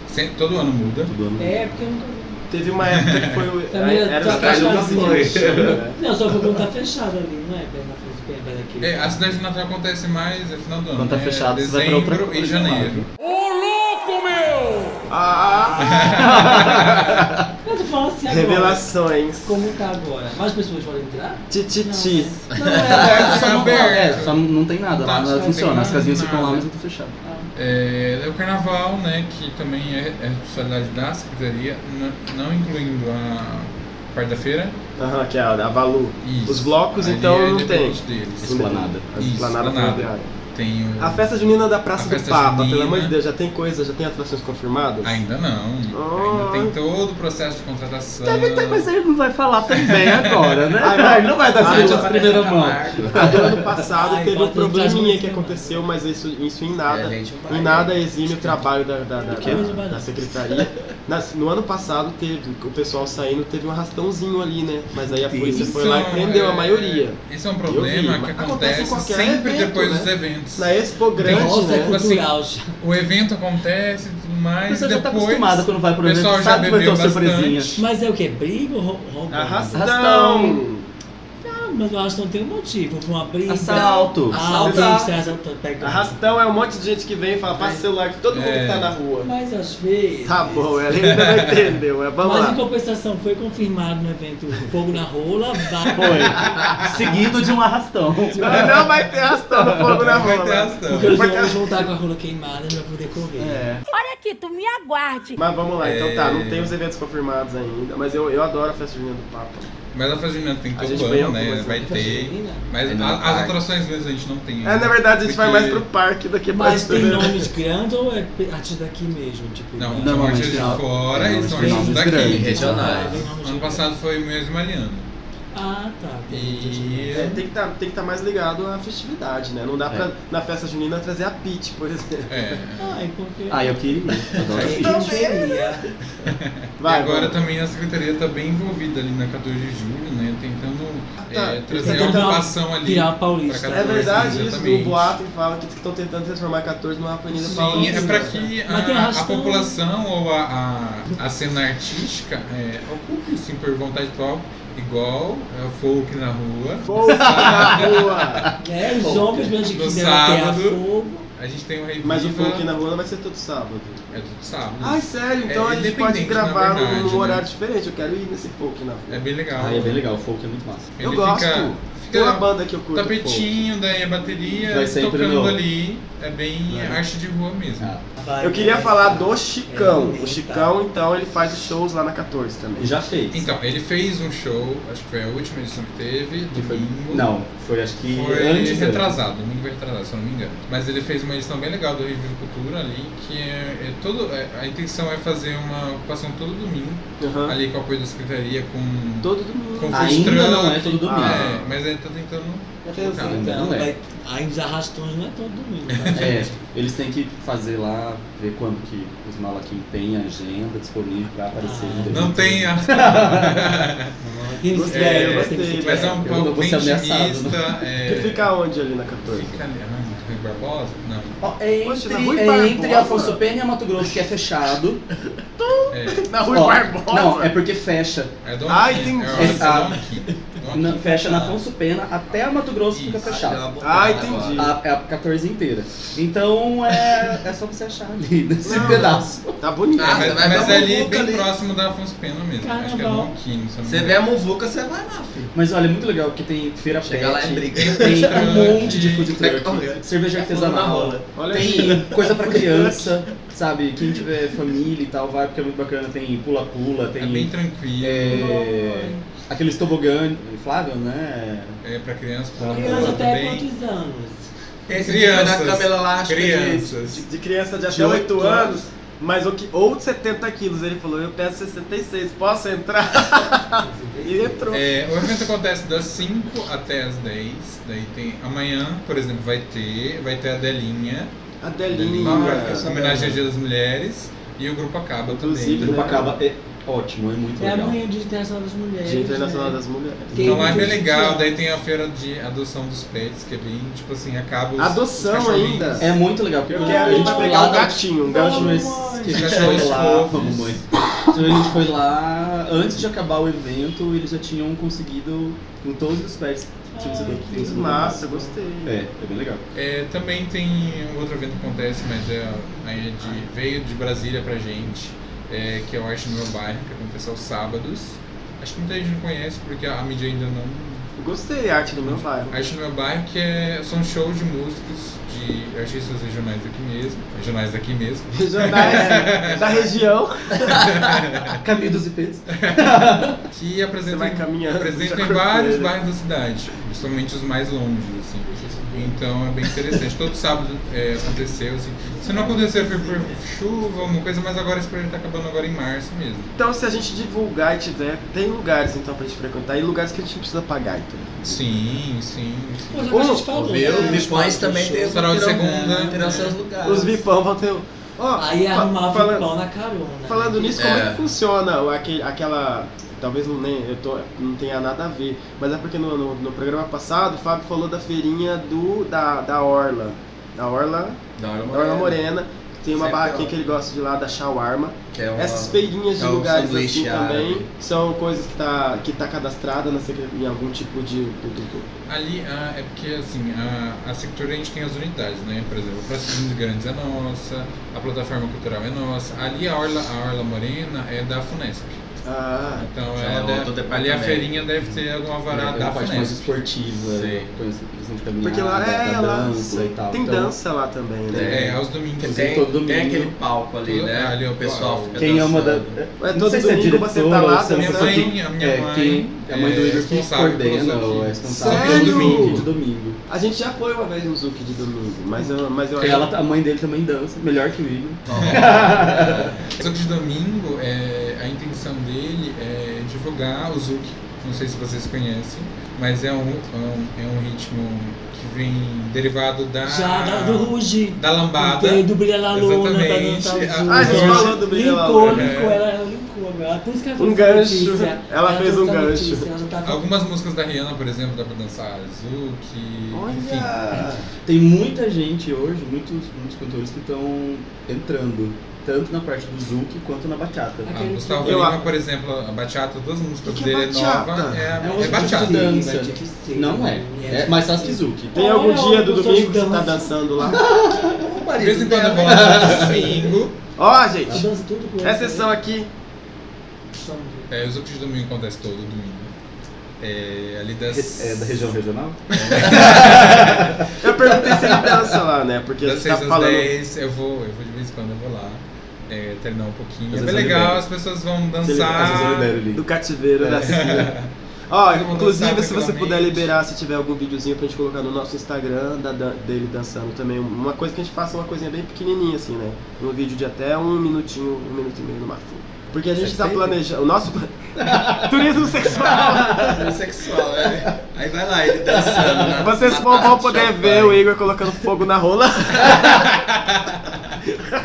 Speaker 7: Sempre- todo ano muda.
Speaker 6: Todo ano.
Speaker 2: É, porque eu nunca.
Speaker 4: Teve uma época que foi o.
Speaker 2: Também
Speaker 4: Era o
Speaker 2: só
Speaker 4: estádio
Speaker 2: fechado
Speaker 4: do né? Brasil.
Speaker 2: Não, só porque tá fechado ali, não é? Bem na frente, bem- bem naquele-
Speaker 7: É, a cidade de Natal acontece mais no final do ano.
Speaker 6: Quando tá
Speaker 7: né?
Speaker 6: fechado, você vai pra
Speaker 7: Dezembro
Speaker 6: outra
Speaker 7: e
Speaker 6: coisa, né?
Speaker 7: janeiro. Ah.
Speaker 4: Ah,
Speaker 2: Eu tô falando assim agora.
Speaker 4: Revelações.
Speaker 2: Como tá agora? Mais pessoas podem entrar?
Speaker 4: Tititi.
Speaker 2: Não, né? Não, é.
Speaker 6: Só não, é, só não tem nada, lá
Speaker 7: Tá, só
Speaker 6: nada
Speaker 7: não
Speaker 6: funciona.
Speaker 7: tem
Speaker 6: As casinhas
Speaker 7: nada.
Speaker 6: ficam lá, mas eu tô fechado.
Speaker 7: É, é o carnaval, né, que também é, é responsabilidade da secretaria, n- não incluindo a quarta-feira.
Speaker 4: Aham, que é a, a Valu.
Speaker 7: Isso.
Speaker 4: Os blocos,
Speaker 7: Ali
Speaker 4: então,
Speaker 7: é
Speaker 4: não tem.
Speaker 7: dependente Deles.
Speaker 6: Esplanada.
Speaker 4: A
Speaker 7: Isso,
Speaker 4: esplanada
Speaker 7: esplanada.
Speaker 4: ferroviária.
Speaker 7: Tem o...
Speaker 4: A festa junina da Praça
Speaker 7: A
Speaker 4: do
Speaker 7: festa
Speaker 4: Papa, pelo
Speaker 7: junina.
Speaker 4: amor de Deus, já tem coisa, já tem atrações confirmadas?
Speaker 7: Ainda não.
Speaker 4: Ah.
Speaker 7: Ainda tem todo o processo de contratação.
Speaker 6: É ele não vai falar também agora, né?
Speaker 4: Ah, não.
Speaker 6: Ele não vai dar
Speaker 4: Ah,
Speaker 6: certo
Speaker 4: já parece
Speaker 6: de
Speaker 7: Tá
Speaker 6: primeira
Speaker 3: na
Speaker 6: mão.
Speaker 3: marca.
Speaker 4: Ah, do ano passado
Speaker 2: Ai,
Speaker 4: teve um
Speaker 2: bota ele atrás
Speaker 4: probleminha
Speaker 2: do
Speaker 4: que
Speaker 2: cinema.
Speaker 4: aconteceu, mas isso, isso em
Speaker 3: É,
Speaker 4: nada,
Speaker 3: gente,
Speaker 4: em
Speaker 3: vai.
Speaker 4: nada exime o trabalho da, da, da,
Speaker 6: quê?
Speaker 4: da- da secretaria. Nas- no ano passado teve, o pessoal saindo teve um arrastãozinho ali, né? Mas aí a polícia foi
Speaker 7: Isso
Speaker 4: lá e
Speaker 7: é um-
Speaker 4: prendeu a
Speaker 7: é-
Speaker 4: maioria.
Speaker 7: Esse é um
Speaker 4: Eu
Speaker 7: problema
Speaker 4: vi,
Speaker 7: que
Speaker 4: mas
Speaker 7: acontece,
Speaker 4: em qualquer
Speaker 7: sempre
Speaker 4: evento,
Speaker 7: depois
Speaker 4: né?
Speaker 7: dos eventos.
Speaker 4: Na Expo Grande,
Speaker 7: Tem-
Speaker 4: né?
Speaker 7: tipo
Speaker 4: cultural
Speaker 7: assim, o evento acontece e tudo mais.
Speaker 6: pessoa já tá
Speaker 7: depois,
Speaker 6: acostumada quando vai pro
Speaker 7: o
Speaker 6: evento,
Speaker 7: pessoal já
Speaker 6: sabe que vai ter
Speaker 7: bebeu
Speaker 6: uma surpresinha.
Speaker 7: bastante.
Speaker 2: Mas é o que? Briga ou rou- roubo?
Speaker 4: Arrastão.
Speaker 2: Ah, mas eu acho que não tem um motivo. Foi uma briga.
Speaker 6: Assalto.
Speaker 2: Ah, alguém
Speaker 4: Assaltar.
Speaker 2: está assaltando. pegando.
Speaker 4: Arrastão é um monte de gente que vem e fala, passa o celular de todo mundo que tá na rua.
Speaker 2: Mas às vezes.
Speaker 4: Tá bom, ela ainda não entendeu, mas vamos
Speaker 2: Mas
Speaker 4: lá.
Speaker 2: em compensação, foi confirmado no evento Fogo na Rola, vai.
Speaker 6: Foi. Seguido de um arrastão.
Speaker 4: Não, não vai ter arrastão no fogo na
Speaker 7: Vai
Speaker 4: rua.
Speaker 7: ter arrastão.
Speaker 2: Porque eles
Speaker 4: um
Speaker 2: vão voltar com a rola queimada pra poder correr.
Speaker 6: É.
Speaker 9: Olha aqui, tu me aguarde.
Speaker 4: Mas vamos lá, então tá, não
Speaker 7: É.
Speaker 4: tem os eventos confirmados ainda, mas eu, eu adoro a festa junina do Papa.
Speaker 7: Mas a festa junina tem
Speaker 4: A gente
Speaker 7: todo
Speaker 4: foi em
Speaker 7: ano, né?
Speaker 4: algumas,
Speaker 7: Vai
Speaker 2: Então,
Speaker 4: né?
Speaker 2: assim,
Speaker 7: ter. Mas
Speaker 3: Ainda
Speaker 7: a-
Speaker 3: no
Speaker 7: as
Speaker 3: parque.
Speaker 7: atrações mesmo a gente não tem. né?
Speaker 4: É, na verdade a gente vai mais pro parque do que pra
Speaker 2: Mas tem
Speaker 4: estudar.
Speaker 2: nomes grandes ou é pe- artista daqui mesmo? Tipo,
Speaker 7: Não,
Speaker 2: né?
Speaker 7: são
Speaker 6: Normalmente
Speaker 7: artistas
Speaker 6: não.
Speaker 7: de fora e
Speaker 6: Normalmente
Speaker 7: são artistas
Speaker 6: tem nomes
Speaker 7: daqui.
Speaker 6: grandes.
Speaker 3: Regionais.
Speaker 7: Ano passado foi o mesmo Aliano.
Speaker 2: Ah, tá.
Speaker 7: E.
Speaker 4: É, tem que tá, estar mais ligado à festividade, né? Não dá pra, na festa junina, trazer a Pete, por exemplo.
Speaker 7: É.
Speaker 2: Ah, é porque.
Speaker 6: Ah, eu queria. ir, Adoro
Speaker 2: Então, Aí
Speaker 6: ir.
Speaker 7: Então,
Speaker 2: não queria.
Speaker 4: Vai,
Speaker 7: e agora
Speaker 4: vamos.
Speaker 7: também a secretaria está bem envolvida ali na 14 de julho, né? Tentando
Speaker 4: tá.
Speaker 7: eh, trazer
Speaker 2: Tentando
Speaker 7: a ocupação ali.
Speaker 2: virar a Paulista.
Speaker 7: pra
Speaker 4: É verdade isso,
Speaker 7: exatamente.
Speaker 4: o boato que fala que estão tentando transformar 14 numa avenida
Speaker 7: Sim,
Speaker 4: paulista.
Speaker 7: é para
Speaker 4: né?
Speaker 7: que
Speaker 2: Mas tem
Speaker 7: a, a
Speaker 2: arrastão.
Speaker 7: população ou a, a, a cena artística eh, ocupe, sim, por vontade própria, igual é, folk na rua.
Speaker 4: Fogo na rua!
Speaker 2: É, os homens mesmo que
Speaker 7: No
Speaker 2: quiseram até a
Speaker 7: sábado.
Speaker 2: fogo.
Speaker 7: A gente tem o Reviva.
Speaker 4: Mas o folk na rua não vai ser todo sábado.
Speaker 7: É tudo sábado.
Speaker 4: Ai, sério, então
Speaker 7: É
Speaker 4: a gente pode
Speaker 7: independente,
Speaker 4: gravar
Speaker 7: na verdade,
Speaker 4: num
Speaker 7: né?
Speaker 4: horário diferente. Eu quero ir nesse folk na rua.
Speaker 7: É bem legal.
Speaker 6: Ah, é bem legal, o folk é muito massa.
Speaker 7: Ele
Speaker 4: eu gosto.
Speaker 7: Fica,
Speaker 4: Tem uma
Speaker 7: fica
Speaker 4: banda que eu curto. folk.
Speaker 7: tapetinho, daí a bateria
Speaker 6: Vai sempre
Speaker 7: tocando
Speaker 6: no-
Speaker 7: ali. É bem
Speaker 6: É.
Speaker 7: arte de rua mesmo.
Speaker 6: Ah,
Speaker 4: Eu queria falar do Chicão.
Speaker 2: É,
Speaker 4: O Chicão, então, ele faz os shows lá na 14 também.
Speaker 6: e já fez.
Speaker 7: Então, ele fez um show, acho que foi a última edição que teve,
Speaker 6: Que foi-
Speaker 7: domingo.
Speaker 6: Não, foi acho que
Speaker 7: Foi
Speaker 6: antes. né?
Speaker 7: retrasado, domingo foi retrasado, se eu não me engano. Mas ele fez uma edição bem legal do Revive Cultura ali, que é, é todo. é- a intenção é fazer uma ocupação todo domingo,
Speaker 4: Aham.
Speaker 7: ali com o apoio da secretaria, com.
Speaker 4: Todo domingo.
Speaker 7: com food
Speaker 6: Ainda
Speaker 7: truck.
Speaker 6: não é todo domingo.
Speaker 7: É, mas ele tá tentando.
Speaker 6: Não,
Speaker 7: colocar.
Speaker 6: ainda não
Speaker 2: Então,
Speaker 6: é.
Speaker 2: vai, aí os arrastões não é todo domingo. tá,
Speaker 6: É,
Speaker 2: gente?
Speaker 6: eles têm que fazer lá, ver quando que os malaquim têm agenda disponível pra aparecer.
Speaker 2: Ah.
Speaker 6: entendeu?
Speaker 7: Não tem a.
Speaker 2: E eles
Speaker 4: Gostei,
Speaker 2: vieram,
Speaker 4: gostei,
Speaker 2: você que
Speaker 7: mas é
Speaker 2: quer.
Speaker 7: um
Speaker 6: Eu
Speaker 7: palco
Speaker 6: não vou
Speaker 7: bem
Speaker 6: ser ameaçado, né?
Speaker 7: intimista. É...
Speaker 4: Que fica onde ali na 14?
Speaker 7: Fica ali. Ah, Rui Barbosa? Não.
Speaker 6: Ó, é
Speaker 4: Poxa,
Speaker 6: entre,
Speaker 4: na Rui
Speaker 6: é
Speaker 4: Barbosa.
Speaker 6: entre Afonso Pena e Mato Grosso que é fechado.
Speaker 7: É,
Speaker 4: Na Rui
Speaker 6: Ó,
Speaker 4: Barbosa?
Speaker 6: Não, é porque fecha.
Speaker 7: é Dom
Speaker 4: Ah,
Speaker 7: Quixote,
Speaker 4: entendi.
Speaker 7: É, o
Speaker 6: Ah.
Speaker 7: Dom Quixote. Dom
Speaker 6: Na-
Speaker 7: Quixote.
Speaker 6: fecha na Afonso Pena até Mato Grosso fica
Speaker 7: Isso.
Speaker 6: fechado.
Speaker 4: Ah, entendi.
Speaker 6: A, é a 14 inteira. Então é, é só você achar ali nesse
Speaker 4: Não.
Speaker 6: pedaço.
Speaker 4: Tá bonito.
Speaker 7: Ah,
Speaker 3: Ah,
Speaker 7: mas,
Speaker 3: vai
Speaker 7: mas
Speaker 3: dar
Speaker 7: é
Speaker 3: uma
Speaker 7: ali
Speaker 3: volta
Speaker 7: bem
Speaker 3: ali.
Speaker 7: próximo da Afonso Pena mesmo. Acho que é
Speaker 2: Carnaval.
Speaker 7: Dom Quino, se eu não me
Speaker 3: Você vê a muvuca, você vai lá, filho.
Speaker 6: Mas olha, é muito legal porque tem feira
Speaker 3: Chega lá
Speaker 6: pet,
Speaker 3: e briga.
Speaker 6: tem
Speaker 7: Food
Speaker 6: um
Speaker 7: truck,
Speaker 6: monte de food
Speaker 3: vai
Speaker 6: truck,
Speaker 3: correndo.
Speaker 6: cerveja
Speaker 3: Fogo na
Speaker 6: artesanal,
Speaker 3: rola.
Speaker 4: Olha
Speaker 6: tem coisa pra criança, sabe? Quem tiver família e tal, vai porque é muito bacana. Tem pula-pula,
Speaker 7: É bem
Speaker 6: tem
Speaker 7: tranquilo.
Speaker 6: é, aqueles tobogã inflável, né?
Speaker 7: É pra criança, pra
Speaker 2: Criança
Speaker 7: adulto
Speaker 2: até
Speaker 7: também.
Speaker 2: quantos anos?
Speaker 3: Esse
Speaker 7: Crianças.
Speaker 3: dia da câmera
Speaker 6: é
Speaker 3: elástica de-
Speaker 4: De,
Speaker 7: Crianças.
Speaker 4: de criança de
Speaker 6: De
Speaker 4: até
Speaker 6: oito
Speaker 4: 8 anos, mas o que, ou de 70 quilos. Ele falou, eu peso 66, posso entrar? e entrou.
Speaker 7: É, o evento acontece das 5 até as 10. Daí tem. Amanhã, por exemplo, vai ter. Vai ter a Delinha.
Speaker 4: Adelinha.
Speaker 7: Em homenagem ao Dia das Mulheres. E o grupo acaba
Speaker 6: O
Speaker 4: Inclusive,
Speaker 7: também.
Speaker 6: grupo acaba é ótimo, é muito
Speaker 2: É a
Speaker 6: legal.
Speaker 2: manhã de Internacional das Mulheres.
Speaker 4: Dia Internacional
Speaker 2: né?
Speaker 4: das Mulheres.
Speaker 2: Quem
Speaker 7: Então é bem
Speaker 2: fez
Speaker 7: legal,
Speaker 2: isso?
Speaker 7: daí tem a feira de adoção dos pets, que é bem, tipo assim, acaba os,
Speaker 4: Adoção
Speaker 7: os cachorrinhos.
Speaker 4: ainda.
Speaker 6: É muito legal. porque
Speaker 4: Eu
Speaker 6: quando
Speaker 4: quero a
Speaker 6: gente
Speaker 4: gente
Speaker 6: foi
Speaker 4: pegar
Speaker 6: lá,
Speaker 3: tá
Speaker 4: um gatinho, um
Speaker 6: Eu acho
Speaker 4: gatinho.
Speaker 6: mas que a gente
Speaker 7: Cachorros
Speaker 6: foi lá,
Speaker 7: fofos.
Speaker 6: mamãe. Então a gente foi lá, antes de acabar o evento, eles já tinham conseguido com todos os pés. Tinham sido, tinham sido
Speaker 4: Massa, gostei.
Speaker 6: É, é bem legal.
Speaker 7: É, também tem um outro evento que acontece, mas é, aí é de, veio de Brasília pra gente, é, que é o Arte no Meu Bairro, que acontece aos sábados. Acho que muita gente não conhece, porque a mídia ainda não...
Speaker 4: Eu Gostei, arte do meu bairro.
Speaker 7: Arte no Meu Bairro, que é, são shows de músicos, de artistas regionais daqui mesmo, regionais daqui mesmo,
Speaker 4: Regionais da região.
Speaker 6: Caminho dos IPs.
Speaker 7: que
Speaker 4: Você vai
Speaker 7: apresentam
Speaker 4: caminhando.
Speaker 7: Apresenta
Speaker 4: já
Speaker 7: em vários
Speaker 4: cortei, né?
Speaker 7: bairros da cidade, principalmente os mais longes, assim. Então é bem interessante. Todo sábado é, aconteceu, assim. Se não aconteceu foi por chuva, alguma coisa, mas agora esse projeto tá acabando agora em março mesmo.
Speaker 4: Então, se a gente divulgar e tiver, tem lugares então pra gente frequentar e lugares que a gente não precisa pagar. Então.
Speaker 7: Sim, sim. sim.
Speaker 2: Pô, já que a gente
Speaker 4: Ô,
Speaker 2: falou,
Speaker 3: Viu?
Speaker 2: né?
Speaker 3: Os Vipões também
Speaker 7: Sarau de segunda,
Speaker 3: terão
Speaker 7: né?
Speaker 3: seus lugares.
Speaker 4: Os vipão vão ter. Ó,
Speaker 2: Ah, Aí é
Speaker 4: fa-
Speaker 2: arrumava
Speaker 4: fala-
Speaker 2: o pau na carona.
Speaker 4: Falando nisso, como é
Speaker 3: É.
Speaker 4: que funciona o- aque- aquela. Talvez não, nem, eu tô, não tenha nada a ver, mas é porque no, no, no programa passado o Fábio falou da feirinha do, da, da Orla. Da Orla.
Speaker 7: Da hora
Speaker 4: Da Orla Morena. que Tem uma
Speaker 3: Sempre
Speaker 4: barraquinha
Speaker 3: é
Speaker 4: que ele gosta de lá, da Shawarma.
Speaker 3: Que é uma-
Speaker 4: Essas feirinhas de
Speaker 3: é um
Speaker 4: lugares assim
Speaker 3: sanduíche árabe.
Speaker 4: também são coisas que tá, que tá cadastrada na secre- em algum tipo de. do- do- do-
Speaker 7: Ali ah, é porque assim, a, a sector a gente tem as unidades, né? Por exemplo, a Praça dos Grandes é nossa, a plataforma cultural é nossa. Ali a Orla, a Orla Morena é da Funesp.
Speaker 4: Ah,
Speaker 7: Então
Speaker 3: Já
Speaker 7: ela
Speaker 3: é
Speaker 7: deve-
Speaker 3: outro
Speaker 7: ali a
Speaker 3: departamento.
Speaker 7: feirinha deve ter algum alvará
Speaker 6: é
Speaker 7: da
Speaker 6: a parte mais
Speaker 7: Funesp.
Speaker 6: esportiva,
Speaker 7: Sim.
Speaker 6: coisa- questão de caminhada,
Speaker 4: porque lá é,
Speaker 6: da
Speaker 4: lá
Speaker 6: Ah, dança e tal.
Speaker 4: tem
Speaker 6: Então,
Speaker 4: dança lá também, né?
Speaker 7: É, aos domingos.
Speaker 6: Tem-
Speaker 3: Tem,
Speaker 6: todo domingo.
Speaker 3: tem aquele palco ali,
Speaker 7: Tudo-
Speaker 3: né?
Speaker 7: ali é o
Speaker 3: o pessoal
Speaker 7: palco.
Speaker 3: fica
Speaker 6: Quem ama da.
Speaker 3: dançando.
Speaker 4: É
Speaker 6: não
Speaker 4: todo
Speaker 6: sei se é
Speaker 4: domingo
Speaker 6: diretora
Speaker 4: você tá lá
Speaker 6: ou se é
Speaker 4: dançando.
Speaker 6: pessoa que-
Speaker 7: Minha mãe- a minha
Speaker 6: é,
Speaker 7: mãe
Speaker 6: quem, a mãe do
Speaker 7: é
Speaker 6: Igor que
Speaker 7: responsável pelo
Speaker 6: coordena
Speaker 7: Zuki.
Speaker 6: ou é responsável
Speaker 4: Sério?
Speaker 6: pelo domingo, de domingo.
Speaker 4: A gente já foi uma vez no Zuki de domingo, mas eu, mas eu
Speaker 7: Então,
Speaker 4: acho
Speaker 6: Ela, tá- a mãe dele também dança, melhor que o Igor.
Speaker 7: Só que de domingo, é, a intenção dele é divulgar o Zouk. Não sei se vocês conhecem, mas é um, um- é um ritmo que vem derivado da.
Speaker 2: Já da, do Ruge.
Speaker 7: da lambada.
Speaker 2: Tem do Brilha na Luna, da
Speaker 7: Exatamente.
Speaker 2: dança
Speaker 7: Ah, É.
Speaker 4: Ah, a gente
Speaker 7: Hoje-
Speaker 4: falou do Brilha La
Speaker 2: Linkou,
Speaker 4: Luna.
Speaker 2: linkou, ela linkou, meu. Por isso que é ela
Speaker 4: Um
Speaker 2: trouxe a
Speaker 4: gancho.
Speaker 2: notícia.
Speaker 4: Ela fez
Speaker 2: trouxe
Speaker 4: um
Speaker 2: a
Speaker 4: gancho.
Speaker 2: notícia, ela tá com-
Speaker 7: Algumas músicas da Rihanna, por exemplo, dá pra dançar Zouk, enfim. Ah,
Speaker 4: Olha!
Speaker 6: Tem muita gente hoje, muitos, muitos cantores que estão entrando, tanto na parte do Zouk quanto na bachata.
Speaker 7: Ah,
Speaker 2: Aquele
Speaker 7: Gustavo
Speaker 4: Eu-
Speaker 7: Lima, por exemplo, a bachata, duas músicas
Speaker 4: Que que é
Speaker 7: dele
Speaker 4: bachata?
Speaker 7: nova é,
Speaker 6: É
Speaker 7: a-
Speaker 6: um
Speaker 7: é
Speaker 6: tipo de
Speaker 7: bachata.
Speaker 6: dança.
Speaker 2: Vai difícil.
Speaker 6: Não é. É mais fácil que Zouk.
Speaker 4: Tem
Speaker 2: Olha,
Speaker 4: algum dia do
Speaker 2: eu tô
Speaker 4: domingo que você
Speaker 2: ajudando.
Speaker 4: tá dançando lá?
Speaker 7: De vez em quando eu vou lá no domingo.
Speaker 4: Ó,
Speaker 2: Ela
Speaker 4: gente,
Speaker 2: dança tudo com
Speaker 4: essa é
Speaker 2: essa,
Speaker 4: sessão aqui.
Speaker 2: né?
Speaker 7: É, o Zouk de domingo acontece todo domingo. É, ali das.
Speaker 6: É da região regional?
Speaker 4: Eu perguntei se ele dança lá, né? Porque
Speaker 7: Das
Speaker 4: você tá
Speaker 7: 6 às
Speaker 4: falando.
Speaker 7: 10, eu vou, eu vou de vez em quando, eu vou lá. É, treinar um pouquinho. É
Speaker 6: Às
Speaker 7: bem
Speaker 6: vezes eu
Speaker 7: legal,
Speaker 6: libero.
Speaker 7: as pessoas vão
Speaker 4: Ah.
Speaker 6: Às vezes eu libero
Speaker 7: dançar.
Speaker 6: ali.
Speaker 4: Do cativeiro da Cia. Ó,
Speaker 7: É. Todo mundo
Speaker 4: inclusive
Speaker 7: dançar
Speaker 4: se você puder
Speaker 7: tranquilamente.
Speaker 4: liberar, se tiver algum videozinho pra gente colocar no nosso Instagram da dan- dele dançando também. Uma coisa que a gente faça uma coisinha bem pequenininha, assim, né? Um vídeo de até um minutinho, um minuto e meio no máximo. Porque a gente tá planejando. O nosso. Turismo sexual!
Speaker 7: Ah,
Speaker 3: É sexual, é. Aí vai lá, ele dançando. na-
Speaker 4: Vocês
Speaker 3: na
Speaker 4: vão,
Speaker 3: taça
Speaker 4: vão
Speaker 3: de
Speaker 4: poder
Speaker 3: champanhe.
Speaker 4: ver o Igor colocando fogo na rola.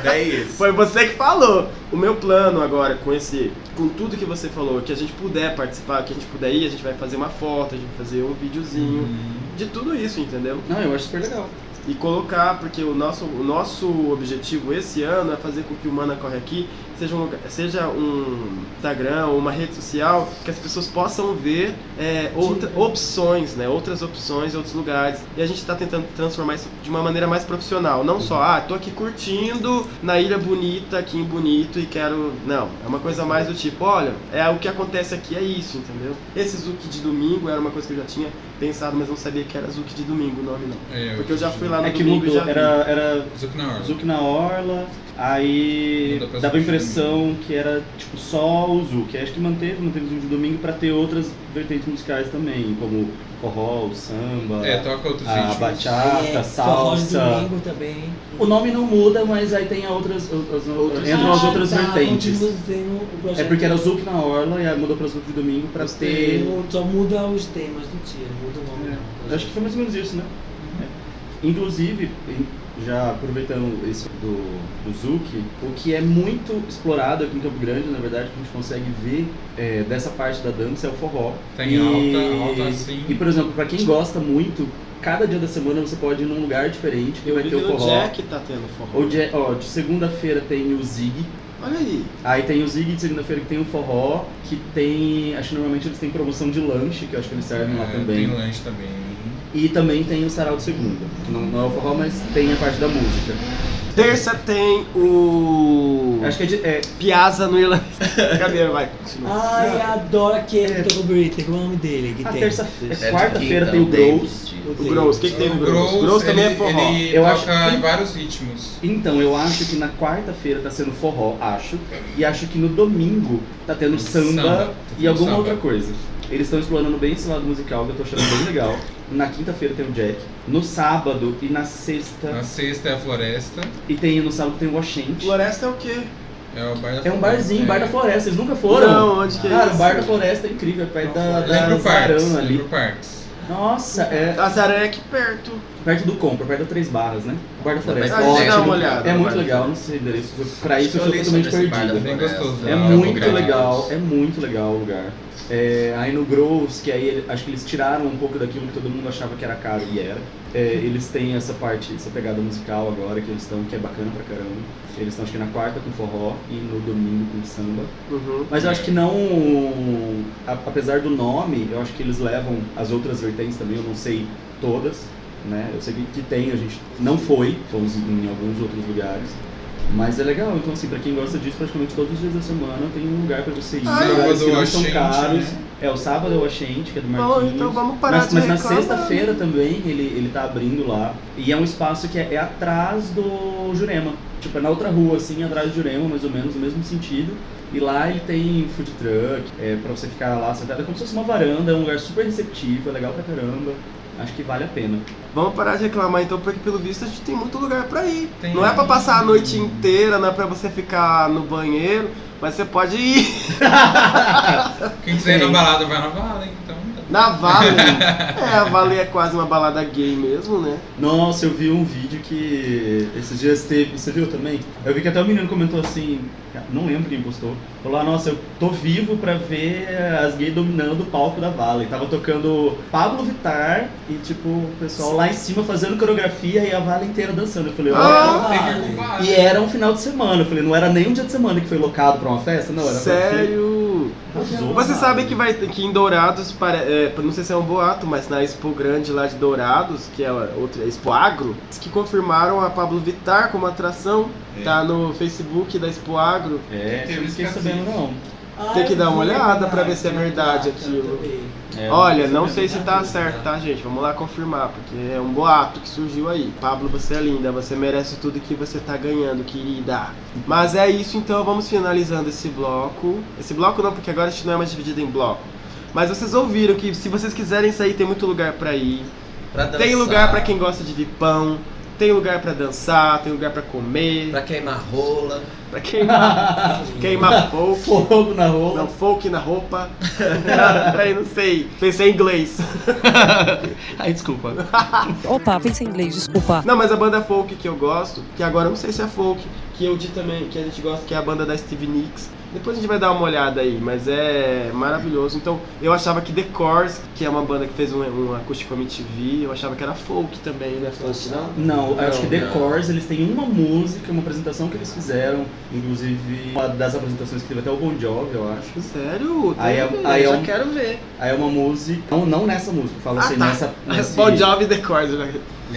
Speaker 3: É isso.
Speaker 4: Foi você que falou. O meu plano agora com esse, com tudo que você falou, que a gente puder participar, que a gente puder ir, a gente vai fazer uma foto, a gente vai fazer um videozinho
Speaker 7: Uhum.
Speaker 4: de tudo isso, entendeu?
Speaker 6: Não, eu acho super legal.
Speaker 4: E colocar, porque o nosso, o nosso objetivo esse ano é fazer com que o Mana Corre Aqui seja um, lugar- seja um Instagram ou uma rede social que as pessoas possam ver é, outra- opções, né? Outras opções, outros lugares. E a gente está tentando transformar isso de uma maneira mais profissional. Não só, ah, tô aqui curtindo na Ilha Bonita, aqui em Bonito e quero... Não, é uma coisa mais do tipo, olha, é o que acontece aqui, é isso, entendeu? Esse Zuki de domingo era uma coisa que eu já tinha pensado, mas não sabia que era Zuki de domingo o nome, não.
Speaker 7: É,
Speaker 4: Porque eu já fui lá no
Speaker 6: É que
Speaker 4: domingo e Ah,
Speaker 6: mudou,
Speaker 4: já vi.
Speaker 6: era, era
Speaker 7: Zouk na hora.
Speaker 6: Zuc na Orla, aí
Speaker 7: Mudou pra
Speaker 6: dava a
Speaker 7: Zuc de
Speaker 6: impressão que era tipo só o Zuc. Aí acho que manteve, manteve o Zuc de domingo pra ter outras vertentes musicais também, como o forró, o samba,
Speaker 7: É, toca outros
Speaker 6: Ah, a
Speaker 7: ritmos.
Speaker 6: bachata,
Speaker 2: É, forró de
Speaker 6: salsa.
Speaker 2: domingo também.
Speaker 6: O nome não muda, mas aí tem a outras, outras, entram as
Speaker 2: Ah,
Speaker 6: outras
Speaker 2: tá,
Speaker 6: vertentes.
Speaker 7: tipo,
Speaker 2: continua sendo o projeto.
Speaker 6: É porque era o Zuc na Orla e aí mudou pra Zuc de domingo pra
Speaker 2: Os
Speaker 6: ter.
Speaker 2: termos, Só muda os temas do dia, não muda o nome. não.
Speaker 6: Eu É, Acho que foi mais ou menos isso, né? É. Inclusive, em- já aproveitando isso do, do Zuki, o que é muito explorado aqui em Campo Grande, na verdade, que a gente consegue ver é, dessa parte da dança é o forró.
Speaker 7: Tem
Speaker 6: E-
Speaker 7: alta, alta assim.
Speaker 6: E, por exemplo, pra quem gosta muito, cada dia da semana você pode ir num lugar diferente que
Speaker 4: Eu
Speaker 6: vai
Speaker 4: vi
Speaker 6: ter
Speaker 4: que
Speaker 6: o
Speaker 4: no
Speaker 6: forró.
Speaker 4: Jack tá tendo forró.
Speaker 6: Ou de, ó, de segunda-feira tem o Zig,
Speaker 4: Olha aí.
Speaker 6: Aí tem o Zig de segunda-feira que tem o forró, que tem. Acho que normalmente eles têm promoção de lanche, que eu acho que eles servem lá
Speaker 7: É,
Speaker 6: também.
Speaker 7: Tem lanche também.
Speaker 6: E também tem o Sarau de Segunda. que Não, não é o forró, mas tem a parte da música.
Speaker 4: Terça tem o.
Speaker 6: Acho que é, de, é
Speaker 4: Piazza no Irlanda. Cadê? Vai, continua.
Speaker 2: Ai, adoro aquele que toca o Britney, como é o nome dele que
Speaker 6: a
Speaker 2: tem.
Speaker 6: terça-feira.
Speaker 3: É de
Speaker 6: É quarta-feira
Speaker 3: quinta,
Speaker 6: tem o
Speaker 3: David.
Speaker 6: Gross.
Speaker 4: O Gross, o que, que tem no Gross? O Gross também
Speaker 7: ele,
Speaker 4: é forró.
Speaker 7: Ele
Speaker 6: Eu
Speaker 7: toca
Speaker 6: acho que-
Speaker 7: em vários ritmos.
Speaker 6: Então, eu acho que na quarta-feira tá sendo forró, acho. E acho que no domingo tá tendo samba,
Speaker 7: Samba. Tá
Speaker 6: e alguma
Speaker 7: Samba.
Speaker 6: outra coisa. Eles estão explorando bem esse lado musical, que eu tô achando bem legal. Na quinta-feira tem o Jack. No sábado e na sexta.
Speaker 7: Na sexta é a floresta.
Speaker 6: E tem no sábado tem o Washington.
Speaker 4: Floresta é o quê?
Speaker 7: É o bar da
Speaker 6: É um
Speaker 7: floresta.
Speaker 6: barzinho,
Speaker 7: É.
Speaker 6: bar da floresta. Eles nunca foram.
Speaker 4: Não, onde que é
Speaker 6: Cara,
Speaker 4: isso?
Speaker 6: o bar da floresta é incrível, é perto da, da
Speaker 7: Lembra o
Speaker 6: Zarão
Speaker 7: Parques.
Speaker 6: ali.
Speaker 7: Lembra o Parques.
Speaker 6: Nossa, é.
Speaker 4: Azaré é aqui perto.
Speaker 6: perto do Compra, perto da Três Barras, né? Bar da Floresta.
Speaker 4: Mas pode
Speaker 6: Ótimo.
Speaker 4: dar uma olhada,
Speaker 6: É
Speaker 4: Bar
Speaker 6: muito
Speaker 4: da
Speaker 6: legal, não sei o endereço. Pra
Speaker 4: Acho
Speaker 6: isso eu
Speaker 4: que eu
Speaker 6: sou
Speaker 4: li
Speaker 6: totalmente
Speaker 4: sobre esse Bar da
Speaker 6: perdido.
Speaker 4: Floresta.
Speaker 6: É
Speaker 4: Ah,
Speaker 7: um
Speaker 6: muito
Speaker 4: Campo
Speaker 6: legal,
Speaker 4: Grande.
Speaker 6: é muito legal o lugar. É, aí no Gross, que aí ele- acho que eles tiraram um pouco daquilo que todo mundo achava que era caro e era. É, eles têm essa parte, essa pegada musical agora que eles estão, que é bacana pra caramba. Eles estão acho que na quarta com forró e no domingo com samba.
Speaker 4: Uhum.
Speaker 6: Mas eu acho que não. a- Apesar do nome, eu acho que eles levam as outras vertentes também, eu não sei todas, né? Eu sei que- que tem, a gente não foi, fomos em alguns outros lugares. Mas é legal, então assim, pra quem gosta disso, praticamente todos os dias da semana tem um lugar pra você ir.
Speaker 4: Ah, é.
Speaker 6: lugares que
Speaker 4: Sábado,
Speaker 6: não são
Speaker 4: Achente,
Speaker 6: caros.
Speaker 4: né?
Speaker 6: É, o sábado é o Achente, que é do
Speaker 4: Bom,
Speaker 6: Marquinhos.
Speaker 4: então vamos parar
Speaker 6: mas,
Speaker 4: de
Speaker 6: mas na
Speaker 4: reclamar.
Speaker 6: sexta-feira também ele, ele tá abrindo lá. E é um espaço que é, é atrás do Jurema. Tipo, é na outra rua, assim, atrás do Jurema, mais ou menos, no mesmo sentido. E lá ele tem food truck, é, pra você ficar lá sentado. É como se fosse uma varanda, é um lugar super receptivo, é legal pra caramba. Acho que vale a pena.
Speaker 4: Vamos parar de reclamar então, porque pelo visto a gente tem muito lugar pra ir.
Speaker 6: Tem.
Speaker 4: Não é pra passar a noite inteira, não é pra você ficar no banheiro, mas você pode ir.
Speaker 7: Quem quiser ir na balada, vai na balada, hein? Então,
Speaker 4: Na Vale. é, a Vale é quase uma balada gay mesmo, né?
Speaker 6: Nossa, eu vi um vídeo que esses dias teve. Você viu também? Eu vi que até o menino comentou assim. Não lembro quem postou. Falou: ah, Nossa, eu tô vivo pra ver as gays dominando o palco da Vale. Tava tocando Pablo Vittar e, tipo, o pessoal lá em cima fazendo coreografia e a Vale inteira dançando. Eu falei: Olha,
Speaker 4: Ah,
Speaker 6: Vale."
Speaker 4: tem que ir com Vale.
Speaker 6: E era um final de semana. Eu falei: Não era nem um dia de semana que foi locado pra uma festa? Não, era pra-
Speaker 4: Sério?
Speaker 6: Arrasou.
Speaker 4: Você sabe
Speaker 6: né?
Speaker 4: que vai ter- que em Dourados, para, é, não sei se é um boato, mas na Expo Grande lá de Dourados, que é a outra a Expo Agro, diz que confirmaram a Pablo Vittar como atração. Tá no Facebook da Expo Agro.
Speaker 6: É, eu não fiquei sabendo, não.
Speaker 4: Tem que
Speaker 6: Ah,
Speaker 4: dar
Speaker 6: eu
Speaker 4: uma
Speaker 6: vi, é
Speaker 4: olhada pra
Speaker 6: verdade,
Speaker 4: ver se é verdade aquilo.
Speaker 6: É,
Speaker 4: Olha,
Speaker 6: mas
Speaker 4: não
Speaker 6: é
Speaker 4: sei se tá certo, tá, gente? Vamos lá confirmar, porque é um boato que surgiu aí. Pablo, você é linda, você merece tudo que você tá ganhando, querida. Mas é isso, então vamos finalizando esse bloco. Esse bloco não, porque agora a gente não é mais dividido em bloco. Mas vocês ouviram que se vocês quiserem sair, tem muito lugar pra ir.
Speaker 3: Pra
Speaker 4: Tem
Speaker 3: dançar.
Speaker 4: lugar pra quem gosta de vipão. Tem lugar pra dançar, tem lugar pra comer.
Speaker 3: Pra queimar rola.
Speaker 4: Pra queimar, queimar folk.
Speaker 6: Fogo na roupa.
Speaker 4: Não, folk na roupa. Peraí, não sei. Pensei em inglês.
Speaker 6: Ai, desculpa.
Speaker 4: Opa, pensei em inglês, desculpa. Não, mas a banda folk que eu gosto, que agora eu não sei se é folk, que eu di também, que a gente gosta, que é a banda da Steve Nicks. Depois a gente vai dar uma olhada aí, mas é maravilhoso. Então, eu achava que The Course, que é uma banda que fez um, um acústico MTV, eu achava que era folk também, né? Folk, não?
Speaker 6: Não, eu acho que The
Speaker 4: não.
Speaker 6: Course, eles têm uma música, uma apresentação que eles fizeram, inclusive uma das apresentações que teve até o Bon Jovi, eu acho.
Speaker 4: Sério? Tem
Speaker 6: Aí é,
Speaker 4: que ver,
Speaker 6: aí é
Speaker 4: eu já
Speaker 6: um-
Speaker 4: quero ver.
Speaker 6: Aí é uma música, não, não nessa música, fala assim, nessa... nesse-
Speaker 4: Ah, tá. Bon Jovi e The Course. né?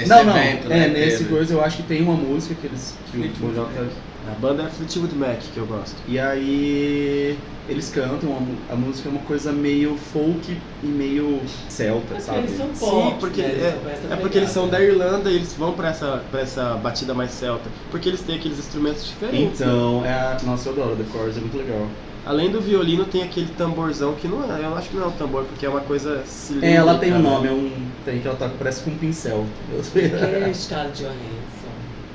Speaker 6: não, não, é, nesse coisa eu acho que tem uma música que eles... Que o Bon Jovi tá...
Speaker 4: A banda é Fleetwood Mac, que eu gosto.
Speaker 6: E aí eles cantam, a, mu- a música é uma coisa meio folk e meio celta, sabe?
Speaker 4: Sim,
Speaker 2: né?
Speaker 4: porque, é, é porque eles são da Irlanda e eles vão pra essa, pra essa batida mais celta. Porque eles têm aqueles instrumentos diferentes.
Speaker 6: Então,
Speaker 4: né?
Speaker 6: é a... nossa, eu adoro The Course, é muito legal.
Speaker 4: Além do violino, tem aquele tamborzão que não é. Eu acho que não é um tambor, porque é uma coisa cilíndrica.
Speaker 6: É, ela tem um
Speaker 4: né?
Speaker 6: nome, é um... tem que ela toca, parece com um pincel. Eu
Speaker 2: Que
Speaker 6: sei.
Speaker 2: é Scarlett Johansson.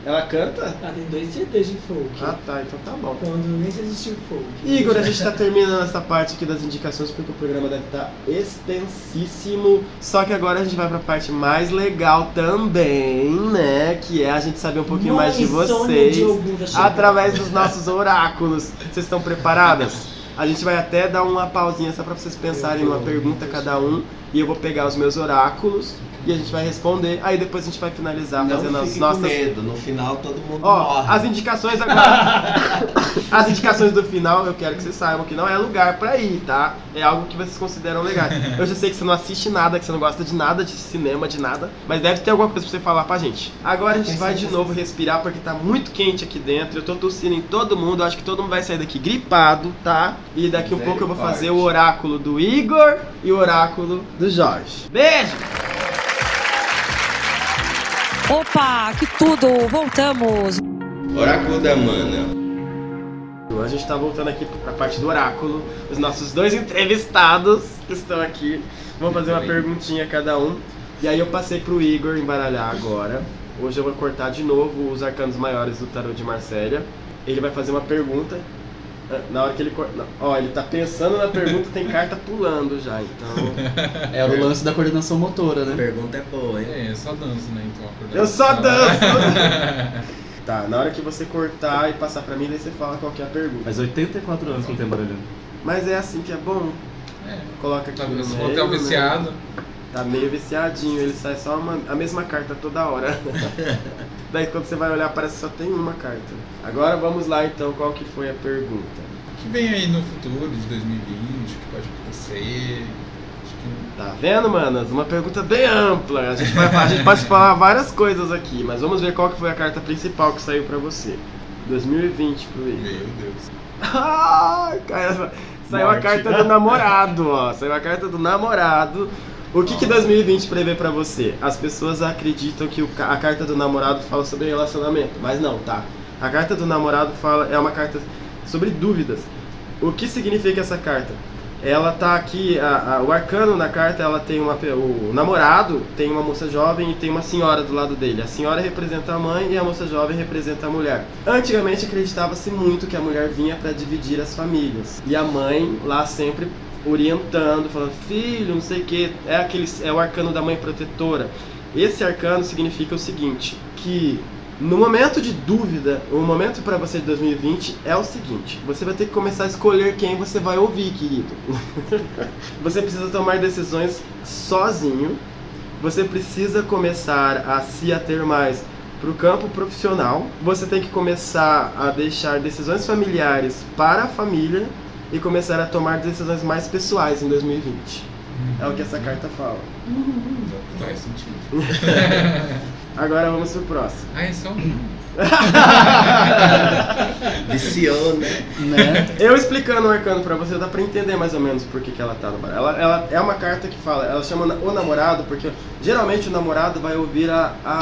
Speaker 4: Ela canta?
Speaker 2: Ela tem dois CDs de folk.
Speaker 4: Ah, tá, então tá bom.
Speaker 2: Quando nem se existiu folk.
Speaker 4: Igor, a gente tá terminando essa parte aqui das indicações porque o programa deve estar extensíssimo. Só que agora a gente vai pra parte mais legal também, né? Que é a gente saber um pouquinho
Speaker 2: Mãe,
Speaker 4: mais de
Speaker 2: Sônia
Speaker 4: vocês
Speaker 2: de Ogunda chegou.
Speaker 4: através dos nossos oráculos. Vocês estão preparadas? A gente vai até dar uma pausinha só pra vocês pensarem uma pergunta cada um. E eu vou pegar os meus oráculos e a gente vai responder. Aí depois a gente vai finalizar
Speaker 3: Não
Speaker 4: fazendo as
Speaker 3: fique
Speaker 4: nossas.
Speaker 3: com medo, no final todo mundo
Speaker 4: Ó,
Speaker 3: morre.
Speaker 4: as indicações agora. as indicações do final, eu quero que vocês saibam que não é lugar pra ir, tá? É algo que vocês consideram legal. Eu já sei que você não assiste nada, que você não gosta de nada, de cinema, de nada, mas deve ter alguma coisa pra você falar pra gente. Agora a gente vai de novo respirar porque tá muito quente aqui dentro. Eu tô tossindo em todo mundo, acho que todo mundo vai sair daqui gripado, tá? E daqui a pouco eu vou fazer o oráculo do Igor e o oráculo do Jorge. Beijo!
Speaker 12: Opa, que tudo! Voltamos!
Speaker 4: Oráculo da Mana. A gente tá voltando aqui pra parte do oráculo. Os nossos dois entrevistados que estão aqui vão fazer uma perguntinha a cada um. E aí eu passei pro Igor embaralhar agora. Hoje eu vou cortar de novo os arcanos maiores do tarô de Marsella. Ele vai fazer uma pergunta Ah, Na hora que ele. cor- na- Ó, ele tá pensando na pergunta, tem carta pulando já, então.
Speaker 6: Era É o lance da coordenação motora, né?
Speaker 4: Pergunta é boa, hein?
Speaker 7: É, eu só danço, né? Então, a coordenação-
Speaker 4: Eu só danço! tá, na hora que você cortar e passar pra mim, daí você fala qual que é a pergunta.
Speaker 6: Faz 84 anos que não tem barulho.
Speaker 4: Mas é assim que é bom.
Speaker 7: É.
Speaker 4: Coloca aqui
Speaker 7: Tá
Speaker 4: no
Speaker 7: nesse
Speaker 4: meio,
Speaker 7: hotel
Speaker 4: né?
Speaker 7: viciado.
Speaker 4: Tá meio viciadinho, ele sai só uma- a mesma carta toda hora. Daí quando você vai olhar, parece que só tem uma carta. Agora vamos lá então, qual que foi a pergunta?
Speaker 7: O que vem aí no futuro de 2020? O que pode acontecer? Acho que
Speaker 4: Tá vendo, manas? Uma pergunta bem ampla. A gente, vai, a gente pode falar várias coisas aqui, mas vamos ver qual que foi a carta principal que saiu pra você. 2020 pro Igor.
Speaker 7: Meu Deus.
Speaker 4: Ah, cara, saiu a
Speaker 7: Morte.
Speaker 4: carta do namorado, ó. Saiu a carta do namorado. O que, que 2020 prevê pra você? As pessoas acreditam que o ca- a carta do namorado fala sobre relacionamento, mas não, tá. A carta do namorado fala é uma carta sobre dúvidas. O que significa essa carta? Ela tá aqui, a- a- o arcano na carta, ela tem uma pe- o namorado tem uma moça jovem e tem uma senhora do lado dele. A senhora representa a mãe e a moça jovem representa a mulher. Antigamente acreditava-se muito que a mulher vinha para dividir as famílias e a mãe lá sempre orientando, falando filho, não sei o que, é aquele é o arcano da mãe protetora. Esse arcano significa o seguinte, que no momento de dúvida, o momento para você de 2020 é o seguinte: você vai ter que começar a escolher quem você vai ouvir, querido. você precisa tomar decisões sozinho. Você precisa começar a se ater mais para o campo profissional. Você tem que começar a deixar decisões familiares para a família e começar a tomar decisões mais pessoais em 2020. É o que essa carta fala.
Speaker 7: Faz sentido.
Speaker 4: Agora vamos pro próximo.
Speaker 7: Ah, é só um.
Speaker 4: Viciou, né? Eu explicando o arcano pra você, dá pra entender mais ou menos por que, que ela tá no baralho. Ela, ela é uma carta que fala, ela chama na- o namorado, porque geralmente o namorado vai ouvir a, a,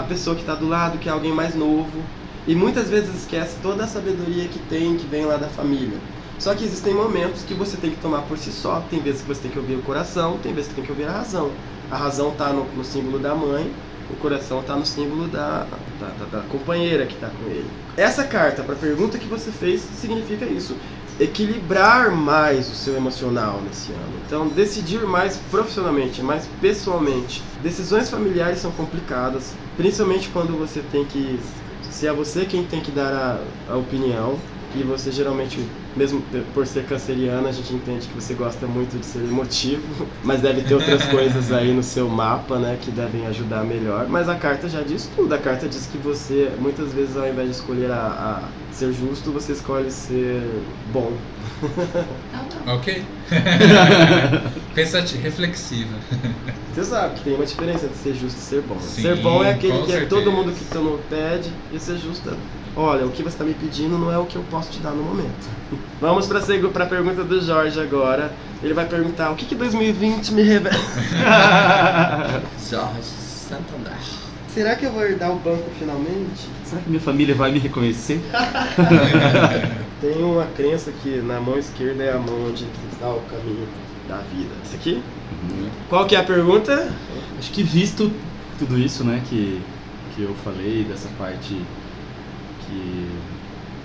Speaker 4: a pessoa que tá do lado, que é alguém mais novo. E muitas vezes esquece toda a sabedoria que tem, que vem lá da família. Só que existem momentos que você tem que tomar por si só. Tem vezes que você tem que ouvir o coração, tem vezes que tem que ouvir a razão. A razão tá no, no símbolo da mãe, o coração tá no símbolo da, da, da- da companheira que tá com ele. Essa carta, para a pergunta que você fez, significa isso. Equilibrar mais o seu emocional nesse ano. Então, decidir mais profissionalmente, mais pessoalmente. Decisões familiares são complicadas, principalmente quando você tem que. Se é você quem tem que dar a, a opinião, e você geralmente, mesmo por ser canceriana, a gente entende que você gosta muito de ser emotivo, mas deve ter outras coisas aí no seu mapa, né, que devem ajudar melhor. Mas a carta já diz tudo. A carta diz que você, muitas vezes, ao invés de escolher a, a ser justo, você escolhe ser bom.
Speaker 7: Ok. Pensati- reflexiva.
Speaker 4: Você sabe que tem uma diferença entre ser justo e ser bom.
Speaker 7: Sim,
Speaker 4: ser bom é aquele
Speaker 7: com
Speaker 4: que é
Speaker 7: certeza.
Speaker 4: todo mundo que tu não pede, e ser justo é. Olha, o que você tá me pedindo não é o que eu posso te dar no momento. Vamos pra, seg- pra pergunta do Jorge agora. Ele vai perguntar o que, que 2020 me revela.
Speaker 3: Jorge Santander.
Speaker 4: Será que eu vou herdar o banco finalmente?
Speaker 6: Será que minha família vai me reconhecer?
Speaker 4: Tem uma crença que na mão esquerda é a mão onde está o caminho da vida. Isso aqui? Qual que é a pergunta?
Speaker 6: Acho que visto tudo isso, né, que, que eu falei, dessa parte que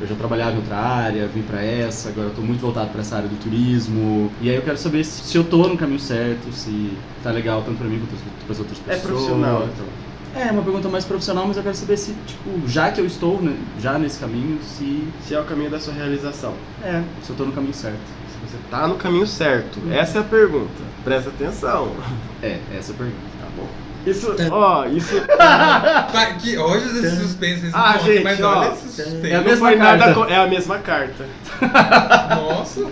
Speaker 6: eu já trabalhava em outra área, vim para essa, agora eu tô muito voltado para essa área do turismo. E aí eu quero saber se, se eu tô no caminho certo, se tá legal tanto para mim quanto para as outras
Speaker 4: É
Speaker 6: pessoas.
Speaker 4: profissional, então.
Speaker 6: É, uma pergunta mais profissional, mas eu quero saber se, tipo, já que eu estou né, já nesse caminho, se.
Speaker 4: Se é o caminho da sua realização.
Speaker 6: É, se eu tô no caminho certo.
Speaker 4: Se você tá no caminho certo. Essa é a pergunta. Presta atenção.
Speaker 6: É, essa é a pergunta.
Speaker 4: Tá bom. Isso, ó, isso.
Speaker 7: Tá, que hoje esse suspense, esse
Speaker 4: Ah,
Speaker 7: ponto,
Speaker 4: gente,
Speaker 7: mas
Speaker 4: ó,
Speaker 7: olha esse suspense.
Speaker 4: Não foi nada co- é a mesma carta.
Speaker 7: Nossa.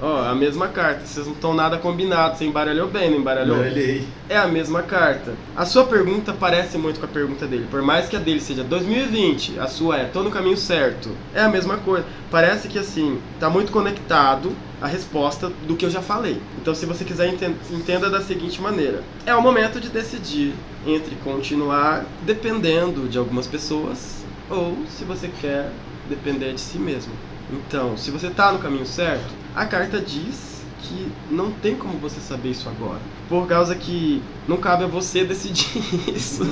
Speaker 4: Ó, a mesma carta. Vocês não estão nada combinados. Você embaralhou bem, não embaralhou?
Speaker 6: Embaralhei.
Speaker 4: É a mesma carta. A sua pergunta parece muito com a pergunta dele. Por mais que a dele seja 2020, a sua é tô no caminho certo. É a mesma coisa. Parece que assim, tá muito conectado a resposta do que eu já falei. Então, se você quiser, enten- entenda da seguinte maneira: é o momento de decidir entre continuar dependendo de algumas pessoas ou se você quer depender de si mesmo. Então, se você tá no caminho certo, a carta diz que não tem como você saber isso agora. Por causa que não cabe a você decidir isso.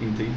Speaker 6: Entendi.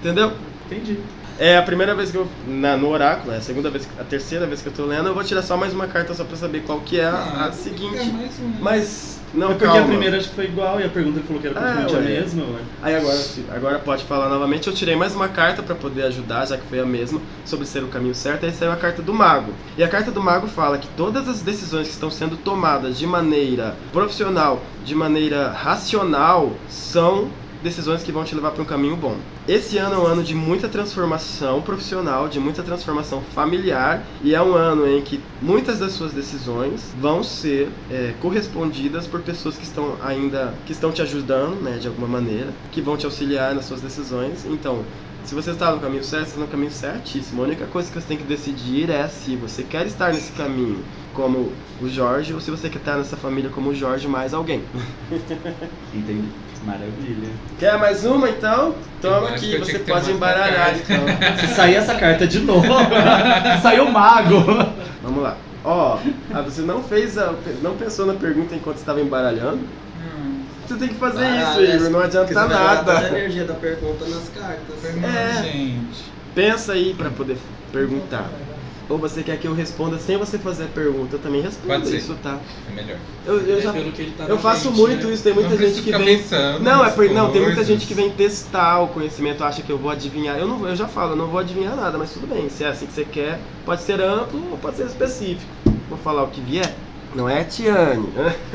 Speaker 4: Entendeu?
Speaker 13: Entendi.
Speaker 4: É a primeira vez que eu. Na, no oráculo, é a segunda vez, a terceira vez que eu tô lendo, eu vou tirar só mais uma carta só pra saber qual que é a,
Speaker 7: Ah,
Speaker 4: a seguinte.
Speaker 7: um
Speaker 4: Mas. Não,
Speaker 13: é porque
Speaker 4: calma.
Speaker 13: a primeira acho que foi igual e a pergunta ele falou que era praticamente
Speaker 4: Ah,
Speaker 13: a
Speaker 4: ué.
Speaker 13: mesma, ué.
Speaker 4: Aí agora, agora pode falar novamente. Eu tirei mais uma carta pra poder ajudar, já que foi a mesma, sobre ser o caminho certo. Aí saiu a carta do mago. E a carta do mago fala que todas as decisões que estão sendo tomadas de maneira profissional, de maneira racional, são decisões que vão te levar para um caminho bom. Esse ano é um ano de muita transformação profissional, de muita transformação familiar e é um ano em que muitas das suas decisões vão ser é, correspondidas por pessoas que estão ainda que estão te ajudando, né, de alguma maneira, que vão te auxiliar nas suas decisões. Então, se você está no caminho certo, você está no caminho certíssimo. A única coisa que você tem que decidir é se você quer estar nesse caminho como o Jorge ou se você quer estar nessa família como o Jorge mais alguém.
Speaker 13: Entendi. Maravilha.
Speaker 4: Quer mais uma então? Toma
Speaker 13: Eu acho
Speaker 4: aqui,
Speaker 13: que eu
Speaker 4: você
Speaker 13: tinha que ter
Speaker 4: pode
Speaker 13: mais
Speaker 4: embaralhar
Speaker 13: uma
Speaker 4: então.
Speaker 13: Se sair essa carta de novo, saiu mago.
Speaker 4: Vamos lá. Ó, ah, você não fez a. não pensou na pergunta enquanto estava embaralhando?
Speaker 7: Hum.
Speaker 4: Você tem que fazer
Speaker 7: Ah,
Speaker 4: isso, Igor, não adianta
Speaker 10: A
Speaker 4: nada.
Speaker 10: energia da pergunta nas cartas.
Speaker 4: É. Pensa aí pra poder perguntar. Ou você quer que eu responda sem você fazer a pergunta? Eu também respondo
Speaker 7: Pode ser.
Speaker 4: isso, tá?
Speaker 7: É melhor.
Speaker 4: Eu, eu
Speaker 7: É
Speaker 4: já,
Speaker 7: pelo que ele tá
Speaker 4: eu
Speaker 7: na
Speaker 4: faço
Speaker 7: frente,
Speaker 4: muito
Speaker 7: né?
Speaker 4: isso, tem muita
Speaker 7: Não
Speaker 4: gente
Speaker 7: precisa
Speaker 4: que
Speaker 7: ficar
Speaker 4: vem.
Speaker 7: pensando
Speaker 4: Não, é
Speaker 7: nas
Speaker 4: por, não, tem muita
Speaker 7: coisas.
Speaker 4: gente que vem testar o conhecimento, acha que eu vou adivinhar. Eu não, eu já falo, eu não vou adivinhar nada, mas tudo bem. Se é assim que você quer, pode ser amplo ou pode ser específico. Vou falar o que vier. Não é Tiane.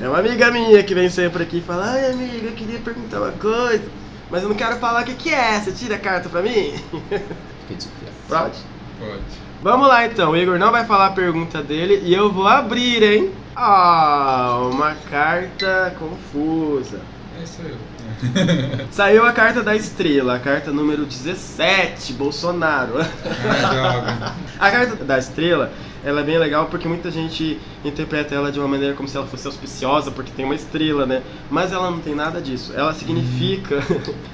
Speaker 4: é uma amiga minha que vem sempre aqui e fala: Ai, amiga, eu queria perguntar uma coisa, mas eu não quero falar o que que é. Você tira a carta pra mim? Pode?
Speaker 7: Pode.
Speaker 4: Vamos lá então, o Igor não vai falar a pergunta dele e eu vou abrir, hein? Ah, uma carta confusa.
Speaker 7: É isso aí.
Speaker 4: Saiu a carta da estrela, a carta número 17, Bolsonaro.
Speaker 7: Ah,
Speaker 4: a carta da estrela, ela é bem legal porque muita gente interpreta ela de uma maneira como se ela fosse auspiciosa, porque tem uma estrela, né? Mas ela não tem nada disso. Ela significa.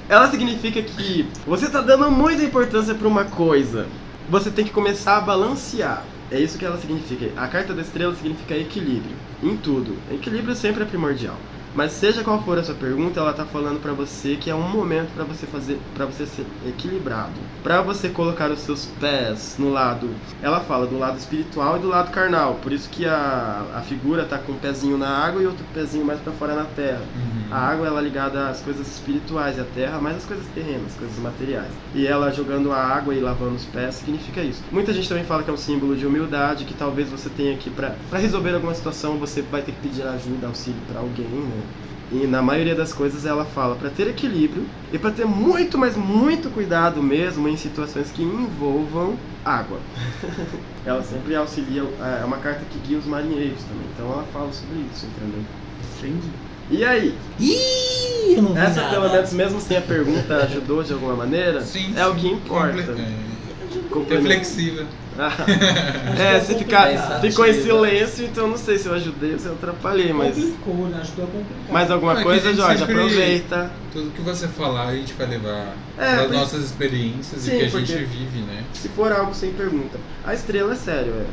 Speaker 4: ela significa que você tá dando muita importância pra uma coisa. Você tem que começar a balancear. É isso que ela significa. A carta da estrela significa equilíbrio em tudo. Equilíbrio sempre é primordial. Mas seja qual for a sua pergunta, ela tá falando para você que é um momento para você fazer, para você ser equilibrado, para você colocar os seus pés no lado. Ela fala do lado espiritual e do lado carnal. Por isso que a, a figura tá com um pezinho na água e outro pezinho mais para fora na terra.
Speaker 7: Uhum.
Speaker 4: A água ela é ligada às coisas espirituais e à terra, mais às coisas terrenas, coisas materiais. E ela jogando a água e lavando os pés significa isso. Muita gente também fala que é um símbolo de humildade, que talvez você tenha que para resolver alguma situação, você vai ter que pedir ajuda, auxílio para alguém, né? E na maioria das coisas ela fala para ter equilíbrio e para ter muito, mas muito cuidado mesmo em situações que envolvam água. ela sempre auxilia, é uma carta que guia os marinheiros também, então ela fala sobre isso, entendeu? Entendi. E aí?
Speaker 2: Ih, eu não vi
Speaker 4: Essa,
Speaker 2: nada.
Speaker 4: pelo menos, mesmo sem a pergunta, ajudou de alguma maneira? Sim. É o que importa.
Speaker 7: é, Reflexiva.
Speaker 4: Ah.
Speaker 7: Acho
Speaker 4: é,
Speaker 7: que
Speaker 4: se
Speaker 7: é
Speaker 4: ficar,
Speaker 7: complicado.
Speaker 4: ficou em silêncio, então não sei se eu ajudei ou se eu atrapalhei, mas.
Speaker 2: Complicou, né? Ajudou a complicar.
Speaker 4: Mais alguma
Speaker 7: É que a
Speaker 4: coisa,
Speaker 7: gente
Speaker 4: Jorge?
Speaker 7: sempre-
Speaker 4: Aproveita.
Speaker 7: Tudo que você falar, a gente vai levar
Speaker 4: É,
Speaker 7: das
Speaker 4: por-
Speaker 7: nossas experiências
Speaker 4: Sim,
Speaker 7: e que a
Speaker 4: porque-
Speaker 7: gente vive, né?
Speaker 4: Se for algo sem pergunta. A estrela é sério, é.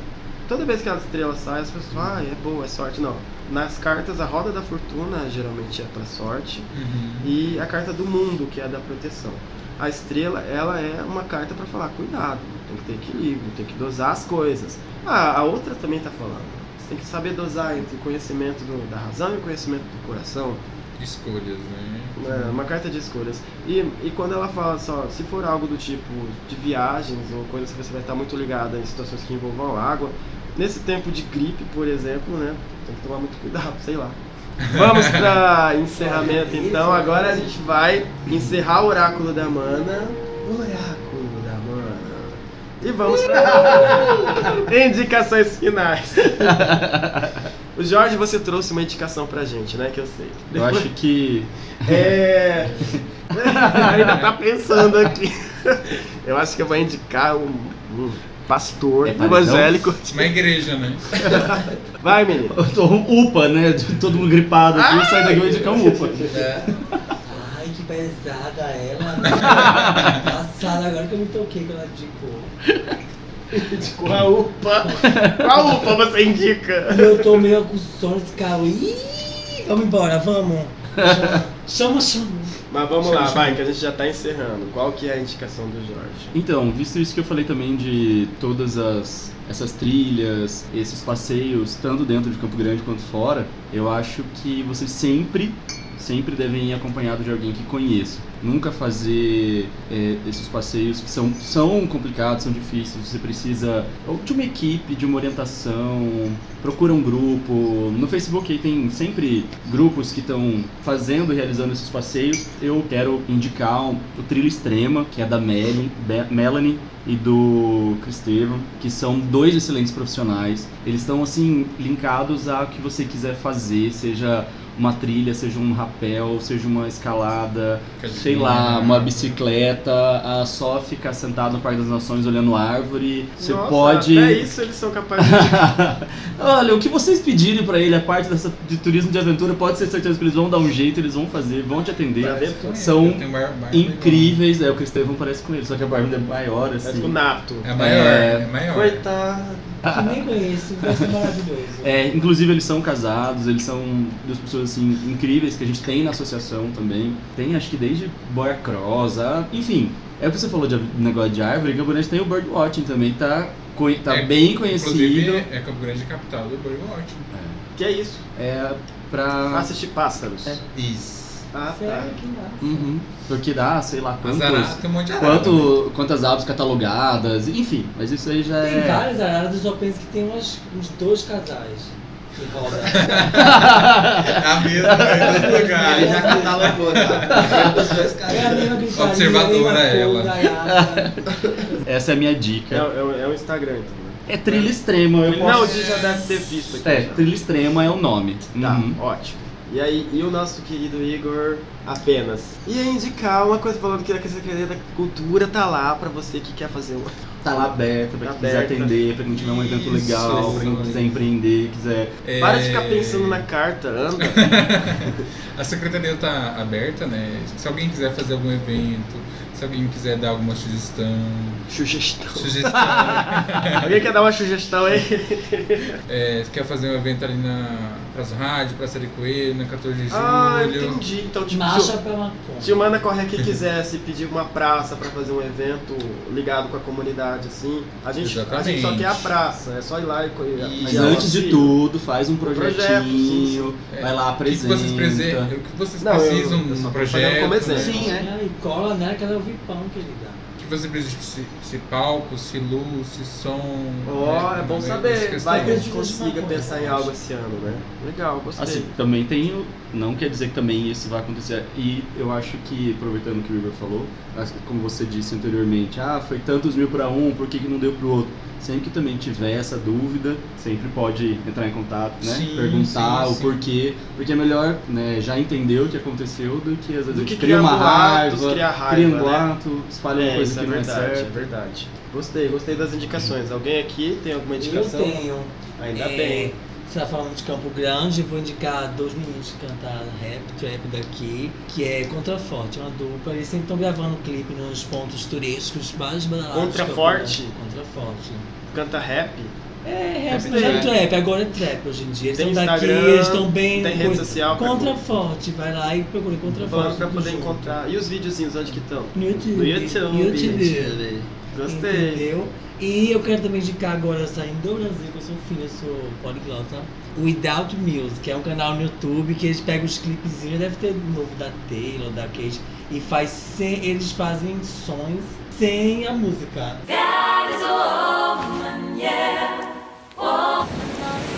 Speaker 4: Toda vez que a estrela sai, as pessoas falam, ah, é boa, é sorte. Não. Nas cartas, a roda da fortuna geralmente é pra sorte.
Speaker 7: Uhum.
Speaker 4: E a carta do mundo, que é a da proteção. A estrela, ela é uma carta pra falar, cuidado, tem que ter equilíbrio, tem que dosar as coisas. Ah, a outra também tá falando. Você tem que saber dosar entre o conhecimento do- da razão e o conhecimento do coração.
Speaker 7: Escolhas, né?
Speaker 4: É, uma carta de escolhas. E, e quando ela fala só, se for algo do tipo de viagens ou coisas que você vai estar muito ligada em situações que envolvam água, nesse tempo de gripe, por exemplo, né? Tem que tomar muito cuidado, sei lá. Vamos para encerramento então. Agora a gente vai encerrar o oráculo da mana. Oráculo da mana. E vamos para indicações finais. O Jorge, você trouxe uma indicação pra gente, né? Que eu sei.
Speaker 6: Eu acho que.
Speaker 4: É. Ainda tá pensando aqui. Eu acho que eu vou indicar um, um pastor evangélico.
Speaker 7: Uma igreja, né?
Speaker 4: Vai, menino.
Speaker 6: Eu tô um upa, né? Todo mundo gripado
Speaker 4: Ah,
Speaker 6: aqui, sai daqui e vai indicar um upa.
Speaker 2: Ai, que pesada ela. né? Passada agora que eu me toquei que ela indicou.
Speaker 4: Indicou a UPA. Qual UPA você indica?
Speaker 2: E eu tô meio com sono, esse carro. Ih, vamos embora, vamos. Chama, chama.
Speaker 4: Mas vamos
Speaker 6: Chama,
Speaker 4: lá,
Speaker 6: chama.
Speaker 4: vai, que a gente já tá encerrando. Qual que é a indicação do Jorge?
Speaker 6: Então, visto isso que eu falei também de todas as essas trilhas, esses passeios, tanto dentro de Campo Grande quanto fora, eu acho que vocês sempre sempre devem ir acompanhado de alguém que conheça. Nunca fazer é, esses passeios que são, são complicados, são difíceis. Você precisa ou de uma equipe, de uma orientação. Procura um grupo. No Facebook aí tem sempre grupos que estão fazendo e realizando esses passeios. Eu quero indicar um- o Trilho Extrema, que é da Melin- Be- Melanie e do Cristevam, que são dois excelentes profissionais. Eles estão assim linkados ao que você quiser fazer, seja uma trilha, seja um rapel, seja uma escalada, sei
Speaker 7: É.
Speaker 6: lá, uma bicicleta, a só ficar sentado no Parque das Nações olhando árvore. Você
Speaker 4: Nossa, é
Speaker 6: pode
Speaker 4: Até isso eles são capazes de
Speaker 6: Olha, o que vocês pedirem pra ele, a parte dessa, de turismo de aventura, pode ter certeza que eles vão dar um jeito, eles vão fazer, vão te atender.
Speaker 4: Parece com ele,
Speaker 6: São
Speaker 4: tem bar- barba
Speaker 6: incríveis. É, o Cristevão parece com ele, só que a barba é maior, assim.
Speaker 4: Parece com o Nato.
Speaker 6: É
Speaker 4: maior, é maior. Coitado.
Speaker 2: Que nem conheço, vai ser maravilhoso.
Speaker 6: É, inclusive eles são casados, eles são duas pessoas assim incríveis que a gente tem na associação também. Tem acho que desde Boia Cross, a- enfim. É o que você falou de negócio de árvore, em Campo Grande tem o Birdwatching também, tá, co- tá
Speaker 4: É,
Speaker 6: bem conhecido.
Speaker 7: Inclusive, é Campo Grande capital do Birdwatch.
Speaker 4: Que é Ah. isso?
Speaker 6: É pra.
Speaker 4: Assistir pássaros.
Speaker 7: Isso.
Speaker 4: Ah,
Speaker 2: Sério, que massa.
Speaker 6: Uhum. Porque dá, sei lá, quantos,
Speaker 7: araras, tem um monte de arara
Speaker 6: quanto, quantas aves catalogadas, enfim, mas isso aí já
Speaker 2: Tem
Speaker 6: é.
Speaker 2: várias araras, eu só penso que tem umas, uns dois casais que roda.
Speaker 7: a mesma, no mesmo lugar.
Speaker 4: É,
Speaker 2: Ele já
Speaker 4: tá.
Speaker 2: catalogou, tá? Os dois casais. É a mesma gritaria,
Speaker 6: Observadora
Speaker 2: a mesma cor,
Speaker 6: ela.
Speaker 2: gaiata.
Speaker 6: Essa é a minha dica.
Speaker 4: É, é, o- é o Instagram, então. né?
Speaker 6: É trilha extrema, eu
Speaker 4: Não,
Speaker 6: posso-
Speaker 4: você já deve ter visto aqui.
Speaker 6: É,
Speaker 4: já.
Speaker 6: trilha extrema é o nome.
Speaker 4: Tá,
Speaker 6: Uhum.
Speaker 4: ótimo. E aí, e o nosso querido Igor apenas. Ia indicar uma coisa falando que a Secretaria da Cultura tá lá pra você que quer fazer uma.
Speaker 6: Tá lá aberta pra
Speaker 4: Tá
Speaker 6: quem quiser
Speaker 4: aberta.
Speaker 6: atender, pra quem tiver um evento
Speaker 4: Isso,
Speaker 6: legal, pra quem
Speaker 4: excelente.
Speaker 6: quiser empreender, quiser.
Speaker 7: É,
Speaker 4: Para de ficar pensando na carta, anda.
Speaker 7: A secretaria está aberta, né? Se alguém quiser fazer algum evento, se alguém quiser dar alguma sugestão.
Speaker 4: Sugestão.
Speaker 7: Sugestão.
Speaker 4: Alguém quer dar uma sugestão aí?
Speaker 7: É, quer fazer um evento ali na Praça Rádio, Praça de Coelho, na 14 de julho.
Speaker 4: Ah, entendi. Então, tipo,
Speaker 2: Marcha
Speaker 4: se-
Speaker 2: pra uma
Speaker 4: se o Mana Corre aqui quisesse pedir uma praça pra fazer um evento ligado com a comunidade, assim, a gente, a gente só
Speaker 6: Exatamente.
Speaker 4: quer a praça, é só ir lá e. e
Speaker 6: Mas
Speaker 4: pedir a
Speaker 6: antes de
Speaker 4: auxílio.
Speaker 6: tudo, faz um
Speaker 4: Projeto,
Speaker 6: projetinho,
Speaker 4: sim, sim.
Speaker 6: vai lá,
Speaker 4: O que que vocês
Speaker 6: apresenta.
Speaker 7: prese- o que vocês
Speaker 4: Não, eu-
Speaker 7: precisam
Speaker 4: eu só
Speaker 7: no
Speaker 4: tô
Speaker 7: projeto.
Speaker 4: fazendo como exemplo.
Speaker 2: Sim,
Speaker 7: né?
Speaker 2: é. E cola, né? Que ela é o vipão, querida.
Speaker 7: O que você precisa? Se, se palco, se luz, se som.
Speaker 4: Ó,
Speaker 7: né?
Speaker 4: é bom
Speaker 7: Essas
Speaker 4: saber.
Speaker 7: questões.
Speaker 4: Vai
Speaker 6: é
Speaker 4: que a gente consiga pensar em algo esse ano, né? Legal, gostei.
Speaker 6: Assim, também tem. o- Não quer dizer que também isso vai acontecer. E eu acho que, aproveitando o que o River falou, acho que como você disse anteriormente, ah, foi tantos mil para um, por que, que não deu para o outro? Sempre que também tiver essa dúvida, sempre pode entrar em contato, né?
Speaker 13: Sim,
Speaker 6: Perguntar
Speaker 13: sim,
Speaker 6: o
Speaker 13: sim.
Speaker 6: porquê. Porque é melhor né, já entender o que aconteceu do que às vezes
Speaker 4: Do que
Speaker 6: cria
Speaker 4: criar
Speaker 6: uma
Speaker 4: boatos,
Speaker 6: raiva,
Speaker 4: criar raiva,
Speaker 6: cria um
Speaker 4: né?
Speaker 6: boato, espalha uma
Speaker 4: É,
Speaker 6: coisa
Speaker 4: isso
Speaker 6: que
Speaker 4: é
Speaker 6: não
Speaker 4: verdade,
Speaker 6: é certa.
Speaker 4: é verdade. Gostei, gostei das indicações. Alguém aqui tem alguma
Speaker 2: Eu
Speaker 4: indicação?
Speaker 2: tenho.
Speaker 4: Ainda
Speaker 2: É,
Speaker 4: bem.
Speaker 2: Você tá falando de Campo Grande, eu vou indicar dois meninos que cantaram rap, trap daqui, que é Contraforte, é uma dupla. Eles sempre estão gravando clipe nos pontos turísticos mais badalados. de Campo
Speaker 4: Contraforte?
Speaker 2: Grande. Contraforte.
Speaker 4: Canta rap?
Speaker 2: É, rap,
Speaker 4: Rap
Speaker 2: mas é
Speaker 4: trap.
Speaker 2: trap, agora é trap hoje em dia. Eles
Speaker 4: Tem
Speaker 2: são daqui,
Speaker 4: Instagram,
Speaker 2: eles estão bem.
Speaker 4: tem rede social pra-
Speaker 2: Contraforte, vai lá e procura
Speaker 4: Falando
Speaker 2: Contraforte.
Speaker 4: pra
Speaker 2: tudo
Speaker 4: poder
Speaker 2: junto.
Speaker 4: encontrar. E os videozinhos onde que estão?
Speaker 2: No YouTube.
Speaker 4: No YouTube. um
Speaker 2: YouTube.
Speaker 4: Gostei.
Speaker 2: Entendeu? E eu quero também indicar agora, saindo do Brasil, que eu sou filho, eu sou poliglota, o Without Music, que é um canal no YouTube que eles pegam os clipezinhos, deve ter novo da Taylor, da Kate, e faz sem, eles fazem sons sem a música.
Speaker 9: That is a woman, yeah. Woman. All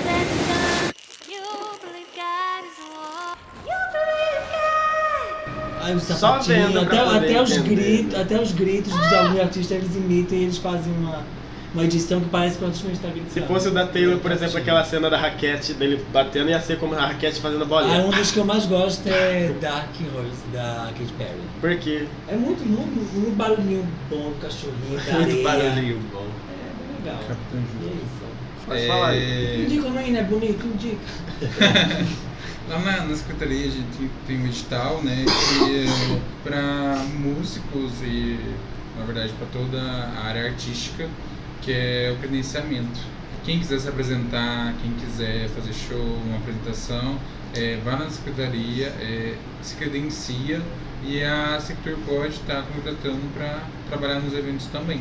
Speaker 9: said and done, you believe God is a woman. You believe God.
Speaker 2: Aí os
Speaker 4: Só
Speaker 2: sapatinhos,
Speaker 4: vendo
Speaker 2: até,
Speaker 4: pra poder
Speaker 2: até os
Speaker 4: entender,
Speaker 2: gritos,
Speaker 4: né?
Speaker 2: até os gritos dos alguns artistas eles imitam e eles fazem uma, uma edição que parece que o artista está gritando.
Speaker 4: Se fosse o da Taylor, por exemplo, aquela cena da raquete dele batendo, ia ser como a raquete fazendo a
Speaker 2: Aí um
Speaker 4: bolinha.
Speaker 2: dos que eu mais gosto é Dark Horse, da Katy Perry.
Speaker 4: Por quê?
Speaker 2: É muito, muito, muito barulhinho bom do cachorrinho, da
Speaker 4: Muito
Speaker 2: areia.
Speaker 4: barulhinho bom.
Speaker 2: É, bem legal. E é isso.
Speaker 4: Pode falar aí.
Speaker 2: Indica, não é, né? Bonito, indica.
Speaker 7: Lá na, na secretaria a gente tem um edital, né, que é para músicos e, na verdade, para toda a área artística, que é o credenciamento. Quem quiser se apresentar, quem quiser fazer show, uma apresentação, é, vá na secretaria, é, se credencia e a Sector pode estar contratando para trabalhar nos eventos também.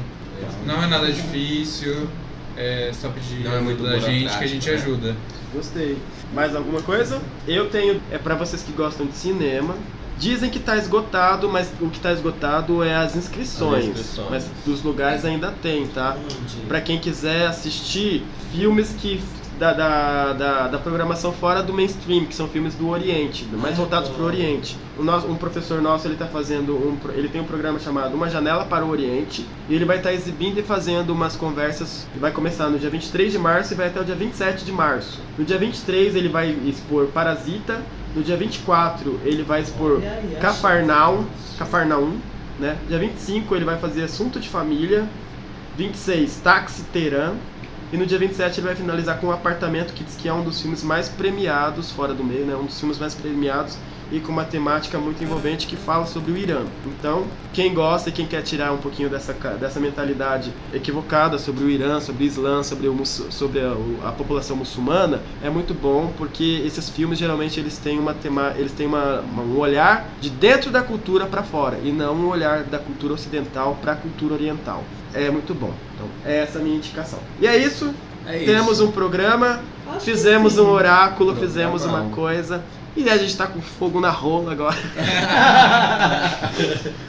Speaker 7: Não é nada difícil, é só pedir
Speaker 3: Não é muito
Speaker 7: ajuda da gente que a
Speaker 3: burocrático,
Speaker 7: gente
Speaker 3: né?
Speaker 7: ajuda.
Speaker 4: Gostei. Mais alguma coisa? Eu tenho, é pra vocês que gostam de cinema. Dizem que tá esgotado, mas o que tá esgotado é as inscrições.
Speaker 3: As inscrições.
Speaker 4: Mas dos lugares ainda tem, tá? Pra quem quiser assistir filmes que da, da, da, da programação fora do mainstream, que são filmes do Oriente, mais voltados pro Oriente. O nosso, um professor nosso, ele tá fazendo um, pro- ele tem um programa chamado Uma Janela para o Oriente, e ele vai estar exibindo e fazendo umas conversas, que vai começar no dia 23 de março e vai até o dia 27 de março. No dia 23 ele vai expor Parasita, no dia 24 ele vai expor Cafarnaum, Cafarnaum, né? Dia 25 ele vai fazer Assunto de Família, 26 Táxi Teherã, e no dia 27 ele vai finalizar com o Apartamento, que diz que é um dos filmes mais premiados fora do meio, né? Um dos filmes mais premiados e com uma temática muito envolvente que fala sobre o Irã. Então, quem gosta e quem quer tirar um pouquinho dessa, ca- dessa mentalidade equivocada sobre o Irã, sobre o Islã, sobre, o, muçul- sobre a, o- a população muçulmana, é muito bom porque esses filmes geralmente eles têm, uma tema, eles têm uma, uma- um olhar de dentro da cultura para fora e não um olhar da cultura ocidental para a cultura oriental. É muito bom. Então, é essa a minha indicação. E é isso.
Speaker 3: É
Speaker 4: Temos
Speaker 3: isso.
Speaker 4: um programa,
Speaker 2: é
Speaker 3: Acho que
Speaker 4: fizemos
Speaker 3: sim.
Speaker 4: um oráculo,
Speaker 3: Programão.
Speaker 4: fizemos uma coisa. E a gente tá com fogo na rola agora.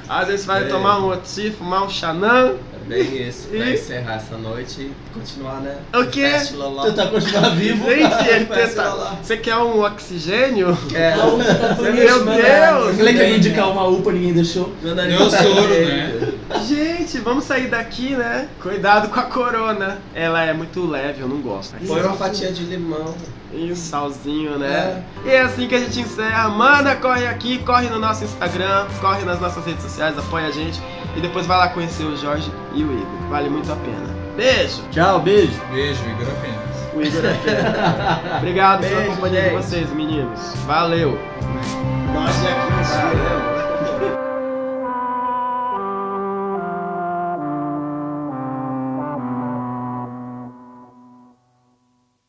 Speaker 4: Às vezes vai
Speaker 3: É.
Speaker 4: tomar um oti, fumar um xanã.
Speaker 3: Bem isso, pra
Speaker 4: E-
Speaker 3: encerrar essa noite e continuar, né?
Speaker 4: O quê?
Speaker 3: Fast Loló.
Speaker 6: Então,
Speaker 4: Gente, ele
Speaker 3: Fast
Speaker 4: tenta...
Speaker 3: Loló.
Speaker 4: Você quer um oxigênio?
Speaker 3: É.
Speaker 4: Meu Deus!
Speaker 13: Lembra que eu ia indicar uma UPA ninguém deixou?
Speaker 4: Meu soro,
Speaker 7: né?
Speaker 4: Gente, vamos sair daqui, né? Cuidado com a corona. Ela é muito leve, eu não gosto.
Speaker 3: Põe uma fatia de limão.
Speaker 4: E um salzinho, né? E é assim que a gente encerra. Manda, corre aqui, corre no nosso Instagram, corre nas nossas redes sociais, apoia a gente. E depois vai lá conhecer o Jorge e o Igor. Vale muito a pena. Beijo!
Speaker 6: tá, um
Speaker 13: Tchau, beijo.
Speaker 7: Beijo, Igor apenas.
Speaker 4: O Igor é fera. Obrigado pela
Speaker 3: Beijo,
Speaker 4: companhia de
Speaker 3: gente.
Speaker 4: vocês, meninos. Valeu! Valeu!